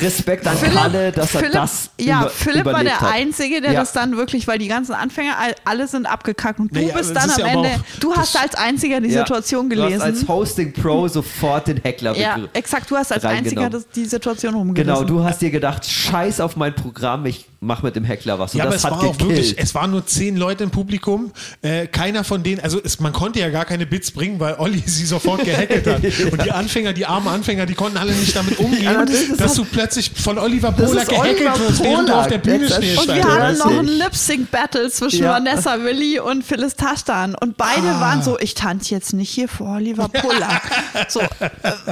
[SPEAKER 2] Respekt an Kalle, dass er
[SPEAKER 3] Philipp,
[SPEAKER 2] das
[SPEAKER 3] ja,
[SPEAKER 2] über,
[SPEAKER 3] Philipp war
[SPEAKER 2] überlebt
[SPEAKER 3] der
[SPEAKER 2] hat.
[SPEAKER 3] Einzige, der
[SPEAKER 2] Ja.
[SPEAKER 3] das dann wirklich, weil die ganzen Anfänger, all- alle sind abgekackt und du
[SPEAKER 1] Naja,
[SPEAKER 3] bist
[SPEAKER 1] aber es
[SPEAKER 3] dann
[SPEAKER 1] ist
[SPEAKER 3] am
[SPEAKER 1] ja aber
[SPEAKER 3] Ende,
[SPEAKER 1] auch-
[SPEAKER 3] du hast als Einziger die
[SPEAKER 2] Ja.
[SPEAKER 3] Situation
[SPEAKER 2] Du hast als
[SPEAKER 3] gelesen.
[SPEAKER 2] Hosting Pro sofort den Heckler
[SPEAKER 3] Ja,
[SPEAKER 2] begriffen.
[SPEAKER 3] exakt, du hast als
[SPEAKER 2] reingenommen.
[SPEAKER 3] Einziger das, die Situation rumgerissen.
[SPEAKER 2] Genau, du hast dir gedacht, scheiß auf mein Programm, ich mach mit dem Heckler was. Und
[SPEAKER 1] Ja, aber
[SPEAKER 2] das
[SPEAKER 1] es
[SPEAKER 2] hat
[SPEAKER 1] war auch
[SPEAKER 2] gekillt.
[SPEAKER 1] wirklich, es waren nur zehn Leute im Publikum. Äh, keiner von denen, also es, man konnte ja gar keine Bits bringen, weil Olli sie sofort gehackelt hat. Und die Anfänger, die armen Anfänger, die konnten alle nicht damit umgehen,
[SPEAKER 2] Ja, das ist-
[SPEAKER 1] dass du plötzlich von Oliver
[SPEAKER 2] Das
[SPEAKER 1] Polak
[SPEAKER 2] ist Oliver
[SPEAKER 1] gehackelt wirst, während du
[SPEAKER 2] Pohlak.
[SPEAKER 1] auf der Bühne
[SPEAKER 2] Das
[SPEAKER 1] stehst.
[SPEAKER 3] Und wir
[SPEAKER 1] Alter.
[SPEAKER 3] hatten
[SPEAKER 2] weiß
[SPEAKER 3] noch einen
[SPEAKER 2] nicht.
[SPEAKER 3] Lip-Sync-Battle zwischen
[SPEAKER 2] Ja.
[SPEAKER 3] Vanessa Willi und Phyllis Taschtan. Und beide waren so, ich tanze jetzt nicht hier vor Oliver Pollack. so, äh,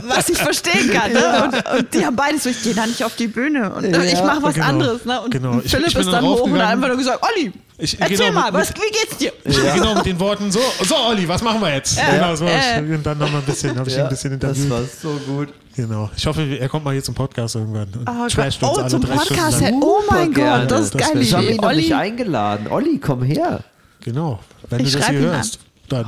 [SPEAKER 3] was ich verstehen kann. Ne? Und, und die haben beide so, ich gehe da nicht auf die Bühne. Und äh, ich
[SPEAKER 2] Ja,
[SPEAKER 3] mache was
[SPEAKER 1] genau.
[SPEAKER 3] anderes. Ne? Und
[SPEAKER 1] Genau. Ich-
[SPEAKER 3] Philipp
[SPEAKER 1] ich bin
[SPEAKER 3] ist
[SPEAKER 1] dann
[SPEAKER 3] dann hoch und hat
[SPEAKER 1] raufgegangen.
[SPEAKER 3] einfach nur gesagt, Olli,
[SPEAKER 1] Ich-
[SPEAKER 3] erzähl
[SPEAKER 1] genau,
[SPEAKER 3] mal,
[SPEAKER 1] mit-
[SPEAKER 3] was, wie geht's dir?
[SPEAKER 1] Genau mit den Worten, so, so Olli, was machen wir jetzt? Genau, so.
[SPEAKER 3] äh.
[SPEAKER 1] Und dann haben wir ein bisschen, habe ich ihn ein bisschen
[SPEAKER 2] das
[SPEAKER 1] interviewt.
[SPEAKER 2] war so gut.
[SPEAKER 1] Genau. Ich hoffe, er kommt mal hier zum Podcast irgendwann. Und
[SPEAKER 3] Oh,
[SPEAKER 1] trasht
[SPEAKER 3] Gott.
[SPEAKER 1] uns
[SPEAKER 3] Oh,
[SPEAKER 1] alle
[SPEAKER 3] zum
[SPEAKER 1] drei
[SPEAKER 3] Podcast.
[SPEAKER 1] Stunden lang.
[SPEAKER 3] Oh mein
[SPEAKER 2] Gerne.
[SPEAKER 3] Gott, das ist
[SPEAKER 1] Das
[SPEAKER 3] geile
[SPEAKER 1] wär-
[SPEAKER 2] Ich habe
[SPEAKER 3] Idee.
[SPEAKER 2] ihn noch nicht
[SPEAKER 3] Olli,
[SPEAKER 2] eingeladen. Olli, komm her.
[SPEAKER 1] Genau. Wenn
[SPEAKER 3] Ich
[SPEAKER 1] du das
[SPEAKER 3] schreib
[SPEAKER 1] hier
[SPEAKER 3] ihn an.
[SPEAKER 1] hörst, dann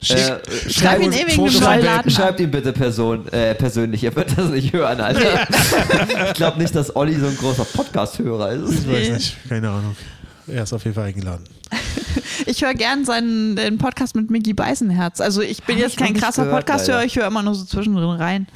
[SPEAKER 1] schick,
[SPEAKER 2] Äh,
[SPEAKER 3] schreib ihn ewig
[SPEAKER 1] Foto
[SPEAKER 3] im
[SPEAKER 1] von
[SPEAKER 3] Schall
[SPEAKER 1] Berg.
[SPEAKER 3] laden.
[SPEAKER 2] Schreibt ihm bitte Person, äh, persönlich, er wird das nicht hören, Alter. ich glaube nicht, dass Olli so ein großer Podcast-Hörer ist.
[SPEAKER 1] Ich weiß nicht, keine Ahnung. Er ist auf jeden Fall eingeladen.
[SPEAKER 3] Ich höre gern seinen den Podcast mit Mickey Beisenherz. Also ich bin
[SPEAKER 2] Hab
[SPEAKER 3] jetzt
[SPEAKER 2] ich noch
[SPEAKER 3] kein
[SPEAKER 2] nicht
[SPEAKER 3] krasser
[SPEAKER 2] gehört,
[SPEAKER 3] Podcast-Hörer,
[SPEAKER 2] leider.
[SPEAKER 3] ich höre immer nur so zwischendrin rein.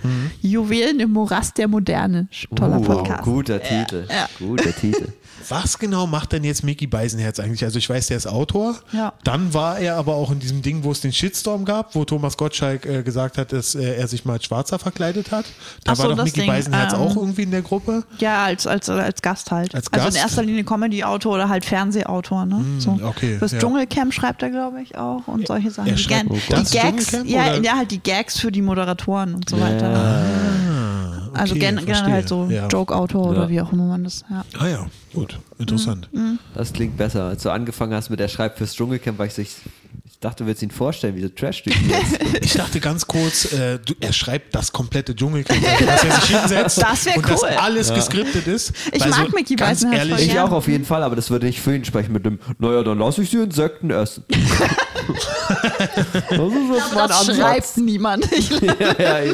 [SPEAKER 3] Juwelen im Morast der Moderne. Toller
[SPEAKER 2] Uh,
[SPEAKER 3] Podcast.
[SPEAKER 2] Guter Titel.
[SPEAKER 3] ja.
[SPEAKER 2] Guter Titel.
[SPEAKER 1] Was genau macht denn jetzt Mickey Beisenherz eigentlich? Also ich weiß, der ist Autor.
[SPEAKER 3] Ja.
[SPEAKER 1] Dann war er aber auch in diesem Ding, wo es den Shitstorm gab, wo Thomas Gottschalk äh, gesagt hat, dass äh, er sich mal als Schwarzer verkleidet hat. Da
[SPEAKER 3] Ach so,
[SPEAKER 1] war doch
[SPEAKER 3] das
[SPEAKER 1] Mickey
[SPEAKER 3] Ding,
[SPEAKER 1] Beisenherz
[SPEAKER 3] ähm,
[SPEAKER 1] auch irgendwie in der Gruppe.
[SPEAKER 3] Ja, als, als, als Gast halt.
[SPEAKER 1] Als
[SPEAKER 3] also in
[SPEAKER 1] Gast? Hm,
[SPEAKER 3] erster Linie Comedy-Autor oder halt Fernsehautor. Ne? so.
[SPEAKER 1] okay,
[SPEAKER 3] Das
[SPEAKER 1] ja.
[SPEAKER 3] Dschungelcamp schreibt er, glaube ich, auch und solche Sachen.
[SPEAKER 1] Er
[SPEAKER 3] die
[SPEAKER 1] schreibt
[SPEAKER 3] gern-
[SPEAKER 1] das
[SPEAKER 3] die Gags,
[SPEAKER 1] Dschungelcamp,
[SPEAKER 3] ja,
[SPEAKER 1] oder?
[SPEAKER 3] ja, halt die Gags für die Moderatoren und so weiter. also
[SPEAKER 1] Ah, okay,
[SPEAKER 3] gen
[SPEAKER 1] verstehe.
[SPEAKER 3] generell halt so
[SPEAKER 1] Ja.
[SPEAKER 3] Joke-Autor
[SPEAKER 2] Ja.
[SPEAKER 3] oder wie auch immer man das. Ja.
[SPEAKER 1] Ah ja, gut, interessant.
[SPEAKER 3] Mhm.
[SPEAKER 2] Das klingt besser. Als du angefangen hast mit der Schreib fürs Dschungelcamp, weil ich, so- ich ich dachte, du willst ihn vorstellen, wie so Trash-Typen.
[SPEAKER 1] Ich dachte ganz kurz, äh, du, er schreibt das komplette Dschungelcamp, also dass er sich hinsetzt
[SPEAKER 3] Das wär
[SPEAKER 1] und dass
[SPEAKER 3] cool.
[SPEAKER 1] alles geskriptet ist.
[SPEAKER 3] Ich
[SPEAKER 1] Weil
[SPEAKER 3] mag Mickey
[SPEAKER 1] ganz
[SPEAKER 3] Beisenherz voll
[SPEAKER 1] ehrlich,
[SPEAKER 2] Ich
[SPEAKER 3] Ja.
[SPEAKER 2] auch auf jeden Fall, aber das würde nicht für ihn sprechen mit dem, naja, dann lasse ich sie Insekten essen. das ist jetzt mein
[SPEAKER 3] Das
[SPEAKER 2] Ansatz.
[SPEAKER 3] schreibt niemand. Ich
[SPEAKER 2] ja, ja,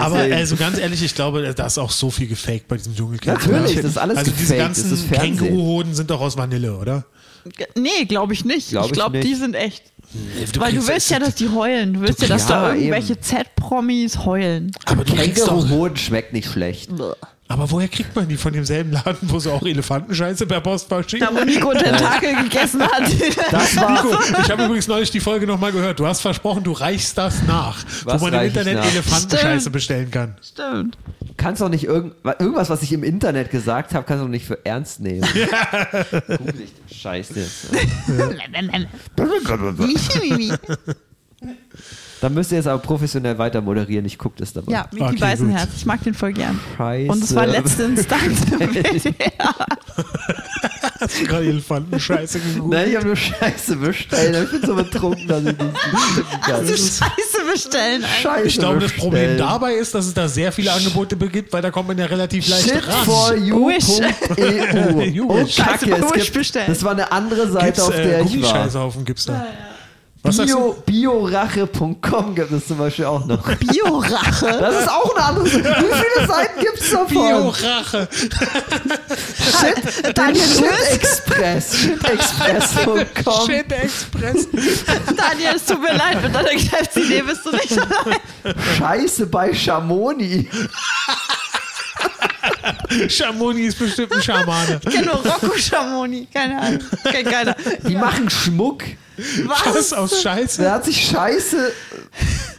[SPEAKER 1] Aber
[SPEAKER 2] Deswegen.
[SPEAKER 1] also ganz ehrlich, ich glaube, da ist auch so viel gefaked bei diesem Dschungelcamp.
[SPEAKER 2] Natürlich,
[SPEAKER 1] oder?
[SPEAKER 2] das ist alles
[SPEAKER 1] Also diese
[SPEAKER 2] gefaked, das ist
[SPEAKER 1] ganzen
[SPEAKER 2] Fernsehen.
[SPEAKER 1] Känguruhoden sind doch aus Vanille, oder?
[SPEAKER 3] Nee, glaube ich nicht.
[SPEAKER 2] Glaub
[SPEAKER 3] ich
[SPEAKER 2] ich
[SPEAKER 3] glaube,
[SPEAKER 2] nicht.
[SPEAKER 3] die sind echt.
[SPEAKER 1] Du
[SPEAKER 3] Weil du
[SPEAKER 1] kriegst-
[SPEAKER 3] willst ja, dass die heulen. Du willst ja, dass
[SPEAKER 2] Ja,
[SPEAKER 3] da irgendwelche
[SPEAKER 2] eben.
[SPEAKER 3] Z-Promis heulen.
[SPEAKER 1] Aber du kriegst doch, Hm.
[SPEAKER 2] Känguruhoden schmeckt nicht schlecht.
[SPEAKER 1] Aber woher kriegt man die von demselben Laden, wo sie auch Elefantenscheiße per Post verschicken?
[SPEAKER 3] Da, wo Nico Tentakel gegessen hat.
[SPEAKER 2] Das war
[SPEAKER 1] Nico, ich habe übrigens neulich die Folge nochmal gehört. Du hast versprochen, du reichst das nach,
[SPEAKER 2] Was
[SPEAKER 1] wo man im
[SPEAKER 2] reich ich
[SPEAKER 1] Internet
[SPEAKER 2] nach?
[SPEAKER 1] Elefantenscheiße
[SPEAKER 3] Stimmt.
[SPEAKER 1] bestellen kann.
[SPEAKER 3] Stimmt.
[SPEAKER 2] Kannst doch nicht irgend, irgendwas, was ich im Internet gesagt habe, kannst du doch nicht für ernst nehmen. Google ich den Scheiß jetzt. Dann müsst ihr jetzt aber professionell weiter moderieren. Ich gucke das dabei.
[SPEAKER 3] ja, Mickey
[SPEAKER 1] Okay,
[SPEAKER 3] Beisenherz. Ich mag den voll gern.
[SPEAKER 2] Scheiße.
[SPEAKER 3] Und es war letzte Instanz.
[SPEAKER 1] Hast du gerade Elefantenscheiße gegoogelt?
[SPEAKER 2] Nein, ich habe nur Scheiße bestellt. Ich bin so betrunken, dass ich nicht trinken kann.
[SPEAKER 3] Du Scheiße bestellen. Alter.
[SPEAKER 2] Scheiße
[SPEAKER 1] Also Ich glaube, das Problem
[SPEAKER 2] bestellen.
[SPEAKER 1] dabei ist, dass es da sehr viele Angebote gibt, weil da kommt man ja relativ leicht
[SPEAKER 2] Shit
[SPEAKER 1] ran.
[SPEAKER 2] for you.
[SPEAKER 3] Wish.
[SPEAKER 2] EU. Oh,
[SPEAKER 1] Wish.
[SPEAKER 2] Kacke,
[SPEAKER 3] Scheiße,
[SPEAKER 2] es
[SPEAKER 3] Wish
[SPEAKER 2] gibt,
[SPEAKER 3] bestellen.
[SPEAKER 2] das war eine andere Seite,
[SPEAKER 1] Gibt's,
[SPEAKER 2] auf der
[SPEAKER 1] äh,
[SPEAKER 2] ich war.
[SPEAKER 1] Gummisheißhaufen gibt's da. Was sagst du?
[SPEAKER 2] Bio- Biorache.com gibt es zum Beispiel auch noch.
[SPEAKER 3] Biorache.
[SPEAKER 2] Das ist auch eine andere Seite. Wie viele Seiten gibt es Lissabon.
[SPEAKER 1] Biorache.
[SPEAKER 2] Shit,
[SPEAKER 3] Daniel
[SPEAKER 2] Shit
[SPEAKER 3] Schulz.
[SPEAKER 2] Express. Shit Express.com.
[SPEAKER 1] Shit Express.
[SPEAKER 3] Daniel, es tut mir leid, mit deiner Geschäftsidee bist du nicht allein.
[SPEAKER 2] Scheiße bei Schamoni.
[SPEAKER 1] Schamoni ist bestimmt ein Schamane.
[SPEAKER 3] Ich kenne nur Rocco Schamoni, keine Ahnung. Kennt keiner.
[SPEAKER 2] Die machen Schmuck.
[SPEAKER 1] Was? Aus Scheiße?
[SPEAKER 2] Der hat sich Scheiße.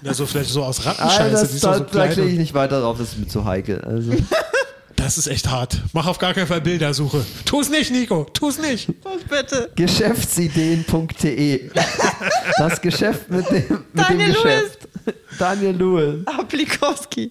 [SPEAKER 1] Na, so vielleicht so aus
[SPEAKER 2] Alter,
[SPEAKER 1] Rattenscheiße. die
[SPEAKER 2] das, halt
[SPEAKER 1] ist doch
[SPEAKER 2] da,
[SPEAKER 1] so
[SPEAKER 2] da
[SPEAKER 1] klein
[SPEAKER 2] klicke
[SPEAKER 1] und-
[SPEAKER 2] ich nicht weiter drauf, das ist mir zu heikel. Also.
[SPEAKER 1] Das ist echt hart. Mach auf gar keinen Fall Bildersuche. Tu's nicht, Nico. Tu's nicht.
[SPEAKER 3] Was bitte?
[SPEAKER 2] Geschäftsideen.de Das Geschäft mit dem, mit dem
[SPEAKER 3] Daniel Lewis.
[SPEAKER 2] Geschäft. Daniel Lewis.
[SPEAKER 3] Ah, Plikowski.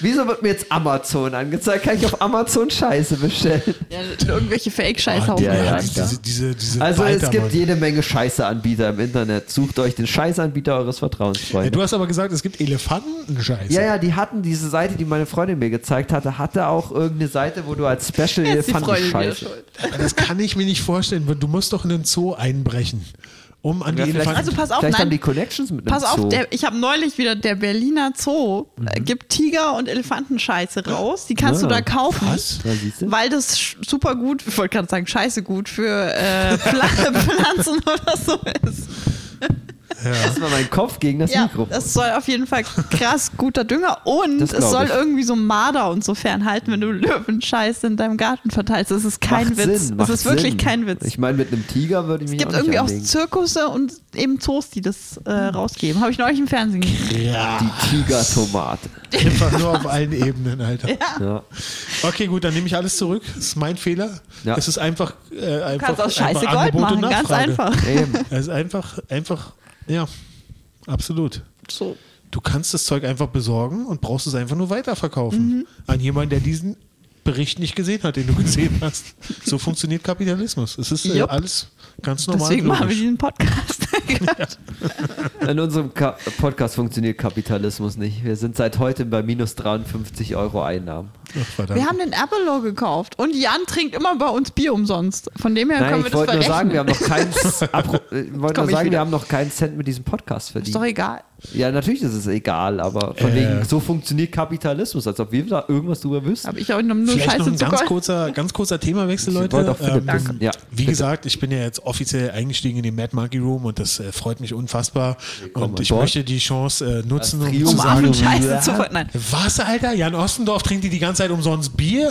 [SPEAKER 2] Wieso wird mir jetzt Amazon angezeigt? Kann ich auf Amazon Scheiße bestellen?
[SPEAKER 3] Ja, irgendwelche
[SPEAKER 1] Ah,
[SPEAKER 3] Fake-Scheißhaufen.
[SPEAKER 1] die-
[SPEAKER 2] ja, ja, klar.
[SPEAKER 1] diese, diese, diese
[SPEAKER 2] Also
[SPEAKER 1] Reiter,
[SPEAKER 2] es gibt
[SPEAKER 1] Mann.
[SPEAKER 2] jede Menge Scheißeanbieter im Internet. Sucht euch den Scheißanbieter eures Vertrauens,
[SPEAKER 1] Ja,
[SPEAKER 2] Freunde.
[SPEAKER 1] du hast aber gesagt, es gibt Elefantenscheiße.
[SPEAKER 2] Ja, ja, die hatten diese Seite, die meine Freundin mir gezeigt hatte, hatte auch irgendeine Seite, wo du als Special
[SPEAKER 3] Jetzt die
[SPEAKER 2] Elefanten
[SPEAKER 3] Freundin wieder
[SPEAKER 2] Scheiße.
[SPEAKER 3] schuld.
[SPEAKER 1] Das kann ich mir nicht vorstellen. weil Du musst doch in den Zoo einbrechen, um an die
[SPEAKER 2] Ja, vielleicht-
[SPEAKER 1] Elefanten...
[SPEAKER 3] Also pass auf,
[SPEAKER 2] Vielleicht
[SPEAKER 3] nein.
[SPEAKER 2] haben die Connections mit einem
[SPEAKER 3] Pass
[SPEAKER 2] Zoo. Mhm.
[SPEAKER 3] auf, der, ich habe neulich wieder der Berliner Zoo äh, gibt Tiger und Elefantenscheiße raus. Die kannst du
[SPEAKER 2] Ah,
[SPEAKER 3] da kaufen.
[SPEAKER 1] was?
[SPEAKER 2] Da siehst du?
[SPEAKER 3] Weil das sch- super gut, ich wollte gerade sagen, scheiße gut für äh, Pfla- Pflanzen oder so ist.
[SPEAKER 1] ja.
[SPEAKER 2] Das war mein Kopf gegen das
[SPEAKER 3] Ja,
[SPEAKER 2] Mikro.
[SPEAKER 3] das soll auf jeden Fall krass guter Dünger und
[SPEAKER 2] Das
[SPEAKER 3] es
[SPEAKER 2] glaub
[SPEAKER 3] soll
[SPEAKER 2] ich.
[SPEAKER 3] irgendwie so Marder und so fernhalten, wenn du Löwenscheiße in deinem Garten verteilst. Das ist kein
[SPEAKER 2] Macht
[SPEAKER 3] Witz.
[SPEAKER 2] Sinn,
[SPEAKER 3] das
[SPEAKER 2] macht
[SPEAKER 3] ist wirklich
[SPEAKER 2] Sinn.
[SPEAKER 3] kein Witz.
[SPEAKER 2] Ich meine, mit einem Tiger würde ich
[SPEAKER 3] es
[SPEAKER 2] mich
[SPEAKER 3] gibt
[SPEAKER 2] auch nicht
[SPEAKER 3] irgendwie auch
[SPEAKER 2] anlegen.
[SPEAKER 3] Zirkusse und eben Zoos, die das äh, rausgeben. Habe ich neulich im Fernsehen gesehen.
[SPEAKER 2] Also,
[SPEAKER 1] ja.
[SPEAKER 2] Die Tigertomate.
[SPEAKER 1] Einfach nur auf allen Ebenen, Alter.
[SPEAKER 2] Ja.
[SPEAKER 1] Okay, gut, dann nehme ich alles zurück. Das ist mein Fehler.
[SPEAKER 2] Ja.
[SPEAKER 1] Es ist einfach... Äh,
[SPEAKER 3] Du
[SPEAKER 1] einfach
[SPEAKER 3] kannst auch scheiße
[SPEAKER 1] einfach
[SPEAKER 3] Gold
[SPEAKER 1] Angebot und
[SPEAKER 3] machen, ganz
[SPEAKER 1] Nachfrage.
[SPEAKER 3] einfach.
[SPEAKER 2] Eben.
[SPEAKER 1] Es ist einfach, einfach... Ja, absolut.
[SPEAKER 3] So.
[SPEAKER 1] Du kannst das Zeug einfach besorgen und brauchst es einfach nur weiterverkaufen.
[SPEAKER 3] Mhm.
[SPEAKER 1] An jemanden, der diesen Bericht nicht gesehen hat, den du gesehen hast. So funktioniert Kapitalismus. Es ist äh,
[SPEAKER 3] Jupp.
[SPEAKER 1] alles ganz normal.
[SPEAKER 3] Deswegen machen wir
[SPEAKER 1] logisch.
[SPEAKER 3] diesen Podcast.
[SPEAKER 2] In unserem Ka Podcast funktioniert Kapitalismus nicht. Wir sind seit heute bei minus 53 Euro Einnahmen.
[SPEAKER 1] Ach, verdammt.
[SPEAKER 3] wir haben den Apollo gekauft und Jan trinkt immer bei uns Bier umsonst. Von dem her
[SPEAKER 2] Nein,
[SPEAKER 3] können wir
[SPEAKER 2] ich
[SPEAKER 3] das
[SPEAKER 2] wollte nur
[SPEAKER 3] verrechnen.
[SPEAKER 2] sagen, wir haben noch keinen Appro- äh, ich wollte
[SPEAKER 3] Komm
[SPEAKER 2] nur
[SPEAKER 3] ich
[SPEAKER 2] sagen, wir
[SPEAKER 3] wieder.
[SPEAKER 2] haben noch keinen Cent mit diesem Podcast
[SPEAKER 3] ist doch e-
[SPEAKER 2] verdient.
[SPEAKER 3] egal.
[SPEAKER 2] Ja, natürlich ist es egal, aber von
[SPEAKER 1] Äh.
[SPEAKER 2] wegen, so funktioniert Kapitalismus, als ob wir da irgendwas drüber wüssten.
[SPEAKER 3] Habe ich auch nur, nur
[SPEAKER 1] Vielleicht noch
[SPEAKER 3] Scheiße
[SPEAKER 1] ein
[SPEAKER 3] zu
[SPEAKER 1] ganz
[SPEAKER 3] Gold.
[SPEAKER 1] kurzer, ganz kurzer Themawechsel,
[SPEAKER 2] Ich wollte
[SPEAKER 1] Leute. Ähm,
[SPEAKER 2] auch Philipp wissen. Ja,
[SPEAKER 1] wie
[SPEAKER 2] bitte.
[SPEAKER 1] gesagt, ich bin ja jetzt offiziell eingestiegen in den Mad Monkey Room und das äh, freut mich unfassbar.
[SPEAKER 2] Willkommen
[SPEAKER 1] Und ich
[SPEAKER 2] an Bord.
[SPEAKER 1] möchte die Chance äh, nutzen,
[SPEAKER 2] Als
[SPEAKER 1] um
[SPEAKER 2] Triumph.
[SPEAKER 1] zu
[SPEAKER 3] Um
[SPEAKER 1] sagen,
[SPEAKER 3] Affen Scheiße zu
[SPEAKER 2] ja.
[SPEAKER 3] ver- Nein.
[SPEAKER 1] was, Alter? Jan Ostendorf trinkt die die ganze Zeit umsonst Bier?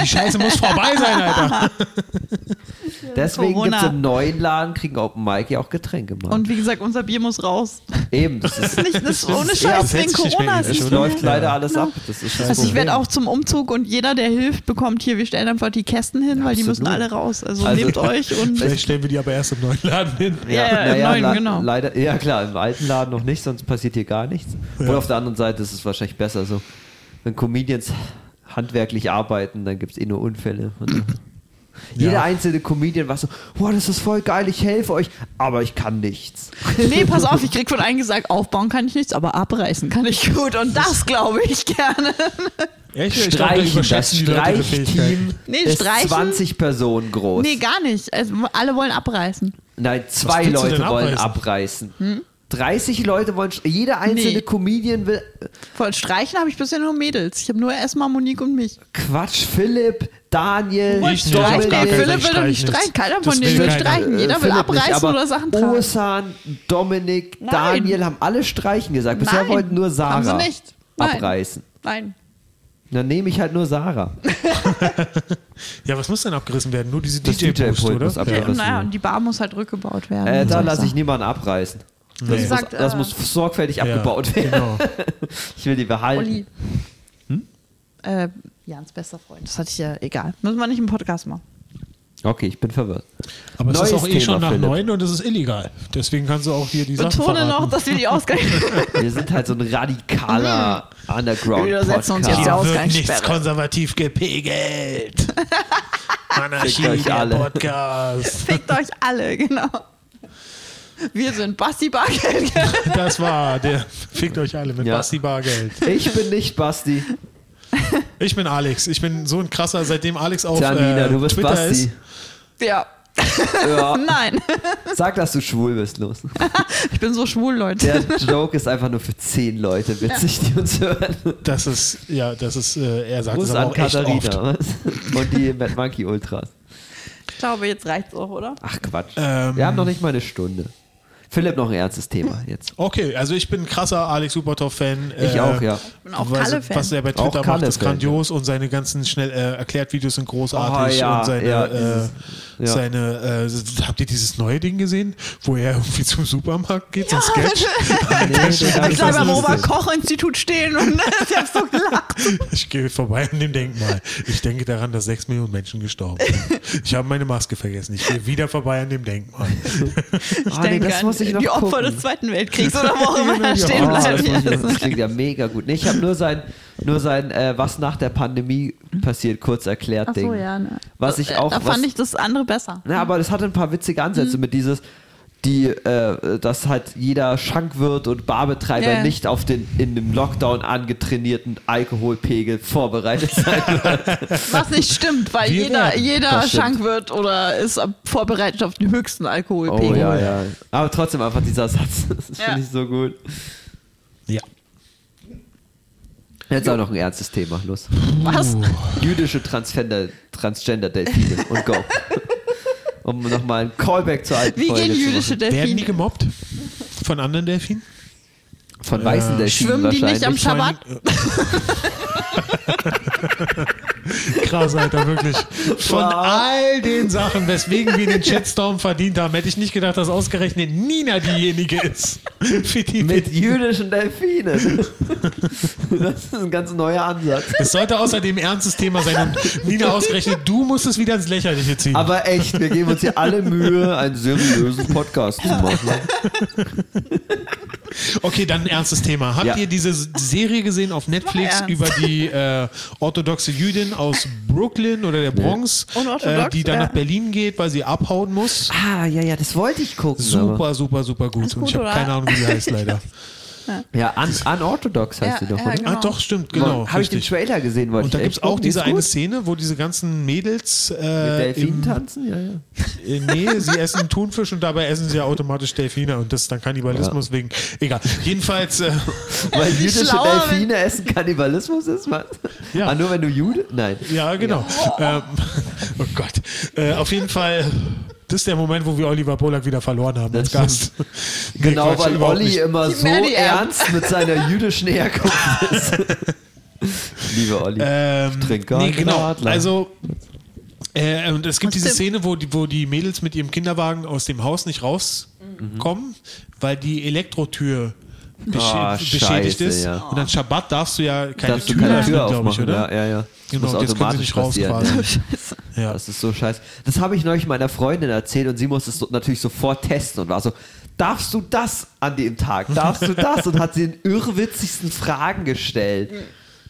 [SPEAKER 1] Die Scheiße muss vorbei sein, Alter.
[SPEAKER 2] Deswegen gibt es
[SPEAKER 3] Corona.
[SPEAKER 2] im neuen Laden, kriegen Open Mic ja auch Getränke, Mann.
[SPEAKER 3] Und wie gesagt, unser Bier muss raus.
[SPEAKER 2] Eben, das ist,
[SPEAKER 3] Nicht, das ist ohne
[SPEAKER 1] Das
[SPEAKER 3] Scheiß
[SPEAKER 1] hält
[SPEAKER 3] wegen
[SPEAKER 1] sich nicht mehr
[SPEAKER 3] Corona.
[SPEAKER 1] in
[SPEAKER 3] Es
[SPEAKER 1] die
[SPEAKER 3] ist
[SPEAKER 2] es
[SPEAKER 1] Schule.
[SPEAKER 3] nur-
[SPEAKER 2] läuft
[SPEAKER 1] Ja.
[SPEAKER 2] leider alles ab. Das ist das
[SPEAKER 3] also ich
[SPEAKER 2] Problem.
[SPEAKER 3] werde auch zum Umzug und jeder, der hilft, bekommt hier, wir stellen einfach die Kästen hin, weil die müssen
[SPEAKER 2] absolut.
[SPEAKER 3] alle raus. Also,
[SPEAKER 2] Also-
[SPEAKER 3] nehmt euch und
[SPEAKER 1] Vielleicht stellen wir die aber erst im neuen Laden hin.
[SPEAKER 3] Ja, ja, im neuen,
[SPEAKER 2] la-
[SPEAKER 3] genau.
[SPEAKER 2] Leider, ja, klar, im alten Laden noch nicht, sonst passiert hier gar nichts. Und auf der anderen Seite ist es wahrscheinlich besser so. Wenn Comedians handwerklich arbeiten, dann gibt es eh nur Unfälle. Und Jeder
[SPEAKER 1] Ja.
[SPEAKER 2] einzelne Comedian war so, wow, das ist voll geil, ich helfe euch, aber ich kann nichts.
[SPEAKER 3] Nee, pass auf, ich krieg von einem gesagt, aufbauen kann ich nichts, aber abreißen kann ich gut. Und das glaube ich gerne.
[SPEAKER 1] Ja, ich, ich glaub, da
[SPEAKER 2] Streichen, das
[SPEAKER 1] überschätzen die Leute ihre Fähigkeiten.
[SPEAKER 2] Streichteam
[SPEAKER 3] Nee,
[SPEAKER 2] ist
[SPEAKER 3] streichen-
[SPEAKER 2] 20 Personen groß.
[SPEAKER 3] Nee, gar nicht. Also, alle wollen abreißen.
[SPEAKER 2] Nein, zwei
[SPEAKER 1] willst du
[SPEAKER 2] Leute
[SPEAKER 1] denn
[SPEAKER 2] wollen abreißen. 30 Leute wollen, st- jeder einzelne
[SPEAKER 3] Hm? Nee.
[SPEAKER 2] Comedian will,
[SPEAKER 3] Von Streichen habe ich bisher nur Mädels. Ich habe nur erstmal Monique und mich.
[SPEAKER 2] Quatsch, Philipp, Daniel,
[SPEAKER 1] Ich nicht,
[SPEAKER 3] Streich-
[SPEAKER 1] auf gar keinen
[SPEAKER 3] Nee, Philipp
[SPEAKER 1] Fall
[SPEAKER 3] will doch nicht
[SPEAKER 1] streichen
[SPEAKER 3] streichen.
[SPEAKER 1] jetzt.
[SPEAKER 3] Keiner von
[SPEAKER 1] Das
[SPEAKER 3] denen
[SPEAKER 1] will
[SPEAKER 3] will
[SPEAKER 1] keiner.
[SPEAKER 3] streichen.
[SPEAKER 2] Äh,
[SPEAKER 3] Jeder will
[SPEAKER 2] Philipp nicht,
[SPEAKER 3] abreißen
[SPEAKER 2] aber
[SPEAKER 3] oder Sachen tragen.
[SPEAKER 2] Osan, Dominik,
[SPEAKER 3] Nein.
[SPEAKER 2] Daniel haben alle streichen gesagt. Bisher
[SPEAKER 3] Nein.
[SPEAKER 2] wollten nur
[SPEAKER 3] Haben
[SPEAKER 2] Sarah
[SPEAKER 3] sie nicht. Nein.
[SPEAKER 2] abreißen.
[SPEAKER 3] Nein.
[SPEAKER 2] Dann nehme ich halt nur Sarah.
[SPEAKER 1] Ja, was muss denn abgerissen werden? Nur diese
[SPEAKER 2] Das
[SPEAKER 1] DJ-Boost,
[SPEAKER 2] DJ-Pult
[SPEAKER 1] oder?
[SPEAKER 2] muss ab-
[SPEAKER 1] Ja.
[SPEAKER 2] das
[SPEAKER 3] naja,
[SPEAKER 2] nur.
[SPEAKER 3] und die Bar muss halt rückgebaut werden.
[SPEAKER 2] Äh, da
[SPEAKER 3] Solche
[SPEAKER 2] lasse ich
[SPEAKER 3] Sachen.
[SPEAKER 2] niemanden abreißen. Das,
[SPEAKER 1] Nee.
[SPEAKER 2] muss,
[SPEAKER 3] Sagt,
[SPEAKER 2] das
[SPEAKER 3] äh,
[SPEAKER 2] muss sorgfältig
[SPEAKER 1] Ja,
[SPEAKER 2] abgebaut werden.
[SPEAKER 1] Genau.
[SPEAKER 2] Ich will die behalten.
[SPEAKER 3] Olli.
[SPEAKER 1] Hm?
[SPEAKER 3] Äh, Jans bester Freund. Das hatte ich ja egal. Müssen wir nicht im Podcast machen.
[SPEAKER 2] Okay, ich bin verwirrt.
[SPEAKER 1] Aber es
[SPEAKER 2] Neues
[SPEAKER 1] ist auch eh
[SPEAKER 2] Thema,
[SPEAKER 1] schon nach
[SPEAKER 2] Philipp.
[SPEAKER 1] neun und es ist illegal. Deswegen kannst du auch hier die Sachen
[SPEAKER 3] Betone
[SPEAKER 1] verraten.
[SPEAKER 3] noch, dass wir die Ausgang.
[SPEAKER 2] Wir sind halt so ein radikaler
[SPEAKER 3] Wir setzen uns
[SPEAKER 2] Underground-Podcast.
[SPEAKER 3] jetzt
[SPEAKER 1] hier
[SPEAKER 3] ja
[SPEAKER 1] wird
[SPEAKER 3] Ausgangssperre.
[SPEAKER 1] nichts konservativ gepegelt. Anarchie,
[SPEAKER 2] Fickt euch
[SPEAKER 1] der
[SPEAKER 2] alle.
[SPEAKER 1] Podcast.
[SPEAKER 3] Fickt euch alle, genau. Wir sind Basti Bargeld.
[SPEAKER 1] Das war der. Fickt euch alle mit
[SPEAKER 2] Ja.
[SPEAKER 1] Basti Bargeld.
[SPEAKER 2] Ich bin nicht Basti.
[SPEAKER 1] Ich bin Alex. Ich bin so ein krasser, seitdem Alex auf
[SPEAKER 2] Janina,
[SPEAKER 1] äh,
[SPEAKER 2] du bist
[SPEAKER 1] Twitter
[SPEAKER 2] Basti.
[SPEAKER 1] ist.
[SPEAKER 3] ja.
[SPEAKER 2] Ja.
[SPEAKER 3] Nein,
[SPEAKER 2] Sag, dass du schwul bist, los.
[SPEAKER 3] ich bin so schwul, Leute.
[SPEAKER 2] Der Joke ist einfach nur für zehn Leute witzig, die uns hören.
[SPEAKER 1] Das ist, ja, das ist, äh, er sagt
[SPEAKER 2] Gruß
[SPEAKER 1] es aber
[SPEAKER 2] an
[SPEAKER 1] auch echt oft.
[SPEAKER 2] Katharina was? und die Mad Monkey Ultras.
[SPEAKER 3] Ich glaube, jetzt reicht's auch, oder?
[SPEAKER 2] Ach Quatsch.
[SPEAKER 1] Ähm.
[SPEAKER 2] Wir haben noch nicht mal eine Stunde. Philipp, noch ein ernstes Thema jetzt.
[SPEAKER 1] Okay, also ich bin ein krasser Alex Supertov-Fan.
[SPEAKER 2] Ich auch, ja.
[SPEAKER 3] Ich bin auch
[SPEAKER 1] was,
[SPEAKER 3] Kalle-Fan.
[SPEAKER 1] Was er bei
[SPEAKER 2] Auch
[SPEAKER 1] Twitter macht, ist
[SPEAKER 2] Kalle-Fan,
[SPEAKER 1] grandios und seine ganzen schnell äh, erklärt Videos sind großartig.
[SPEAKER 2] Oh, ja,
[SPEAKER 1] und seine,
[SPEAKER 2] ja,
[SPEAKER 1] äh,
[SPEAKER 2] dieses- ja.
[SPEAKER 1] seine äh, habt ihr dieses neue Ding gesehen, wo er irgendwie zum Supermarkt geht, so ein Sketch?
[SPEAKER 2] Nee, den hab
[SPEAKER 3] Ich
[SPEAKER 2] ich
[SPEAKER 3] soll
[SPEAKER 2] noch
[SPEAKER 3] beim
[SPEAKER 2] nicht
[SPEAKER 3] Robert
[SPEAKER 2] gesehen.
[SPEAKER 3] Koch Institut stehen und ich hab so gelacht.
[SPEAKER 1] Ich gehe vorbei an dem Denkmal. Ich denke daran, dass sechs Millionen Menschen gestorben sind. Ich habe meine Maske vergessen. Ich gehe wieder vorbei an dem Denkmal.
[SPEAKER 3] Ich
[SPEAKER 2] Ah, nee,
[SPEAKER 3] denke
[SPEAKER 2] das muss ich
[SPEAKER 3] an
[SPEAKER 2] noch
[SPEAKER 3] die Opfer
[SPEAKER 2] gucken.
[SPEAKER 3] des Zweiten Weltkriegs oder wo auch immer da
[SPEAKER 1] Ja,
[SPEAKER 3] stehen
[SPEAKER 2] Ah, das, muss ich-
[SPEAKER 3] bleiben.
[SPEAKER 2] das klingt ja mega gut. Nee, ich habe nur sein, nur sein äh, was nach der Pandemie passiert, kurz erklärt
[SPEAKER 3] Ach
[SPEAKER 2] Ding.
[SPEAKER 3] so, ja, ne.
[SPEAKER 2] Was ich auch.
[SPEAKER 3] Da
[SPEAKER 2] was,
[SPEAKER 3] fand ich das andere besser.
[SPEAKER 2] Na, Ne, aber das hatte ein paar witzige
[SPEAKER 3] Mhm.
[SPEAKER 2] Ansätze mit dieses, die, äh, dass halt jeder Schankwirt und Barbetreiber
[SPEAKER 3] Ja.
[SPEAKER 2] nicht auf den in dem Lockdown angetrainierten Alkoholpegel vorbereitet sein.
[SPEAKER 3] Was nicht stimmt, weil
[SPEAKER 1] Wir
[SPEAKER 3] jeder,
[SPEAKER 1] werden.
[SPEAKER 3] jeder
[SPEAKER 2] Das stimmt.
[SPEAKER 3] Schankwirt oder ist ab- vorbereitet auf den höchsten Alkoholpegel.
[SPEAKER 2] Oh, ja. Aber trotzdem einfach dieser Satz. Das
[SPEAKER 3] Oh, Ja.
[SPEAKER 2] finde ich so gut.
[SPEAKER 1] Ja.
[SPEAKER 2] Jetzt auch noch ein ernstes Thema. Los.
[SPEAKER 3] Was?
[SPEAKER 2] Jüdische Transgender, Transgender Delfine und go. Um nochmal einen Callback zur alten
[SPEAKER 3] Wie
[SPEAKER 2] Folge
[SPEAKER 3] gehen
[SPEAKER 2] zu
[SPEAKER 3] jüdische
[SPEAKER 1] Werden die
[SPEAKER 3] Delfine?
[SPEAKER 1] gemobbt? Von anderen
[SPEAKER 2] machen. Von weißen
[SPEAKER 1] Ja.
[SPEAKER 2] Delfinen
[SPEAKER 3] Schwimmen die
[SPEAKER 2] wahrscheinlich.
[SPEAKER 3] nicht am Schabbat?
[SPEAKER 1] Von- äh, Krass, Alter, wirklich. Von
[SPEAKER 2] Wow.
[SPEAKER 1] all den Sachen, weswegen wir den Shitstorm verdient haben, hätte ich nicht gedacht, dass ausgerechnet Nina diejenige ist. Für die
[SPEAKER 2] Mit jüdischen Delfinen. Das ist ein ganz neuer Ansatz.
[SPEAKER 1] es sollte außerdem ein ernstes Thema sein. Und Nina, ausgerechnet, du musst es wieder ins Lächerliche ziehen.
[SPEAKER 2] Aber echt, wir geben uns hier alle Mühe, einen seriösen Podcast zu machen.
[SPEAKER 1] Okay, dann ein ernstes Thema. Habt
[SPEAKER 2] Ja.
[SPEAKER 1] ihr diese Serie gesehen auf Netflix
[SPEAKER 3] Ernst?
[SPEAKER 1] über die äh, orthodoxe Jüdin aus Brooklyn oder der Bronx,
[SPEAKER 3] Unorthodox,
[SPEAKER 1] äh, die dann
[SPEAKER 3] ja.
[SPEAKER 1] nach Berlin geht, weil sie abhauen muss?
[SPEAKER 2] Ah, ja, ja, das wollte ich gucken.
[SPEAKER 1] Super, super, super gut.
[SPEAKER 3] Ist
[SPEAKER 1] Und ich
[SPEAKER 3] gut,
[SPEAKER 1] habe
[SPEAKER 3] oder?
[SPEAKER 1] keine Ahnung, wie die heißt, leider.
[SPEAKER 2] aber- Ja, un unorthodox heißt
[SPEAKER 3] Ja,
[SPEAKER 2] sie doch.
[SPEAKER 3] ja,
[SPEAKER 2] oder?
[SPEAKER 3] Genau.
[SPEAKER 1] Ah, doch, stimmt, genau.
[SPEAKER 2] Habe ich den
[SPEAKER 1] richtig.
[SPEAKER 2] Trailer gesehen, wollte
[SPEAKER 1] und da
[SPEAKER 2] ich
[SPEAKER 1] gibt es
[SPEAKER 2] echt
[SPEAKER 1] auch
[SPEAKER 2] gucken. Die ist
[SPEAKER 1] diese eine
[SPEAKER 2] gut.
[SPEAKER 1] Szene, wo diese ganzen Mädels.
[SPEAKER 2] Mit
[SPEAKER 1] Äh,
[SPEAKER 2] Delfinen
[SPEAKER 1] im,
[SPEAKER 2] tanzen? Ja, ja.
[SPEAKER 1] äh, nee, sie essen Thunfisch und dabei essen sie ja automatisch Delfine und das ist dann Kannibalismus wegen. Egal. Jedenfalls. Äh,
[SPEAKER 2] Weil jüdische
[SPEAKER 3] schlauer, wenn-
[SPEAKER 2] Delfine essen Kannibalismus ist, was?
[SPEAKER 1] Ja.
[SPEAKER 2] Ah, nur wenn du Jude? Nein.
[SPEAKER 1] Ja, genau. Ähm, oh Gott. Äh, auf jeden Fall, das ist der Moment, wo wir Oliver Polak wieder verloren haben als
[SPEAKER 2] Das
[SPEAKER 1] Gast. Nee,
[SPEAKER 2] Genau,
[SPEAKER 1] Quatsch,
[SPEAKER 2] weil
[SPEAKER 1] überhaupt
[SPEAKER 2] Olli
[SPEAKER 1] nicht.
[SPEAKER 2] immer
[SPEAKER 3] Die
[SPEAKER 2] so
[SPEAKER 3] Mary Ann.
[SPEAKER 2] ernst mit seiner jüdischen Herkunft ist. Lieber Olli.
[SPEAKER 1] Ähm,
[SPEAKER 2] Trinker.
[SPEAKER 1] nee, genau.
[SPEAKER 2] Radler.
[SPEAKER 1] Also, äh, und es gibt
[SPEAKER 3] Was
[SPEAKER 1] diese
[SPEAKER 3] denn?
[SPEAKER 1] Szene, wo die, wo die Mädels mit ihrem Kinderwagen aus dem Haus nicht rauskommen, weil die Elektrotür besche
[SPEAKER 2] Mhm. Ah,
[SPEAKER 1] beschädigt
[SPEAKER 2] scheiße,
[SPEAKER 1] ist.
[SPEAKER 2] ja.
[SPEAKER 1] und an Schabbat darfst du ja keine
[SPEAKER 2] Darfst du
[SPEAKER 1] Tür
[SPEAKER 2] keine
[SPEAKER 1] öffnen,
[SPEAKER 2] Tür
[SPEAKER 1] glaube ich,
[SPEAKER 2] aufmachen,
[SPEAKER 1] oder?
[SPEAKER 2] ja, ja, ja. Das
[SPEAKER 1] Genau,
[SPEAKER 2] muss
[SPEAKER 1] und jetzt können sie nicht raus quasi.
[SPEAKER 2] automatisch passieren,
[SPEAKER 3] Scheiße.
[SPEAKER 1] Ja.
[SPEAKER 2] Das ist so scheiße. Das habe ich neulich meiner Freundin erzählt und sie musste es so- natürlich sofort testen und war so, darfst du das an dem Tag? Darfst du das? Und hat sie den irrwitzigsten Fragen gestellt.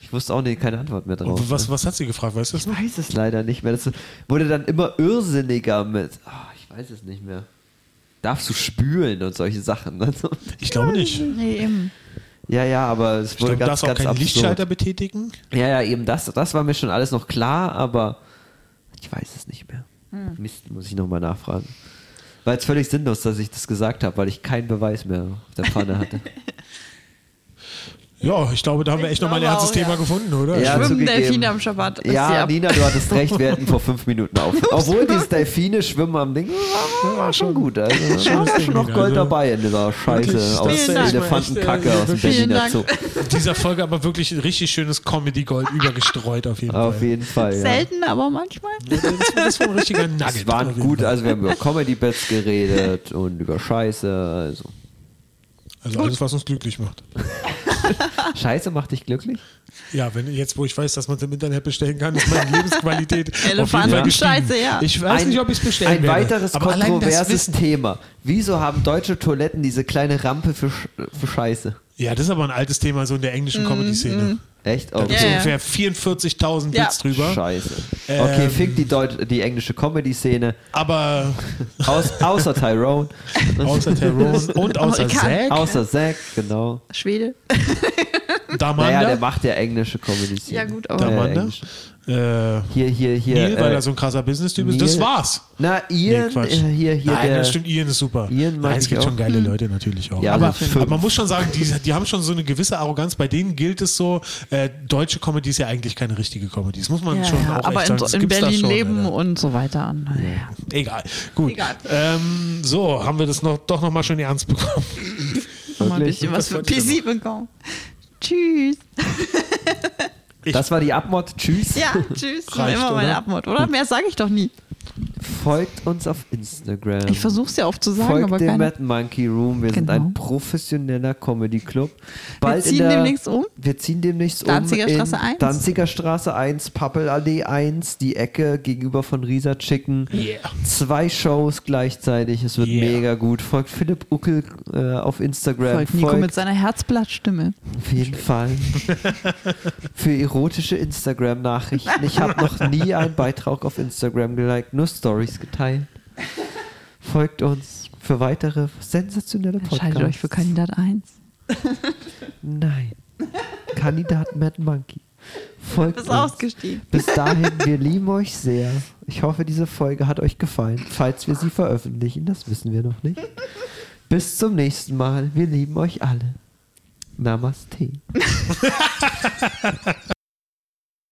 [SPEAKER 2] Ich wusste auch nicht, keine Antwort mehr drauf.
[SPEAKER 1] Und was, was hat sie gefragt, weißt du das noch?
[SPEAKER 2] Ich weiß es leider nicht mehr. Das wurde dann immer irrsinniger mit, ah, ich weiß es nicht mehr. Darfst du spülen und solche Sachen. Also,
[SPEAKER 1] Ich glaube nicht.
[SPEAKER 3] Nee, eben.
[SPEAKER 2] ja, ja, aber es
[SPEAKER 1] Ich
[SPEAKER 2] wurde
[SPEAKER 1] glaube,
[SPEAKER 2] ganz,
[SPEAKER 1] darfst auch
[SPEAKER 2] ganz
[SPEAKER 1] keinen
[SPEAKER 2] absurd.
[SPEAKER 1] Lichtschalter betätigen.
[SPEAKER 2] Ja, ja, eben das, das war mir schon alles noch klar, aber ich weiß es nicht mehr.
[SPEAKER 3] Hm.
[SPEAKER 2] Mist, muss ich nochmal nachfragen. War jetzt völlig sinnlos, dass ich das gesagt habe, weil ich keinen Beweis mehr auf der Pfanne hatte.
[SPEAKER 1] Ja, ich glaube, da haben wir
[SPEAKER 3] Ich
[SPEAKER 1] echt nochmal ein
[SPEAKER 3] glaube
[SPEAKER 1] ernstes
[SPEAKER 3] auch,
[SPEAKER 1] Thema
[SPEAKER 3] ja.
[SPEAKER 1] gefunden, oder? Also,
[SPEAKER 2] Ja,
[SPEAKER 3] Schwimmen
[SPEAKER 2] zugegeben.
[SPEAKER 3] Delfine am Schabbat, ist sie
[SPEAKER 2] Ja,
[SPEAKER 3] ab.
[SPEAKER 2] Nina, du hattest recht, wir hätten vor fünf Minuten auf. Obwohl die Delfine schwimmen am Ding, war, war schon gut. Also, war
[SPEAKER 1] Schönes
[SPEAKER 2] schon noch
[SPEAKER 1] Ding,
[SPEAKER 2] Gold
[SPEAKER 1] also.
[SPEAKER 2] dabei in dieser
[SPEAKER 1] Wirklich,
[SPEAKER 2] Scheiße
[SPEAKER 1] das
[SPEAKER 2] aus
[SPEAKER 1] ist echt mal echt,
[SPEAKER 2] Elefantenkacke
[SPEAKER 1] äh,
[SPEAKER 2] aus dem
[SPEAKER 3] vielen
[SPEAKER 2] Berliner
[SPEAKER 3] Dank.
[SPEAKER 2] Zoo.
[SPEAKER 1] In dieser Folge aber wirklich ein richtig schönes Comedy-Gold übergestreut auf jeden
[SPEAKER 2] Auf
[SPEAKER 1] Fall.
[SPEAKER 2] jeden Fall. Ja.
[SPEAKER 3] Selten, aber manchmal.
[SPEAKER 1] Das, das war ein richtiger Nugget.
[SPEAKER 2] Es waren
[SPEAKER 1] auf jeden
[SPEAKER 2] gut,
[SPEAKER 1] Fall.
[SPEAKER 2] also wir haben über Comedy-Bets geredet und über Scheiße. Also.
[SPEAKER 1] Also alles, was uns glücklich macht.
[SPEAKER 2] Scheiße macht dich glücklich?
[SPEAKER 1] Ja, wenn jetzt, wo ich weiß, dass man es im Internet bestellen kann, ist meine Lebensqualität auf jeden Fall
[SPEAKER 3] Elefanten-
[SPEAKER 1] gestiegen.
[SPEAKER 3] Scheiße, ja.
[SPEAKER 1] Ich weiß nicht, ob ich es bestellen
[SPEAKER 2] Ein
[SPEAKER 1] werde.
[SPEAKER 2] weiteres
[SPEAKER 1] aber allein das
[SPEAKER 2] kontroverses
[SPEAKER 1] Wissen.
[SPEAKER 2] Thema. Wieso haben deutsche Toiletten diese kleine Rampe für, Sch- für Scheiße?
[SPEAKER 1] Ja, das ist aber ein altes Thema so in der
[SPEAKER 2] Mhm.
[SPEAKER 1] englischen Comedy-Szene.
[SPEAKER 2] Echt?
[SPEAKER 1] Da
[SPEAKER 2] Oh,
[SPEAKER 1] gibt es
[SPEAKER 3] Ja, ja.
[SPEAKER 1] ungefähr 44.000
[SPEAKER 3] Ja.
[SPEAKER 1] Bits drüber.
[SPEAKER 2] Scheiße.
[SPEAKER 1] Ähm.
[SPEAKER 2] Okay, fick die, Deut die englische Comedy-Szene.
[SPEAKER 1] Aber
[SPEAKER 2] Aus, außer Tyrone.
[SPEAKER 1] außer Terror und außer
[SPEAKER 3] Amerikaner.
[SPEAKER 1] Zack.
[SPEAKER 2] außer Zack, genau.
[SPEAKER 3] Schwede.
[SPEAKER 1] Damanda.
[SPEAKER 2] Naja, der macht ja englische Comedy.
[SPEAKER 3] Ja, gut, aber-
[SPEAKER 1] Damanda.
[SPEAKER 2] Englisch.
[SPEAKER 1] Äh,
[SPEAKER 2] Hier, hier, hier.
[SPEAKER 1] Neil, weil
[SPEAKER 2] äh,
[SPEAKER 1] er so ein krasser Business-Typ ist.
[SPEAKER 2] Neil-
[SPEAKER 1] Das war's.
[SPEAKER 2] Na, Ian,
[SPEAKER 1] Nee, Quatsch.
[SPEAKER 2] äh, hier, hier,
[SPEAKER 1] Nein,
[SPEAKER 2] der,
[SPEAKER 1] das stimmt, Ian ist super.
[SPEAKER 2] Ian mag
[SPEAKER 1] Nein, es
[SPEAKER 2] ich
[SPEAKER 1] gibt
[SPEAKER 2] auch. hm.
[SPEAKER 1] schon geile Leute natürlich auch.
[SPEAKER 2] Ja,
[SPEAKER 1] aber,
[SPEAKER 2] also fünf.
[SPEAKER 1] aber man muss schon sagen, die, die haben schon so eine gewisse Arroganz. Bei denen gilt es so, äh, deutsche Comedy ist ja eigentlich keine richtige Comedy. Das muss man
[SPEAKER 3] Ja,
[SPEAKER 1] schon
[SPEAKER 3] ja,
[SPEAKER 1] auch echt
[SPEAKER 3] aber in,
[SPEAKER 1] sagen.
[SPEAKER 3] so-
[SPEAKER 1] Das
[SPEAKER 3] in
[SPEAKER 1] gibt's da
[SPEAKER 3] Berlin
[SPEAKER 1] schon,
[SPEAKER 3] leben
[SPEAKER 1] Alter.
[SPEAKER 3] und so weiter an. Naja.
[SPEAKER 1] Egal. Gut.
[SPEAKER 3] Egal.
[SPEAKER 1] Ähm, so, haben wir das noch, doch nochmal schön ernst bekommen.
[SPEAKER 3] Mal ein
[SPEAKER 2] Wirklich?
[SPEAKER 3] bisschen was für
[SPEAKER 1] Das wollte ich
[SPEAKER 3] PC bekommen. Tschüss.
[SPEAKER 2] das war die Abmod. Tschüss.
[SPEAKER 3] Ja, tschüss.
[SPEAKER 1] Reicht,
[SPEAKER 3] immer mein
[SPEAKER 1] oder? Hm.
[SPEAKER 3] Abmod, oder? Mehr sage ich doch nie.
[SPEAKER 2] Folgt uns auf Instagram.
[SPEAKER 3] Ich versuch's ja oft zu sagen,
[SPEAKER 2] Folgt
[SPEAKER 3] aber
[SPEAKER 2] dem
[SPEAKER 3] keine.
[SPEAKER 2] Mad Monkey Room. Wir sind
[SPEAKER 3] Genau.
[SPEAKER 2] ein professioneller Comedy Club. Bald
[SPEAKER 3] ziehen
[SPEAKER 2] in der,
[SPEAKER 3] demnächst um?
[SPEAKER 2] Wir ziehen demnächst
[SPEAKER 3] Danziger
[SPEAKER 2] um. in
[SPEAKER 3] Straße 1?
[SPEAKER 2] Danziger Straße 1, Pappelallee 1, die Ecke gegenüber von Risa Chicken.
[SPEAKER 1] Yeah.
[SPEAKER 2] Zwei Shows gleichzeitig. Es wird
[SPEAKER 1] Yeah.
[SPEAKER 2] mega gut. Folgt Philipp Uckel äh, auf Instagram.
[SPEAKER 3] Folgt Nico mit seiner Herzblattstimme.
[SPEAKER 2] Auf jeden Fall. Für erotische Instagram-Nachrichten. Ich habe noch nie einen Beitrag auf Instagram geliked, nur Stories geteilt. Folgt uns für weitere sensationelle Podcasts.
[SPEAKER 3] Entscheidet euch für Kandidat 1.
[SPEAKER 2] Nein. Kandidat Mad Monkey. Folgt
[SPEAKER 3] Bist
[SPEAKER 2] uns.
[SPEAKER 3] ausgestiegen.
[SPEAKER 2] Bis dahin, wir lieben euch sehr. Ich hoffe, diese Folge hat euch gefallen. Falls wir sie veröffentlichen, das wissen wir noch nicht. Bis zum nächsten Mal. Wir lieben euch alle. Namaste.